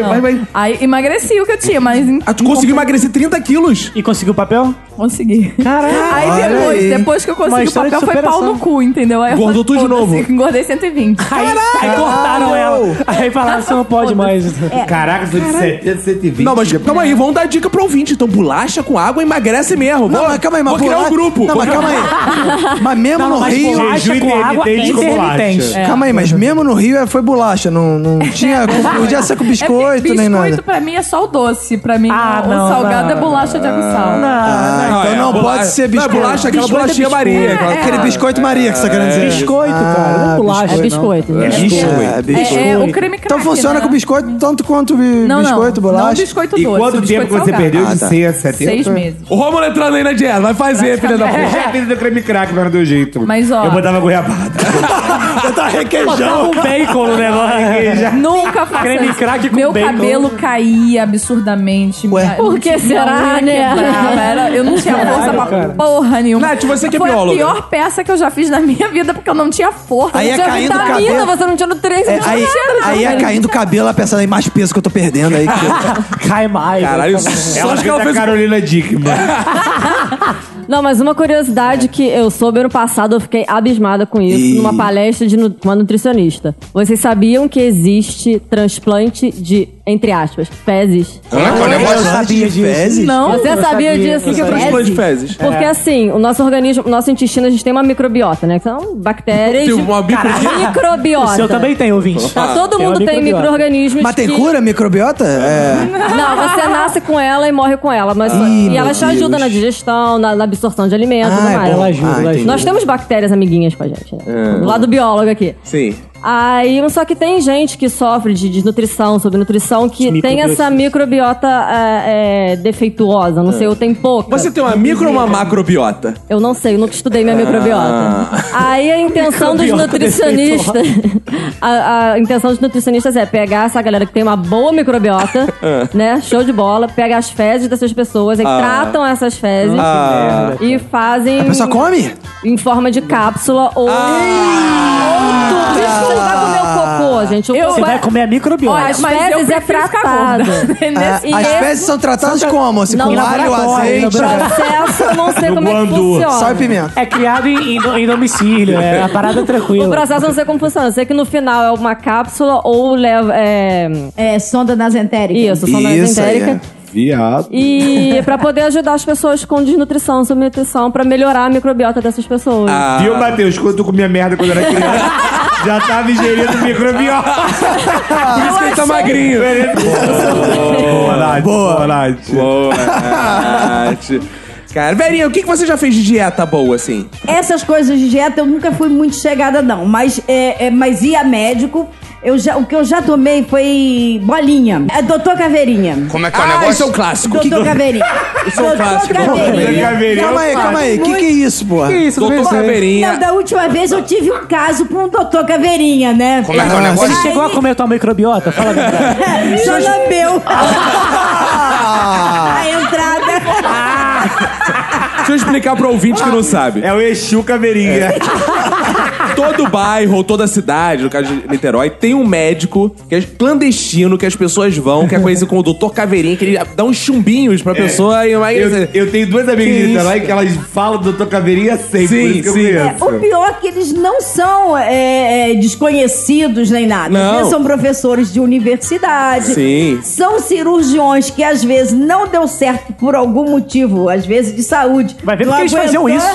Speaker 1: Vai, vai.
Speaker 7: Aí emagreci o que eu tinha, mas em-
Speaker 1: Ah, tu conseguiu emagrecer 30 quilos?
Speaker 6: E conseguiu o papel?
Speaker 7: consegui.
Speaker 6: Caralho.
Speaker 7: Aí depois,
Speaker 2: aí.
Speaker 7: depois que eu
Speaker 6: Uma
Speaker 7: consegui o
Speaker 6: história de
Speaker 7: papel, foi pau
Speaker 6: superação.
Speaker 7: no cu, entendeu? Aí eu
Speaker 1: Engordou
Speaker 7: falei,
Speaker 1: tudo de
Speaker 7: "Foda-se",
Speaker 1: novo.
Speaker 7: Engordei 120.
Speaker 6: Aí, aí cortaram ela. Aí falaram, você não pode mais.
Speaker 5: Caraca, sou de 70, 120.
Speaker 1: Não, mas calma aí, vamos dar dica pro ouvinte. Então, bolacha com água emagrece mesmo.
Speaker 2: Não,
Speaker 1: Vou-
Speaker 2: mas calma aí, mas
Speaker 1: Vou criar um
Speaker 2: bolacha-
Speaker 1: grupo.
Speaker 2: Não,
Speaker 1: Vou
Speaker 2: mas
Speaker 1: criar- um
Speaker 2: calma aí. Mas mesmo no
Speaker 6: mas
Speaker 2: Rio...
Speaker 6: bolacha
Speaker 5: Jejum
Speaker 6: com água é
Speaker 5: intermitente com
Speaker 6: intermitente.
Speaker 5: bolacha.
Speaker 2: Calma aí, mas mesmo no Rio é- foi bolacha. Não, não tinha... Não podia ser com
Speaker 7: É porque
Speaker 2: biscoito, nem nada.
Speaker 7: Biscoito pra mim é só o doce. Pra mim,
Speaker 6: Ah,
Speaker 7: o
Speaker 6: não,
Speaker 7: salgado é
Speaker 6: não.
Speaker 7: bolacha de aguçal.
Speaker 2: Ah,
Speaker 1: Não,
Speaker 2: então
Speaker 1: é,
Speaker 2: não
Speaker 1: bolacha-
Speaker 2: pode ser
Speaker 1: não, é
Speaker 2: biscoito.
Speaker 1: bolacha, aquela
Speaker 2: Biscoito é
Speaker 1: bolachinha
Speaker 2: biscoito.
Speaker 1: maria, aquela-
Speaker 2: Aquele biscoito maria que você tá querendo dizer.
Speaker 6: Biscoito, cara, não é bolacha.
Speaker 3: É
Speaker 6: Não.
Speaker 3: biscoito. né?
Speaker 5: É
Speaker 2: É,
Speaker 5: biscoito.
Speaker 2: biscoito.
Speaker 7: É, é o creme
Speaker 2: Então
Speaker 7: crack,
Speaker 2: funciona
Speaker 7: né?
Speaker 2: com biscoito tanto quanto bi-
Speaker 7: Não,
Speaker 2: biscoito,
Speaker 7: não. Não
Speaker 2: bolacha.
Speaker 7: biscoito
Speaker 5: E
Speaker 7: doce.
Speaker 5: quanto tempo que
Speaker 7: biscoito
Speaker 5: você
Speaker 7: salgado.
Speaker 5: perdeu
Speaker 2: Ah,
Speaker 5: de
Speaker 2: tá.
Speaker 5: 100 a 70?
Speaker 7: Seis meses.
Speaker 1: O Romulo entrando aí na dieta, vai fazer, filha da
Speaker 5: Eu
Speaker 3: É.
Speaker 1: puta.
Speaker 5: já fiz É do creme crack, mas não deu jeito.
Speaker 7: Mas, ó-
Speaker 5: Eu botava goiabada.
Speaker 2: Tá
Speaker 6: Botava
Speaker 2: requeijão.
Speaker 6: um bacon no negócio.
Speaker 7: Nunca faça
Speaker 6: Creme
Speaker 7: isso.
Speaker 6: crack com
Speaker 7: Meu
Speaker 6: bacon.
Speaker 7: cabelo caía absurdamente.
Speaker 2: Ué.
Speaker 7: Minha-
Speaker 3: Por que
Speaker 7: minha
Speaker 3: será,
Speaker 7: unha
Speaker 3: né?
Speaker 7: quebrava, era- eu não tinha força pra porra nenhuma.
Speaker 1: Nath, você que é
Speaker 7: Foi
Speaker 1: bióloga.
Speaker 7: a pior peça que eu já fiz na minha vida, porque eu não tinha força.
Speaker 2: Aí
Speaker 7: não
Speaker 2: é
Speaker 7: tinha
Speaker 2: caindo o
Speaker 7: vitamina.
Speaker 2: cabelo.
Speaker 3: Menina, você não tinha nutrientes.
Speaker 2: É,
Speaker 3: não
Speaker 2: aí,
Speaker 3: tinha nada.
Speaker 2: aí é caindo o cabelo, a pensar aí mais peso que eu tô perdendo aí. que-
Speaker 6: Cai mais.
Speaker 1: Caralho,
Speaker 6: vai ficar-
Speaker 1: eu
Speaker 5: Ela
Speaker 1: acho que
Speaker 5: fez
Speaker 1: ela
Speaker 5: a
Speaker 1: fez...
Speaker 5: Carolina Dickman.
Speaker 3: Não, mas uma curiosidade que eu soube ano passado, eu fiquei abismada com isso,
Speaker 2: Ih.
Speaker 3: numa palestra de nu- uma nutricionista. Vocês sabiam que existe transplante de, entre aspas, fezes?
Speaker 2: Eu sabia de fezes?
Speaker 3: Não, você
Speaker 6: eu
Speaker 3: sabia
Speaker 6: não sabia,
Speaker 3: disso?
Speaker 6: eu não
Speaker 3: que é
Speaker 6: sabia.
Speaker 1: Transplante de fezes.
Speaker 3: Porque assim, o nosso organismo, o nosso intestino, a gente tem uma microbiota, né? Que são bactérias.
Speaker 1: Tem uma microbiota.
Speaker 6: O
Speaker 3: microbiota.
Speaker 6: seu também tem, ouvinte.
Speaker 3: Tá, todo
Speaker 6: Tem uma
Speaker 3: mundo tem
Speaker 6: microbiota.
Speaker 3: micro-organismos.
Speaker 2: Mas tem
Speaker 3: que-
Speaker 2: cura, microbiota? É.
Speaker 3: Não, você nasce com ela e morre com ela. Mas,
Speaker 2: Ih,
Speaker 3: e ela
Speaker 2: meu
Speaker 3: te ajuda
Speaker 2: Deus.
Speaker 3: na digestão, na, na absorção de alimentos, tudo
Speaker 2: Ah, é
Speaker 3: mais.
Speaker 2: bom.
Speaker 6: Ela ajuda,
Speaker 2: Ah,
Speaker 6: ela
Speaker 2: entendi.
Speaker 6: ajuda.
Speaker 3: Nós temos bactérias amiguinhas com a gente, né? Do lado biólogo aqui.
Speaker 1: Sim.
Speaker 3: Aí, só que tem gente que sofre de desnutrição, sobrenutrição, que tem
Speaker 6: microbiotas.
Speaker 3: essa microbiota é, é, defeituosa, não sei, eu tenho pouca.
Speaker 1: Você tem uma micro ou uma macrobiota?
Speaker 3: Eu não sei, eu nunca estudei minha microbiota. Aí a intenção dos
Speaker 6: Microbiota
Speaker 3: nutricionistas. A, a intenção dos nutricionistas é pegar essa galera que tem uma boa microbiota, né? Show de bola, pega as fezes dessas pessoas, aí tratam essas fezes
Speaker 1: Ah.
Speaker 3: e fazem.
Speaker 2: A pessoa come?
Speaker 3: Em forma de cápsula ou. Ou tu.
Speaker 2: Ah.
Speaker 3: Diz que você não vai comer o cocô, gente. O
Speaker 7: Eu-
Speaker 3: cocô
Speaker 6: Você
Speaker 3: é-
Speaker 6: vai comer a microbiota.
Speaker 3: Olha, as
Speaker 7: Mas eu
Speaker 3: fezes é
Speaker 7: prefiro ficar gorda.
Speaker 3: tratada.
Speaker 7: Nesse-
Speaker 3: E
Speaker 2: As
Speaker 3: esse
Speaker 2: fezes são tratadas como? Se
Speaker 3: Não,
Speaker 2: com
Speaker 3: não,
Speaker 2: alho,
Speaker 6: laboratório,
Speaker 2: azeite,
Speaker 3: processo, eu não sei
Speaker 5: No
Speaker 3: como é que
Speaker 5: guandu.
Speaker 3: funciona.
Speaker 2: sal e pimenta.
Speaker 6: É criado em, em, do- em domicílio, é a parada
Speaker 3: O
Speaker 6: tranquila.
Speaker 3: processo eu não sei como funciona. Eu sei que no final é uma cápsula ou leva. É,
Speaker 4: É, sonda nasentérica.
Speaker 3: isso, sonda
Speaker 2: Isso aí, é.
Speaker 3: entérica.
Speaker 5: Viado.
Speaker 3: E pra poder ajudar as pessoas com desnutrição, subnutrição, pra melhorar a microbiota dessas pessoas.
Speaker 5: Viu, Matheus? Quando eu comia merda quando era criança, já tava ingerindo microbiota.
Speaker 1: Por isso que ele tá magrinho.
Speaker 5: Boa, Nath. Boa, Nath.
Speaker 1: Boa, Nath. Cara, Verinha, o que, que você já fez de dieta boa, assim?
Speaker 4: Essas coisas de dieta eu nunca fui muito chegada, não. Mas, é, é, mas ia médico. Eu já, o que eu já tomei foi bolinha. É doutor Caveirinha.
Speaker 9: Como é que é o
Speaker 1: Ah,
Speaker 9: negócio?
Speaker 1: isso é um clássico. Que
Speaker 4: Doutor Caveirinha.
Speaker 1: Isso é um clássico.
Speaker 5: Doutor Caveirinha.
Speaker 2: Calma aí, calma aí. O que, que é isso, porra?
Speaker 6: isso,
Speaker 1: Doutor
Speaker 4: Não,
Speaker 1: Caveirinha.
Speaker 4: da última vez eu tive um caso com o doutor Caveirinha, né?
Speaker 9: Como é que é o negócio?
Speaker 6: Ele chegou a
Speaker 4: Aí-
Speaker 6: comer tua microbiota? Fala a verdade.
Speaker 4: Já lambeu. A entrada.
Speaker 1: Deixa eu explicar pro ouvinte que não sabe.
Speaker 5: É o Exu Caveirinha.
Speaker 1: todo bairro, ou toda cidade, no caso de Niterói, tem um médico que é clandestino, que as pessoas vão, que é conhecido como Doutor Caveirinha, que ele dá uns chumbinhos
Speaker 9: É.
Speaker 1: pra pessoa e vai
Speaker 5: Eu, eu tenho duas amigas
Speaker 1: Que
Speaker 5: de Niterói
Speaker 1: isso?
Speaker 5: que elas falam do Dr. Caveirinha sempre.
Speaker 1: Sim,
Speaker 5: por isso que eu
Speaker 1: sim.
Speaker 5: conheço.
Speaker 4: O pior é que eles não são é, é, desconhecidos nem nada.
Speaker 1: Não.
Speaker 4: Eles são professores de universidade.
Speaker 1: Sim.
Speaker 4: São cirurgiões que às vezes não deu certo por algum motivo, às vezes de saúde.
Speaker 6: Vai ver
Speaker 4: Não
Speaker 6: porque eles
Speaker 4: aguentou
Speaker 6: faziam isso.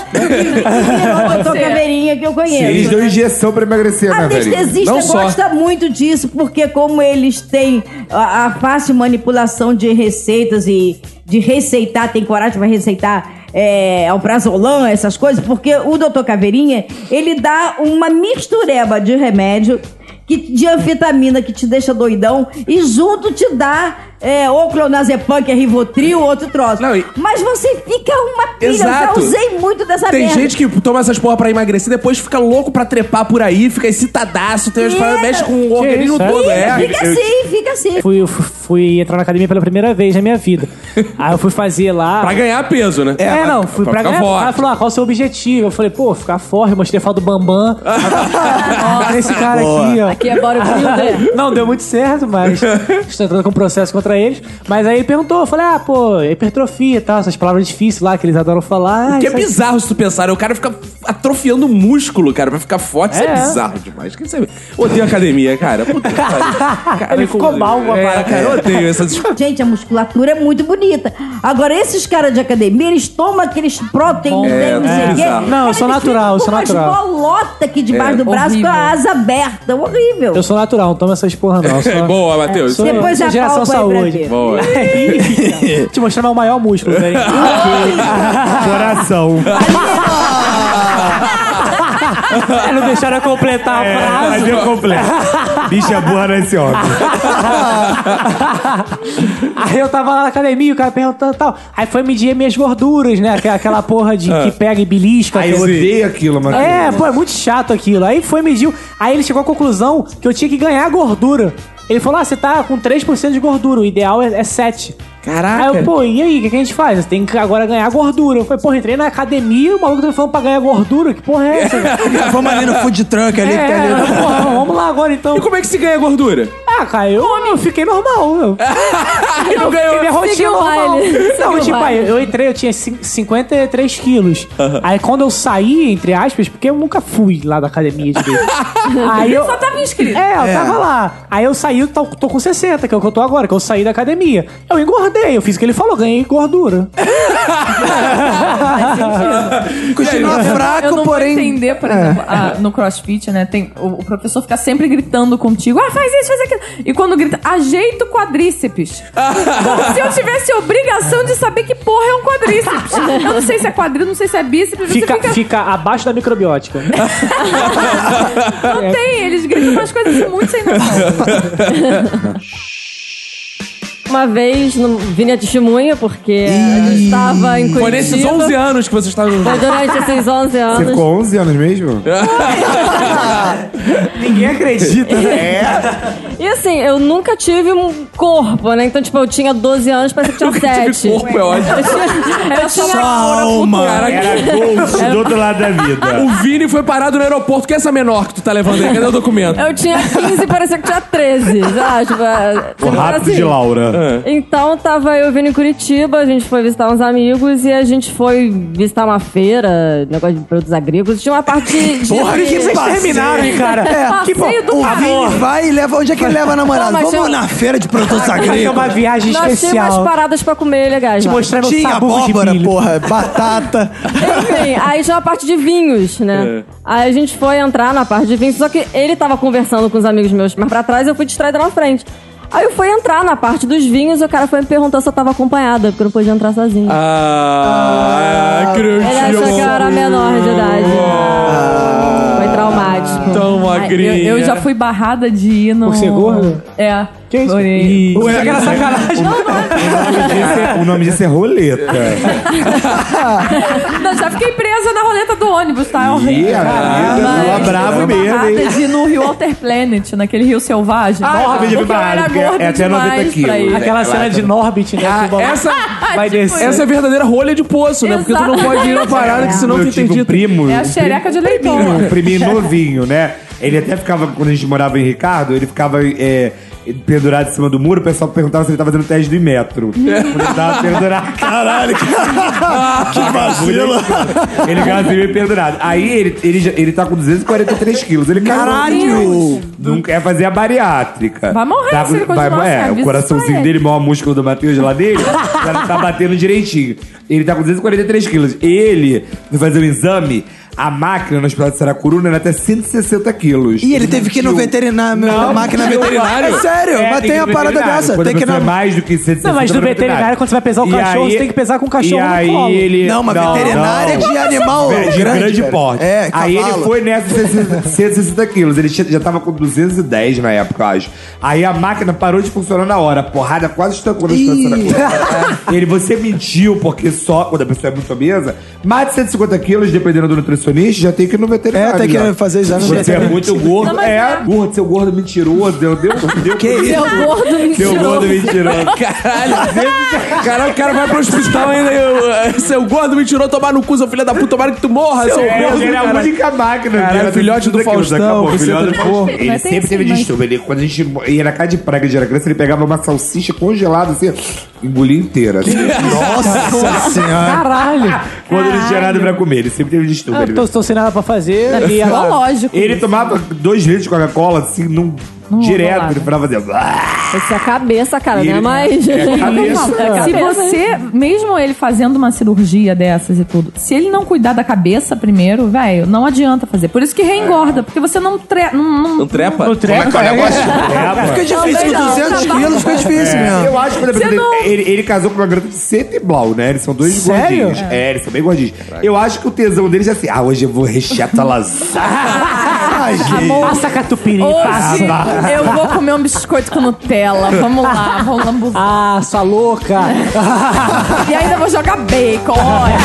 Speaker 4: E virou a doutora caveirinha que eu
Speaker 5: Eles
Speaker 4: conheço.
Speaker 5: dão injeção pra emagrecer,
Speaker 3: Ah,
Speaker 5: né, velho?
Speaker 4: Anestesista
Speaker 1: Não só.
Speaker 4: gosta muito disso, porque como eles têm a, a fácil manipulação de receitas e de receitar, tem coragem pra receitar é, alprazolam, essas coisas, porque o doutor Caveirinha, ele dá uma mistureba de remédio que, de anfetamina que te deixa doidão e junto te dá é, ou clonazepam, que é Rivotril, outro troço.
Speaker 1: Não, e-
Speaker 4: Mas você fica uma pilha,
Speaker 1: Exato.
Speaker 4: eu já usei muito dessa
Speaker 1: Tem
Speaker 4: merda.
Speaker 1: gente que toma essas porra pra emagrecer, depois fica louco pra trepar por aí, fica excitadaço, tem umas paradas, mexe com o organismo
Speaker 6: isso, é?
Speaker 1: todo, é.
Speaker 4: Fica assim, fica assim.
Speaker 6: Fui, eu fu- fui entrar na academia pela primeira vez na minha vida. Aí eu fui fazer lá.
Speaker 1: Pra ganhar peso, né?
Speaker 6: É, não, fui pra,
Speaker 1: ficar
Speaker 6: ganhar. O cara
Speaker 1: forte.
Speaker 6: falou, ah, qual é o seu objetivo? Eu falei, pô, ficar forte, mostrei a foto do Bambam. Olha esse cara aqui, ó.
Speaker 7: Que é
Speaker 6: Ah.
Speaker 7: bodybuilder.
Speaker 6: Não, deu muito certo, mas estou entrando com um processo contra eles. Mas aí ele perguntou, eu falei, ah, pô, hipertrofia e tal, essas palavras difíceis lá que eles adoram falar. Ah,
Speaker 1: Que é
Speaker 6: isso aí-
Speaker 1: bizarro se tu pensar, né? o cara fica atrofiando o músculo, cara, pra ficar forte. Isso é,
Speaker 6: É.
Speaker 1: bizarro demais. Que isso é... Odeio academia, cara. Puta que pariu. Cara,
Speaker 6: Ele ficou
Speaker 1: eu-
Speaker 6: mal com a
Speaker 1: é,
Speaker 6: parada.
Speaker 1: cara, eu odeio essas
Speaker 4: Gente, a musculatura é muito bonita. Agora, esses caras de academia, eles tomam aqueles proteínas,
Speaker 1: É,
Speaker 4: não sei
Speaker 1: é
Speaker 4: o quê.
Speaker 1: bizarro.
Speaker 6: Não, eu
Speaker 4: Cara,
Speaker 6: sou
Speaker 4: eles
Speaker 6: natural, eu
Speaker 4: ficam
Speaker 6: sou
Speaker 4: Com
Speaker 6: natural.
Speaker 4: umas bolotas aqui debaixo do braço, com a
Speaker 7: horrível.
Speaker 4: asa aberta. Horrível.
Speaker 6: Eu sou natural, não toma essas porra não. eu Sou,
Speaker 1: É boa, Matheus.
Speaker 6: sou, É,
Speaker 4: Depois
Speaker 6: sou
Speaker 4: já
Speaker 6: geração
Speaker 4: palpa aí pra
Speaker 6: saúde.
Speaker 4: ver.
Speaker 1: Boa.
Speaker 6: Ih, Te mostrar meu maior músculo, velho.
Speaker 5: Coração.
Speaker 6: não deixaram eu
Speaker 3: um
Speaker 6: completar
Speaker 5: É,
Speaker 6: a frase.
Speaker 5: mas eu completo. Bicha burra nesse homem.
Speaker 6: Aí eu tava lá na academia, o cara perguntando e tal. Aí foi medir minhas gorduras, né? Aquela, aquela porra de que pega e belisca.
Speaker 5: Aí eu
Speaker 6: aquele-
Speaker 5: odeio aquilo, mano.
Speaker 6: É, pô, é muito chato aquilo. Aí foi mediu. Aí ele chegou à conclusão que eu tinha que ganhar gordura. Ele falou: ah, você tá com 3% de gordura, o ideal é, é 7.
Speaker 1: Caraca.
Speaker 6: Aí eu, pô, e aí, o que, que a gente faz? Você tem que agora ganhar gordura. Eu falei, porra, entrei na academia, o maluco tá me falando pra ganhar gordura? Que porra é essa? velho?
Speaker 2: Vamos ali no food truck ali.
Speaker 6: é,
Speaker 2: porque ali-
Speaker 6: é, porra, vamos lá agora então.
Speaker 1: E como é que se ganha gordura?
Speaker 6: Ah, cara, eu, eu fiquei normal. Eu, eu ganhei minha rotina
Speaker 7: Seguiu o
Speaker 6: normal.
Speaker 7: baile. Seguiu
Speaker 6: Não,
Speaker 7: o
Speaker 6: tipo, aí,
Speaker 7: baile.
Speaker 6: eu entrei, eu tinha cin- 53 quilos. Aí quando eu saí, entre aspas, porque eu nunca fui lá da academia de vez. aí eu...
Speaker 7: Só tava inscrito.
Speaker 6: É, eu tava lá. Aí eu saí, eu tô, tô com 60, que é o que eu tô agora, que eu saí da academia. Eu engordei, eu fiz o que ele falou, ganhei gordura.
Speaker 7: É,
Speaker 2: Continua fraco,
Speaker 7: eu não
Speaker 2: porém.
Speaker 7: vou entender, por
Speaker 3: É.
Speaker 7: exemplo, ah, no crossfit, né? Tem, o, o professor fica sempre gritando contigo: ah, faz isso, faz aquilo. E quando grita, ajeita o quadríceps. Como se eu tivesse a obrigação de saber que porra é um quadríceps. Eu não sei se é quadril, não sei se é bíceps.
Speaker 6: Fica,
Speaker 7: você fica.
Speaker 6: fica abaixo da microbiótica.
Speaker 7: Não tem, eles gritam umas coisas assim, muito sem noção.
Speaker 3: Uma vez, não vim a testemunha, porque estava em Curitiba.
Speaker 1: Foi nesses 11 anos que você estava no
Speaker 3: Foi durante esses 11
Speaker 5: Você
Speaker 3: anos.
Speaker 5: ficou 11 anos mesmo?
Speaker 6: Ninguém acredita, né?
Speaker 5: É.
Speaker 3: E assim, eu nunca tive um corpo, né? Então, tipo, eu tinha 12 anos, parece que tinha 7.
Speaker 1: corpo, é ótimo.
Speaker 3: Eu tinha, eu tinha
Speaker 1: Cara,
Speaker 5: Era ghost do outro lado da vida.
Speaker 1: O Vini foi parado no aeroporto. Que é essa menor que tu tá levando aí? Cadê o documento?
Speaker 3: Eu tinha 15, parecia que tinha 13, sei lá, tipo, é,
Speaker 5: O rápido de Laura.
Speaker 3: Então tava eu vindo em Curitiba, a gente foi visitar uns amigos e a gente foi visitar uma feira, negócio de produtos agrícolas. Tinha uma parte de.
Speaker 6: Por que
Speaker 3: de...
Speaker 6: vocês terminaram, hein, cara?
Speaker 3: Passeio do
Speaker 2: É, o
Speaker 3: calor.
Speaker 2: Vini vai e leva. Onde é que ele leva a namorada?
Speaker 3: Não, mas
Speaker 2: Vamos
Speaker 3: eu-
Speaker 2: na feira de produtos
Speaker 6: Fazer uma
Speaker 2: agrícolas.
Speaker 6: viagem
Speaker 3: Nós tínhamos umas
Speaker 6: especial.
Speaker 3: paradas pra comer
Speaker 7: né,
Speaker 3: legais.
Speaker 6: Te
Speaker 3: lá.
Speaker 6: mostrando o
Speaker 2: Tinha
Speaker 6: sabor de
Speaker 2: abóbora,
Speaker 6: milho.
Speaker 2: porra, batata.
Speaker 3: Enfim, aí tinha uma parte de vinhos, né? Aí a gente foi entrar na parte de vinhos, só que ele tava conversando com os amigos meus mais pra trás e eu fui distraída na frente. Aí eu fui entrar na parte dos vinhos e o cara foi me perguntar se eu tava acompanhada, porque eu não podia entrar sozinha.
Speaker 1: Ah,
Speaker 3: Ele
Speaker 1: Cruxinho.
Speaker 3: achou que eu era menor de idade. Foi traumático.
Speaker 1: Tão
Speaker 7: Ai, eu,
Speaker 1: magrinha.
Speaker 7: eu já fui barrada de ir no.
Speaker 6: Por ser gordo?
Speaker 7: É.
Speaker 6: Que isso?
Speaker 7: Orei.
Speaker 6: Ué, aquela sacanagem.
Speaker 5: O nome disso é roleta.
Speaker 7: Não, já fiquei presa coisa da roleta do ônibus, tá? É horrível.
Speaker 5: Ih, amiga,
Speaker 7: Mas
Speaker 5: tá bravo
Speaker 7: eu fui
Speaker 5: mesmo,
Speaker 7: barrada
Speaker 5: hein?
Speaker 7: de ir no Rio Alter Planet, naquele rio selvagem.
Speaker 5: Ah,
Speaker 7: Nossa,
Speaker 5: eu vi de
Speaker 7: porque eu
Speaker 5: barrado,
Speaker 7: era
Speaker 5: que é-
Speaker 7: gorda
Speaker 5: é até 90
Speaker 7: demais pra
Speaker 5: quilos.
Speaker 7: ir.
Speaker 6: Aquela cena de Norbit, né? que o
Speaker 1: Ah,
Speaker 6: bagulho
Speaker 1: essa,
Speaker 6: vai
Speaker 7: Tipo
Speaker 6: descer.
Speaker 1: essa é a verdadeira rolha de poço, né? Porque tu não pode ir na
Speaker 7: Exatamente.
Speaker 1: parada que senão tu
Speaker 5: eu tive
Speaker 1: entendido.
Speaker 5: um primo.
Speaker 7: É a
Speaker 5: um
Speaker 7: É xereca
Speaker 5: primo-
Speaker 7: de leitão.
Speaker 5: Primo, um priminho novinho, né? Ele até ficava, quando a gente morava em Ricardo, ele ficava é, pendurado em cima do muro, o pessoal perguntava se ele tava fazendo teste de metro. Quando ele tava pendurado. Caralho, que vacila! Ele ficava assim meio pendurado. Aí ele, ele, já- ele tá com 243 quilos. Ele caralho! Não quer é fazer a bariátrica.
Speaker 7: Vai morrer
Speaker 5: Tá-
Speaker 7: se ele
Speaker 5: vai-
Speaker 7: continuar
Speaker 5: É,
Speaker 7: assim, avisa
Speaker 5: o
Speaker 7: isso
Speaker 5: coraçãozinho
Speaker 7: pra
Speaker 5: dele, maior músculo do Matheus lá dele, já não tá batendo direitinho. Ele tá com 243 quilos. Ele, foi fazer o exame, a máquina no hospital de Saracuruna era até 160 quilos.
Speaker 2: E ele teve que ir no veterinário, na máquina veterinária. É sério, mas
Speaker 5: que ir
Speaker 2: tem
Speaker 5: no
Speaker 2: uma parada
Speaker 5: veterinário.
Speaker 2: dessa.
Speaker 5: Quando
Speaker 2: Tem que ir
Speaker 5: a pessoa
Speaker 2: na...
Speaker 5: é mais do que 160
Speaker 6: Não, mas no
Speaker 5: vai no
Speaker 6: veterinário, quando você vai pesar o
Speaker 5: E
Speaker 6: cachorro, você tem que pesar com o cachorro
Speaker 5: e
Speaker 6: no
Speaker 5: aí
Speaker 6: colo.
Speaker 5: Ele...
Speaker 2: Não, mas é veterinária
Speaker 5: não.
Speaker 2: de animal
Speaker 5: Velho, de grande,
Speaker 2: grande, velho.
Speaker 5: porte.
Speaker 2: É,
Speaker 5: aí ele
Speaker 2: cavalo.
Speaker 5: foi nessa 160 160 quilos. Ele tinha- já tava com 210 na época, eu acho. Aí a máquina parou de funcionar na hora. A porrada quase estancou na distância da curva. Ele, você mentiu, porque só quando a pessoa é muito obesa, mais de 150 quilos, dependendo do nutricionista, já tem que ir no veterinário.
Speaker 2: É, tem que
Speaker 5: já.
Speaker 2: fazer exame no
Speaker 5: Você é
Speaker 2: veterinário.
Speaker 5: muito gordo.
Speaker 7: Não, mas
Speaker 5: é,
Speaker 7: é.
Speaker 5: gordo, seu gordo mentiroso. Deu, deu, deu,
Speaker 1: Que isso?
Speaker 7: Seu gordo
Speaker 5: Seu gordo
Speaker 7: mentiroso.
Speaker 5: mentiroso.
Speaker 1: Caralho, caralho, o cara vai pro hospital ainda. eu- seu gordo me tirou tomar no cu, seu filho da puta, tomara que tu morra, seu
Speaker 5: É,
Speaker 1: gordo.
Speaker 5: ele era a
Speaker 1: caralho.
Speaker 5: única máquina.
Speaker 1: Caralho,
Speaker 5: dele,
Speaker 1: filhote do
Speaker 5: 160 quilos,
Speaker 1: Faustão,
Speaker 5: acabou,
Speaker 1: você
Speaker 5: filhote
Speaker 1: tá
Speaker 5: do
Speaker 1: de
Speaker 5: Faustão.
Speaker 1: porra.
Speaker 7: Mas
Speaker 5: Ele
Speaker 7: tem
Speaker 5: sempre
Speaker 7: assim,
Speaker 5: teve
Speaker 7: mas-
Speaker 5: distúrbio. Ele, quando a gente ia na casa de praga de era criança, ele pegava uma salsicha congelada, assim, engolia inteira. assim.
Speaker 2: Nossa senhora.
Speaker 6: Caralho.
Speaker 5: quando ele não tinha nada pra comer, ele sempre teve distúrbio.
Speaker 6: Eu
Speaker 5: ele-
Speaker 6: Ah, tô, tô sem nada pra fazer. E
Speaker 7: Ficou
Speaker 6: ela...
Speaker 7: lógico.
Speaker 5: Ele
Speaker 7: isso.
Speaker 5: tomava dois litros de Coca-Cola, assim, num... direto,
Speaker 7: bolada.
Speaker 5: ele ficava fazendo... "Ah!"
Speaker 3: Isso é cabeça, cara,
Speaker 5: E
Speaker 3: né?
Speaker 5: ele-
Speaker 3: Mas.
Speaker 5: É a
Speaker 7: Não,
Speaker 5: cabeça.
Speaker 7: Se você, mesmo ele fazendo uma cirurgia dessas e tudo, se ele não cuidar da cabeça primeiro, velho, não adianta fazer. Por isso que reengorda, porque você não, tre não, não-
Speaker 1: Não trepa?
Speaker 6: No treco,
Speaker 8: Qual é o negócio?
Speaker 5: É,
Speaker 2: Fica difícil, com 200 quilos fica difícil
Speaker 5: É,
Speaker 2: mesmo.
Speaker 5: Eu acho que quando a
Speaker 7: Você
Speaker 5: pessoa
Speaker 7: não-
Speaker 5: tem- ele, ele casou com uma garota de sete blau, né? Eles são dois
Speaker 6: Sério?
Speaker 5: gordinhos. É. eles são bem gordinhos. Eu acho que o tesão deles é assim: ah, hoje eu vou rechear tua lasanha.
Speaker 6: Passa catupiry, passa.
Speaker 7: Hoje eu vou comer um biscoito com Nutella. Vamos lá, vou lambuzar.
Speaker 6: Ah, sua louca.
Speaker 7: E ainda vou jogar bacon, olha.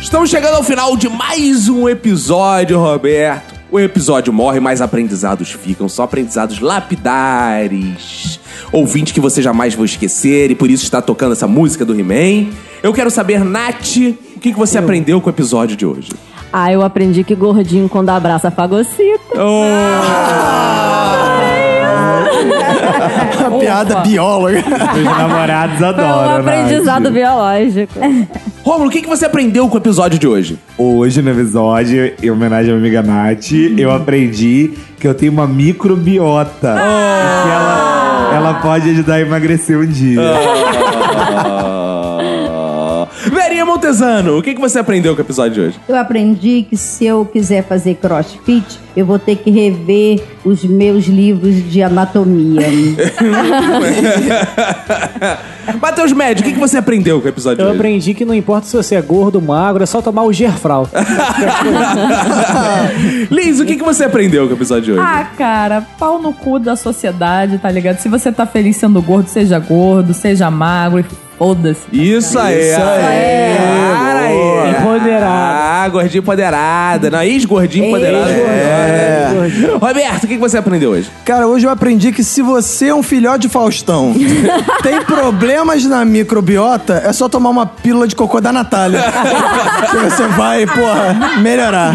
Speaker 1: Estamos chegando ao final de mais um episódio, Roberto. O episódio morre, mas aprendizados ficam, só aprendizados lapidares. Ouvinte que você jamais vai esquecer e por isso está tocando essa música do He-Man. Eu quero saber, Nath, o que, que você aprendeu com o episódio de hoje?
Speaker 3: Ah, eu aprendi que gordinho quando abraça fagocita.
Speaker 2: Uma piada bióloga.
Speaker 5: Os namorados
Speaker 3: Foi um
Speaker 5: adoram. né?
Speaker 3: aprendizado
Speaker 5: Nath.
Speaker 3: biológico.
Speaker 1: Rômulo, o que, que você aprendeu com o episódio de hoje?
Speaker 5: Hoje, no episódio, em homenagem à minha amiga Nath, eu aprendi que eu tenho uma microbiota. Que ela, ela pode ajudar a emagrecer um dia.
Speaker 1: Verinha Montesano, o que, que você aprendeu com o episódio de hoje?
Speaker 4: Eu aprendi que se eu quiser fazer crossfit, eu vou ter que rever os meus livros de anatomia.
Speaker 1: Matheus Médio, o que, que você aprendeu com o episódio
Speaker 6: Eu
Speaker 1: de hoje?
Speaker 6: aprendi que não importa se você é gordo ou magro, é só tomar o Gerfral.
Speaker 1: Liz, o que, que você aprendeu com o episódio de hoje?
Speaker 7: Ah, cara, pau no cu da sociedade, tá ligado? Se você tá feliz sendo gordo, seja gordo, seja magro, e foda-se.
Speaker 1: Isso aí. Isso aí. Cara aí.
Speaker 6: Empoderada.
Speaker 1: Ah, gordinha empoderada. Não, ex-gordinha empoderada. É. Roberto, o que que você aprendeu hoje?
Speaker 2: Cara, hoje eu aprendi que se você é um filhote de Faustão, tem problemas na microbiota, é só tomar uma pílula de cocô da Natália. que você vai, porra, melhorar.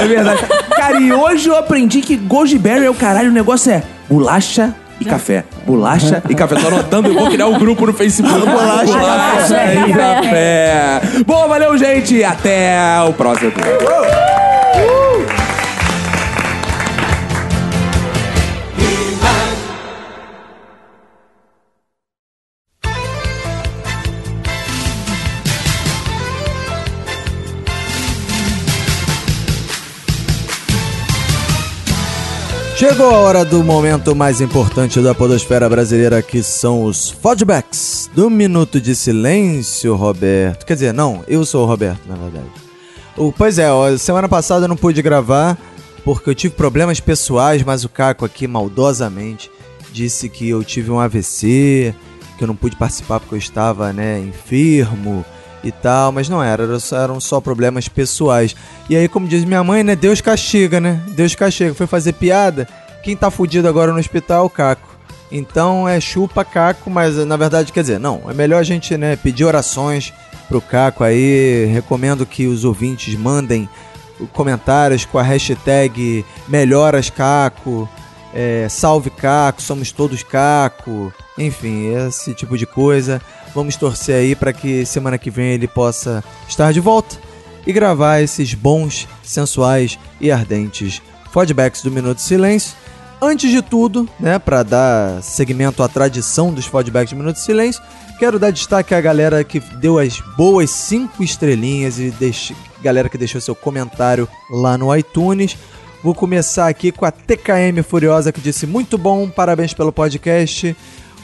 Speaker 1: É verdade. Cara, e hoje eu aprendi que Goji Berry é o caralho, o negócio é bolacha e café. Bolacha e café. Tô anotando, eu vou criar um grupo no Facebook.
Speaker 2: Bolacha e
Speaker 1: Bolacha e café. Bom, valeu, gente. Até o próximo episódio.
Speaker 2: Chegou a hora do momento mais importante da podosfera brasileira, que são os fodbacks do Minuto de Silêncio, Roberto. Quer dizer, não, eu sou o Roberto, na verdade. O- pois é, ó, semana passada eu não pude gravar porque eu tive problemas pessoais, mas o Caco aqui maldosamente disse que eu tive um AVC que eu não pude participar porque eu estava, né, enfermo e tal, mas não era, era só- eram só problemas pessoais. E aí, como diz minha mãe, né, Deus castiga, né? Deus castiga. Foi fazer piada? Quem tá fudido agora no hospital é o Caco. Então é chupa Caco, mas na verdade quer dizer, não, é melhor a gente, né, pedir orações pro Caco aí. Recomendo que os ouvintes mandem comentários com a hashtag Melhoras Caco, é, Salve Caco, Somos Todos Caco, enfim, esse tipo de coisa. Vamos torcer aí para que semana que vem ele possa estar de volta e gravar esses bons, sensuais e ardentes fodbacks do Minuto de Silêncio. Antes de tudo, né, para dar segmento à tradição dos fodbacks do Minuto de Silêncio, quero dar destaque à galera que deu as boas cinco estrelinhas e deix... galera que deixou seu comentário lá no iTunes. Vou começar aqui com a TKM Furiosa que disse muito bom, parabéns pelo podcast.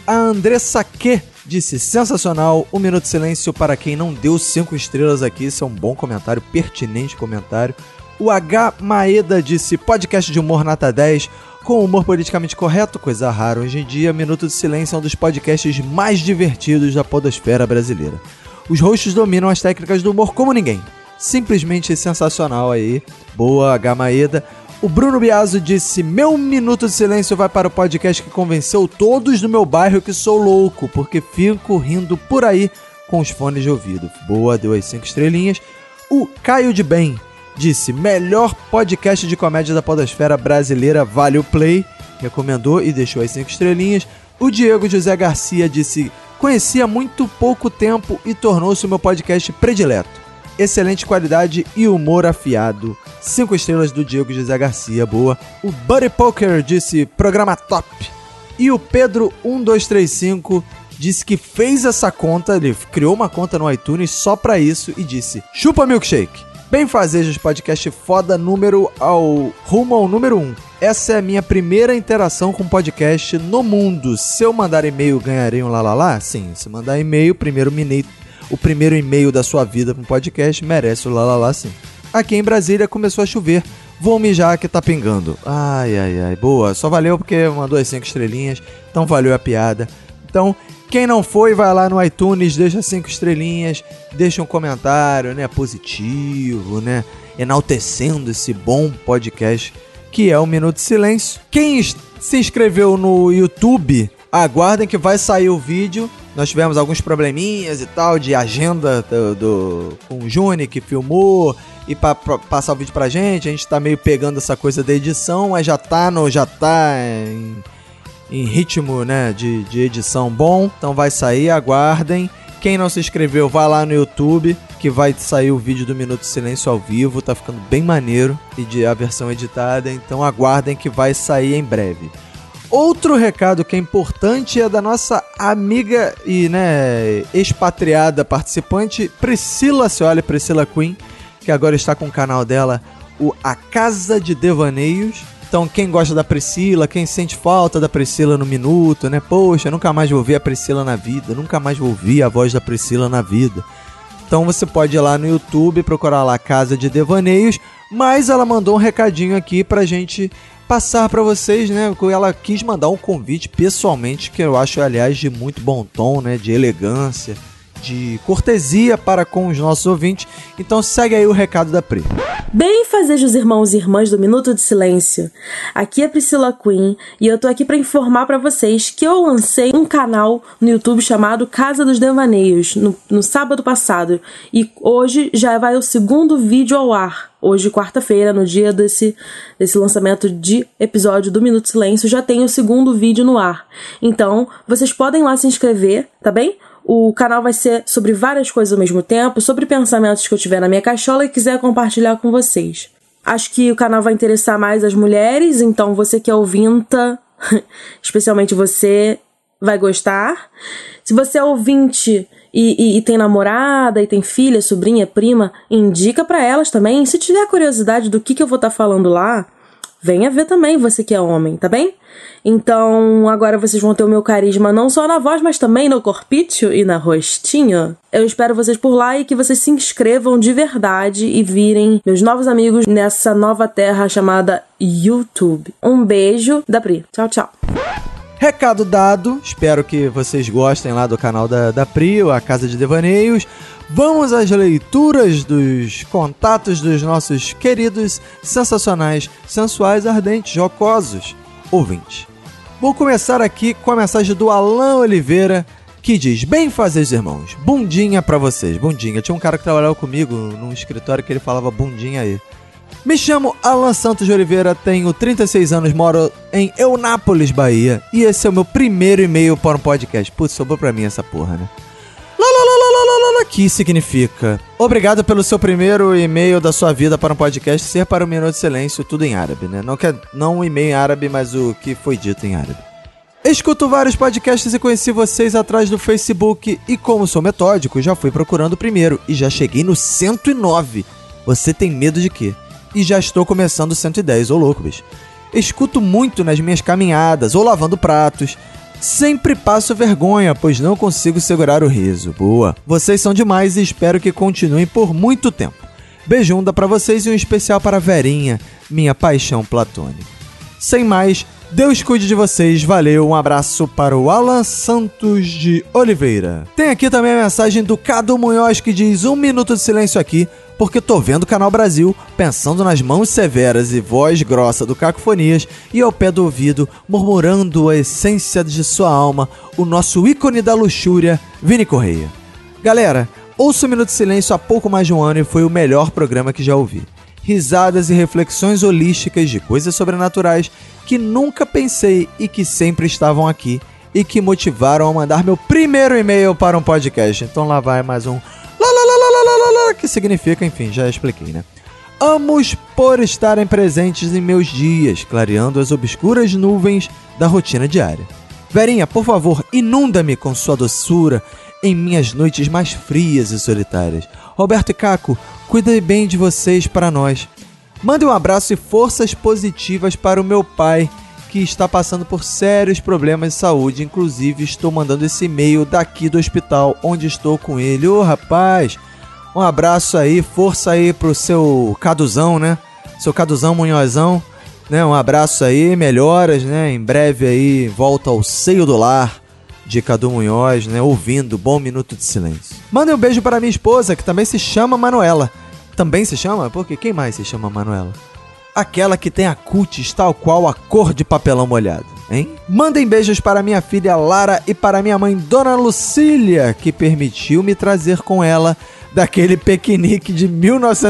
Speaker 2: A Andressa Q disse sensacional, um minuto de silêncio para quem não deu cinco estrelas aqui, isso é um bom comentário, pertinente comentário. O H Maeda disse podcast de humor nota 10, com humor politicamente correto, coisa rara hoje em dia, Minuto de Silêncio é um dos podcasts mais divertidos da podosfera brasileira. Os hosts dominam as técnicas do humor como ninguém. Simplesmente sensacional aí. Boa, H Maeda. O Bruno Biaso disse: Meu minuto de silêncio vai para o podcast que convenceu todos do meu bairro que sou louco, porque fico rindo por aí com os fones de ouvido. Boa, deu as cinco estrelinhas. O Caio de Bem disse: Melhor podcast de comédia da Podosfera brasileira, vale o play. Recomendou e deixou as cinco estrelinhas. O Diego José Garcia disse: Conheci há muito pouco tempo e tornou-se o meu podcast predileto excelente qualidade e humor afiado. Cinco estrelas do Diego José Garcia, boa. O Buddy Poker disse programa top. E o Pedro1235 disse que fez essa conta, ele criou uma conta no iTunes só pra isso e disse: chupa milkshake. Bem fazejos podcast foda número ao rumo ao número 1. Um. Essa é a minha primeira interação com podcast no mundo. Se eu mandar e-mail, ganharei um lalalá? Sim, se mandar e-mail, primeiro minei o primeiro e-mail da sua vida para um podcast merece o lalala sim. Aqui em Brasília começou a chover. Vou mijar que tá pingando. Ai, ai, ai. Boa. Só valeu porque mandou as cinco estrelinhas. Então valeu a piada. Então, quem não foi, vai lá no iTunes, deixa cinco estrelinhas, deixa um comentário, né? Positivo, né? Enaltecendo esse bom podcast que é o Minuto de Silêncio. Quem es- se inscreveu no YouTube, aguardem que vai sair o vídeo. Nós tivemos alguns probleminhas e tal de agenda do, do- com o Juni que filmou e para passar o vídeo pra gente. A gente tá meio pegando essa coisa da edição, mas já tá no já tá em, em ritmo, né, de, de edição bom. Então vai sair, aguardem. Quem não se inscreveu, vai lá no YouTube que vai sair o vídeo do Minuto de Silêncio ao vivo, tá ficando bem maneiro e de a versão editada, então aguardem que vai sair em breve. Outro recado que é importante é da nossa amiga e, né, expatriada participante Priscila Cioli, Priscila Queen, que agora está com o canal dela, o A Casa de Devaneios. Então, quem gosta da Priscila, quem sente falta da Priscila no minuto, né? Poxa, nunca mais vou ver a Priscila na vida, nunca mais vou ouvir a voz da Priscila na vida. Então você pode ir lá no YouTube, procurar lá Casa de Devaneios, mas ela mandou um recadinho aqui pra gente passar pra vocês, né? Ela quis mandar um convite pessoalmente, que eu acho, aliás, de muito bom tom, né? De elegância, de cortesia para com os nossos ouvintes. Então segue aí o recado da Pri.
Speaker 5: Bem fazejos irmãos e irmãs do Minuto de Silêncio. Aqui é Priscila Queen e eu tô aqui pra informar pra vocês que eu lancei um canal no YouTube chamado Casa dos Devaneios no, no sábado passado e hoje já vai o segundo vídeo ao ar. Hoje, quarta-feira, no dia desse, desse lançamento de episódio do Minuto de Silêncio, já tem o segundo vídeo no ar. Então, vocês podem lá se inscrever, tá bem? O canal vai ser sobre várias coisas ao mesmo tempo, sobre pensamentos que eu tiver na minha caixola e quiser compartilhar com vocês. Acho que o canal vai interessar mais as mulheres, então você que é ouvinta, especialmente você, vai gostar. Se você é ouvinte e, e- e tem namorada, e tem filha, sobrinha, prima, indica pra elas também. Se tiver curiosidade do que, que eu vou estar falando lá, Venha ver também você que é homem, tá bem? Então, agora vocês vão ter o meu carisma não só na voz, mas também no corpício e na rostinho. Eu espero vocês por lá e que vocês se inscrevam de verdade e virem meus novos amigos nessa nova terra chamada YouTube. Um beijo da Pri. Tchau, tchau.
Speaker 2: Recado dado, espero que vocês gostem lá do canal da, da Prio, a Casa de Devaneios. Vamos às leituras dos contatos dos nossos queridos, sensacionais, sensuais, ardentes, jocosos ouvintes. Vou começar aqui com a mensagem do Alan Oliveira, que diz: Bem fazer, irmãos, bundinha pra vocês, bundinha. Tinha um cara que trabalhava comigo num escritório que ele falava bundinha aí. Me chamo Alan Santos de Oliveira, tenho 36 anos, moro em Eunápolis, Bahia, e esse é o meu primeiro e-mail para um podcast. Putz, sobrou pra mim essa porra, né? Lalalalalalala, que significa? Obrigado pelo seu primeiro e-mail da sua vida para um podcast ser para um minuto de silêncio, tudo em árabe, né? Não, que, não um e-mail em árabe, mas o que foi dito em árabe. Escuto vários podcasts e conheci vocês atrás do Facebook e como sou metódico, já fui procurando o primeiro e já cheguei no 109. Você tem medo de quê? E já estou começando o 110, ô louco, bicho. Escuto muito nas minhas caminhadas ou lavando pratos. Sempre passo vergonha, pois não consigo segurar o riso. Boa. Vocês são demais e espero que continuem por muito tempo. Beijunda pra vocês e um especial para a Verinha, minha paixão platônica. Sem mais, Deus cuide de vocês. Valeu, um abraço para o Alan Santos de Oliveira. Tem aqui também a mensagem do Cadu Munhoz que diz: Um minuto de silêncio aqui, porque tô vendo o Canal Brasil, pensando nas mãos severas e voz grossa do Cacofonias e ao pé do ouvido, murmurando a essência de sua alma, o nosso ícone da luxúria, Vini Correia. Galera, ouço o Minuto de Silêncio há pouco mais de um ano e foi o melhor programa que já ouvi. Risadas e reflexões holísticas de coisas sobrenaturais que nunca pensei e que sempre estavam aqui e que motivaram a mandar meu primeiro e-mail para um podcast. Então lá vai mais um lalalalalala, que significa, enfim, já expliquei, né? Amos por estarem presentes em meus dias, clareando as obscuras nuvens da rotina diária. Verinha, por favor, inunda-me com sua doçura em minhas noites mais frias e solitárias. Roberto e Caco, cuidem bem de vocês para nós. Mande um abraço e forças positivas para o meu pai, que está passando por sérios problemas de saúde. Inclusive, estou mandando esse e-mail daqui do hospital onde estou com ele. Ô, rapaz, um abraço aí, força aí pro seu Caduzão, né? Seu Caduzão Munhozão né? Um abraço aí, melhoras, né? Em breve aí volta ao seio do lar de Cadu Munhoz, né? Ouvindo Bom Minuto de Silêncio. Mandem um beijo para minha esposa, que também se chama Manuela. Também se chama? Porque quem mais se chama Manuela? Aquela que tem a cutis tal qual a cor de papelão molhado, hein? Mandem beijos para minha filha Lara e para minha mãe Dona Lucília, que permitiu me trazer com ela daquele piquenique de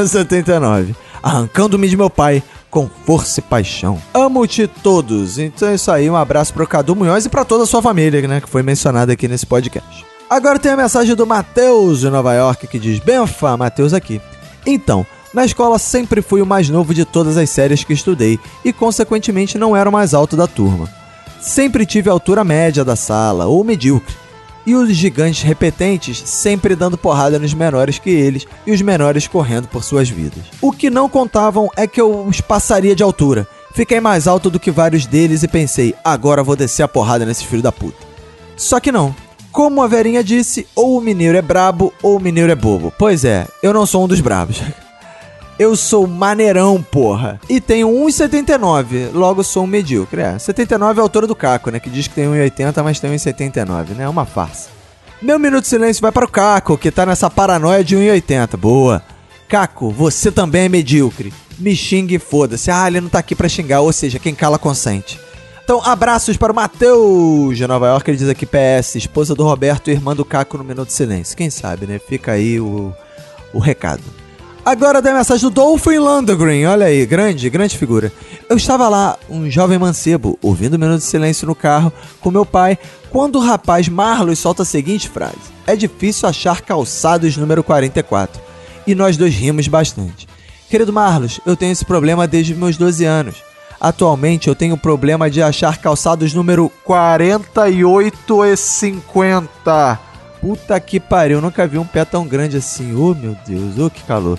Speaker 2: 1979, arrancando-me de meu pai com força e paixão. Amo-te todos. Então é isso aí, um abraço pro Cadu Munhoz e pra toda a sua família, né, que foi mencionada aqui nesse podcast. Agora tem a mensagem do Matheus de Nova York que diz: Benfa, Matheus aqui. Então, na escola sempre fui o mais novo de todas as séries que estudei e, consequentemente, não era o mais alto da turma. Sempre tive a altura média da sala, ou medíocre. E os gigantes repetentes sempre dando porrada nos menores que eles e os menores correndo por suas vidas. O que não contavam é que eu os passaria de altura. Fiquei mais alto do que vários deles e pensei, agora vou descer a porrada nesse filho da puta. Só que não. Como a Verinha disse, ou o mineiro é brabo ou o mineiro é bobo. Pois é, eu não sou um dos brabos. Eu sou maneirão, porra. E tenho 1,79, logo sou um medíocre. É, 79 é a altura do Caco, né? Que diz que tem 1,80, mas tem 1,79, né? É uma farsa. Meu minuto de silêncio vai para o Caco, que tá nessa paranoia de 1,80. Boa. Caco, você também é medíocre. Me xingue e foda-se. Ah, ele não tá aqui pra xingar, ou seja, quem cala consente. Então, abraços para o Matheus de Nova York. Ele diz aqui: PS, esposa do Roberto e irmã do Caco no Minuto de Silêncio. Quem sabe, né? Fica aí o, o recado. Agora tem a mensagem do Dolphin Landgren. Olha aí, grande, grande figura. Eu estava lá, um jovem mancebo, ouvindo o Minuto de Silêncio no carro com meu pai, quando o rapaz Marlos solta a seguinte frase: É difícil achar calçados número 44. E nós dois rimos bastante. Querido Marlos, eu tenho esse problema desde os meus 12 anos. Atualmente eu tenho problema de achar calçados número 48 e 50. Puta que pariu, nunca vi um pé tão grande assim. Ô meu Deus, ô que calor.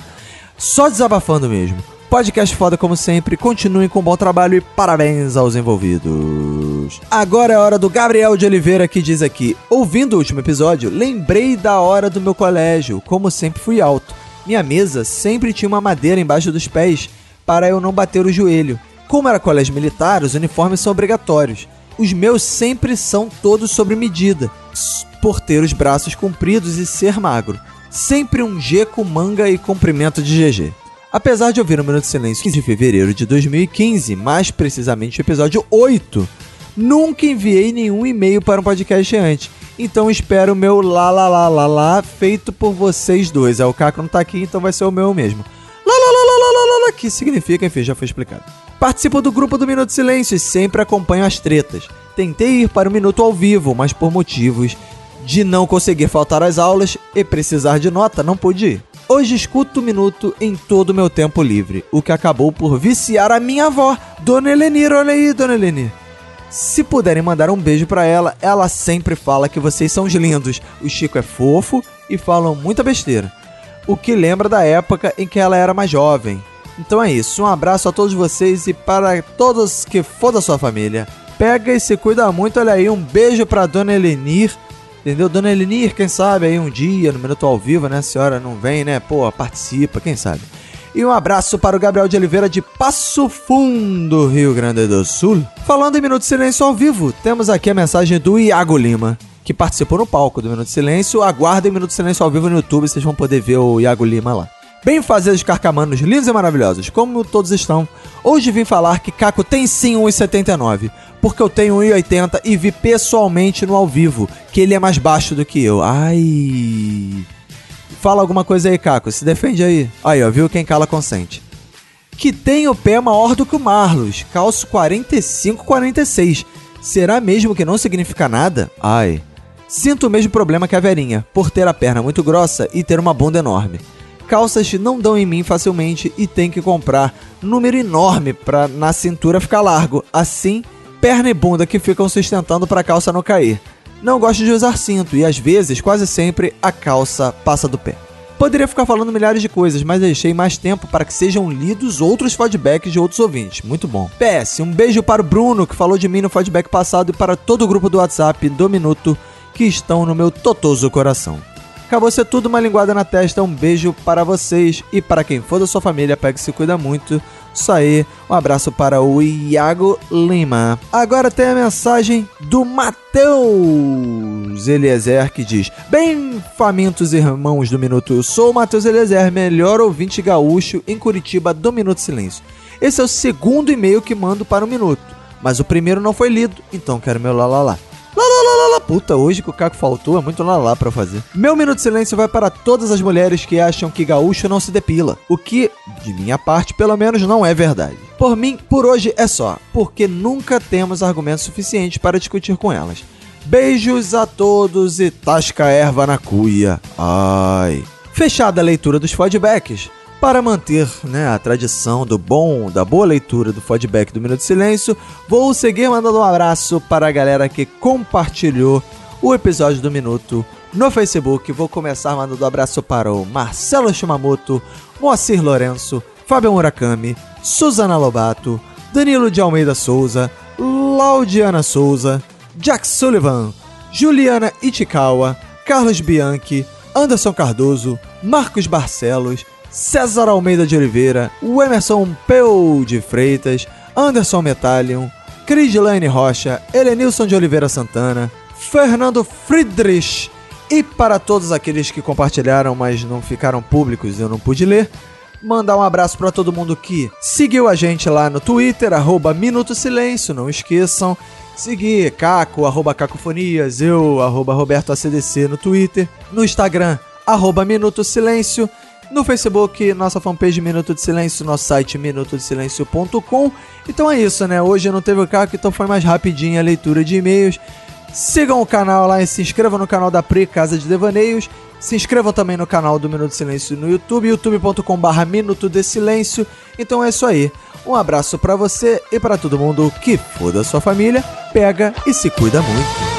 Speaker 2: Só desabafando mesmo. Podcast foda como sempre, continuem com bom trabalho e parabéns aos envolvidos. Agora é a hora do Gabriel de Oliveira que diz aqui: Ouvindo o último episódio, lembrei da hora do meu colégio, como sempre fui alto. Minha mesa sempre tinha uma madeira embaixo dos pés para eu não bater o joelho. Como era colégio militar, os uniformes são obrigatórios. Os meus sempre são todos sobre medida, s- por ter os braços compridos e ser magro. Sempre um G com manga e comprimento de GG. Apesar de ouvir o Minuto de Silêncio de fevereiro de 2015, mais precisamente o episódio 8, nunca enviei nenhum e-mail para um podcast antes. Então espero o meu lá lá lá lá lá feito por vocês dois. É, o Caco não tá aqui, então vai ser o meu mesmo. Lá lá lá lá lá lá lá, lá que significa, enfim, já foi explicado. Participo do grupo do Minuto de Silêncio e sempre acompanho as tretas. Tentei ir para o Minuto ao vivo, mas por motivos de não conseguir faltar às aulas e precisar de nota, não pude ir. Hoje escuto o Minuto em todo o meu tempo livre, o que acabou por viciar a minha avó, Dona Elenir. Olha aí, Dona Elenir. Se puderem mandar um beijo pra ela, ela sempre fala que vocês são os lindos. O Chico é fofo e falam muita besteira. O que lembra da época em que ela era mais jovem. Então é isso, um abraço a todos vocês e para todos que for da sua família. Pega e se cuida muito, olha aí, um beijo pra Dona Elenir. Entendeu? Dona Elenir, quem sabe aí um dia, no Minuto ao Vivo, né? A senhora não vem, né? Pô, participa, quem sabe. E um abraço para o Gabriel de Oliveira de Passo Fundo, Rio Grande do Sul. Falando em Minuto de Silêncio ao vivo, temos aqui a mensagem do Iago Lima, que participou no palco do Minuto de Silêncio. Aguardem Minuto de Silêncio ao vivo no YouTube, vocês vão poder ver o Iago Lima lá. Bem fazeres carcamanos lindos e maravilhosos, como todos estão. Hoje vim falar que Caco tem sim 1,79, porque eu tenho 1,80 e vi pessoalmente no ao vivo que ele é mais baixo do que eu. Ai. Fala alguma coisa aí, Caco. Se defende aí. Aí, ó, viu? Quem cala consente. Que tem o pé maior do que o Marlos. Calço 45, 46. Será mesmo que não significa nada? Ai. Sinto o mesmo problema que a Verinha, por ter a perna muito grossa e ter uma bunda enorme. Calças não dão em mim facilmente e tem que comprar número enorme pra na cintura ficar largo. Assim, perna e bunda que ficam sustentando pra calça não cair. Não gosto de usar cinto e às vezes, quase sempre, a calça passa do pé. Poderia ficar falando milhares de coisas, mas deixei mais tempo para que sejam lidos outros feedbacks de outros ouvintes. Muito bom. PS, um beijo para o Bruno, que falou de mim no feedback passado, e para todo o grupo do WhatsApp do Minuto, que estão no meu totoso coração. Acabou ser tudo uma linguada na testa, um beijo para vocês e para quem for da sua família, pega e se cuida muito. Isso aí, um abraço para o Iago Lima. Agora tem a mensagem do Matheus Eliezer que diz: Bem, famintos irmãos do Minuto, eu sou o Matheus Eliezer, melhor ouvinte gaúcho em Curitiba do Minuto Silêncio. Esse é o segundo e-mail que mando para o Minuto, mas o primeiro não foi lido, então quero meu lá lá lá. Lá, lá, lá, lá, lá. Puta, hoje que o Caco faltou é muito lá, lá pra fazer. Meu Minuto de Silêncio vai para todas as mulheres que acham que gaúcho não se depila. O que, de minha parte, pelo menos não é verdade. Por mim, por hoje é só, porque nunca temos argumentos suficientes para discutir com elas. Beijos a todos e tasca a erva na cuia. Ai. Fechada a leitura dos feedbacks. Para manter né, a tradição do bom, da boa leitura do feedback do Minuto de Silêncio, vou seguir mandando um abraço para a galera que compartilhou o episódio do Minuto no Facebook. Vou começar mandando um abraço para o Marcelo Shimamoto, Moacir Lourenço, Fábio Murakami, Suzana Lobato, Danilo de Almeida Souza, Laudiana Souza, Jack Sullivan, Juliana Itikawa, Carlos Bianchi, Anderson Cardoso, Marcos Barcelos, César Almeida de Oliveira, o Emerson Peu de Freitas, Anderson Metallion, Crislane Rocha, Helenilson de Oliveira Santana, Fernando Friedrich e para todos aqueles que compartilharam, mas não ficaram públicos, eu não pude ler. Mandar um abraço para todo mundo que seguiu a gente lá no Twitter, arroba Minuto Silêncio, não esqueçam. Seguir Caco, arroba Cacofonias, eu, arroba Roberto ACDC no Twitter. No Instagram, arroba Minuto Silêncio. No Facebook, nossa fanpage Minuto de Silêncio, nosso site minutodesilencio.com. Então é isso, né? Hoje não teve o Caco, então foi mais rapidinho a leitura de e-mails. Sigam o canal lá e se inscrevam no canal da Pri Casa de Devaneios. Se inscrevam também no canal do Minuto de Silêncio no YouTube, youtube.com.br Minuto de Silêncio. Então é isso aí. Um abraço pra você e pra todo mundo que for da sua família. Pega e se cuida muito.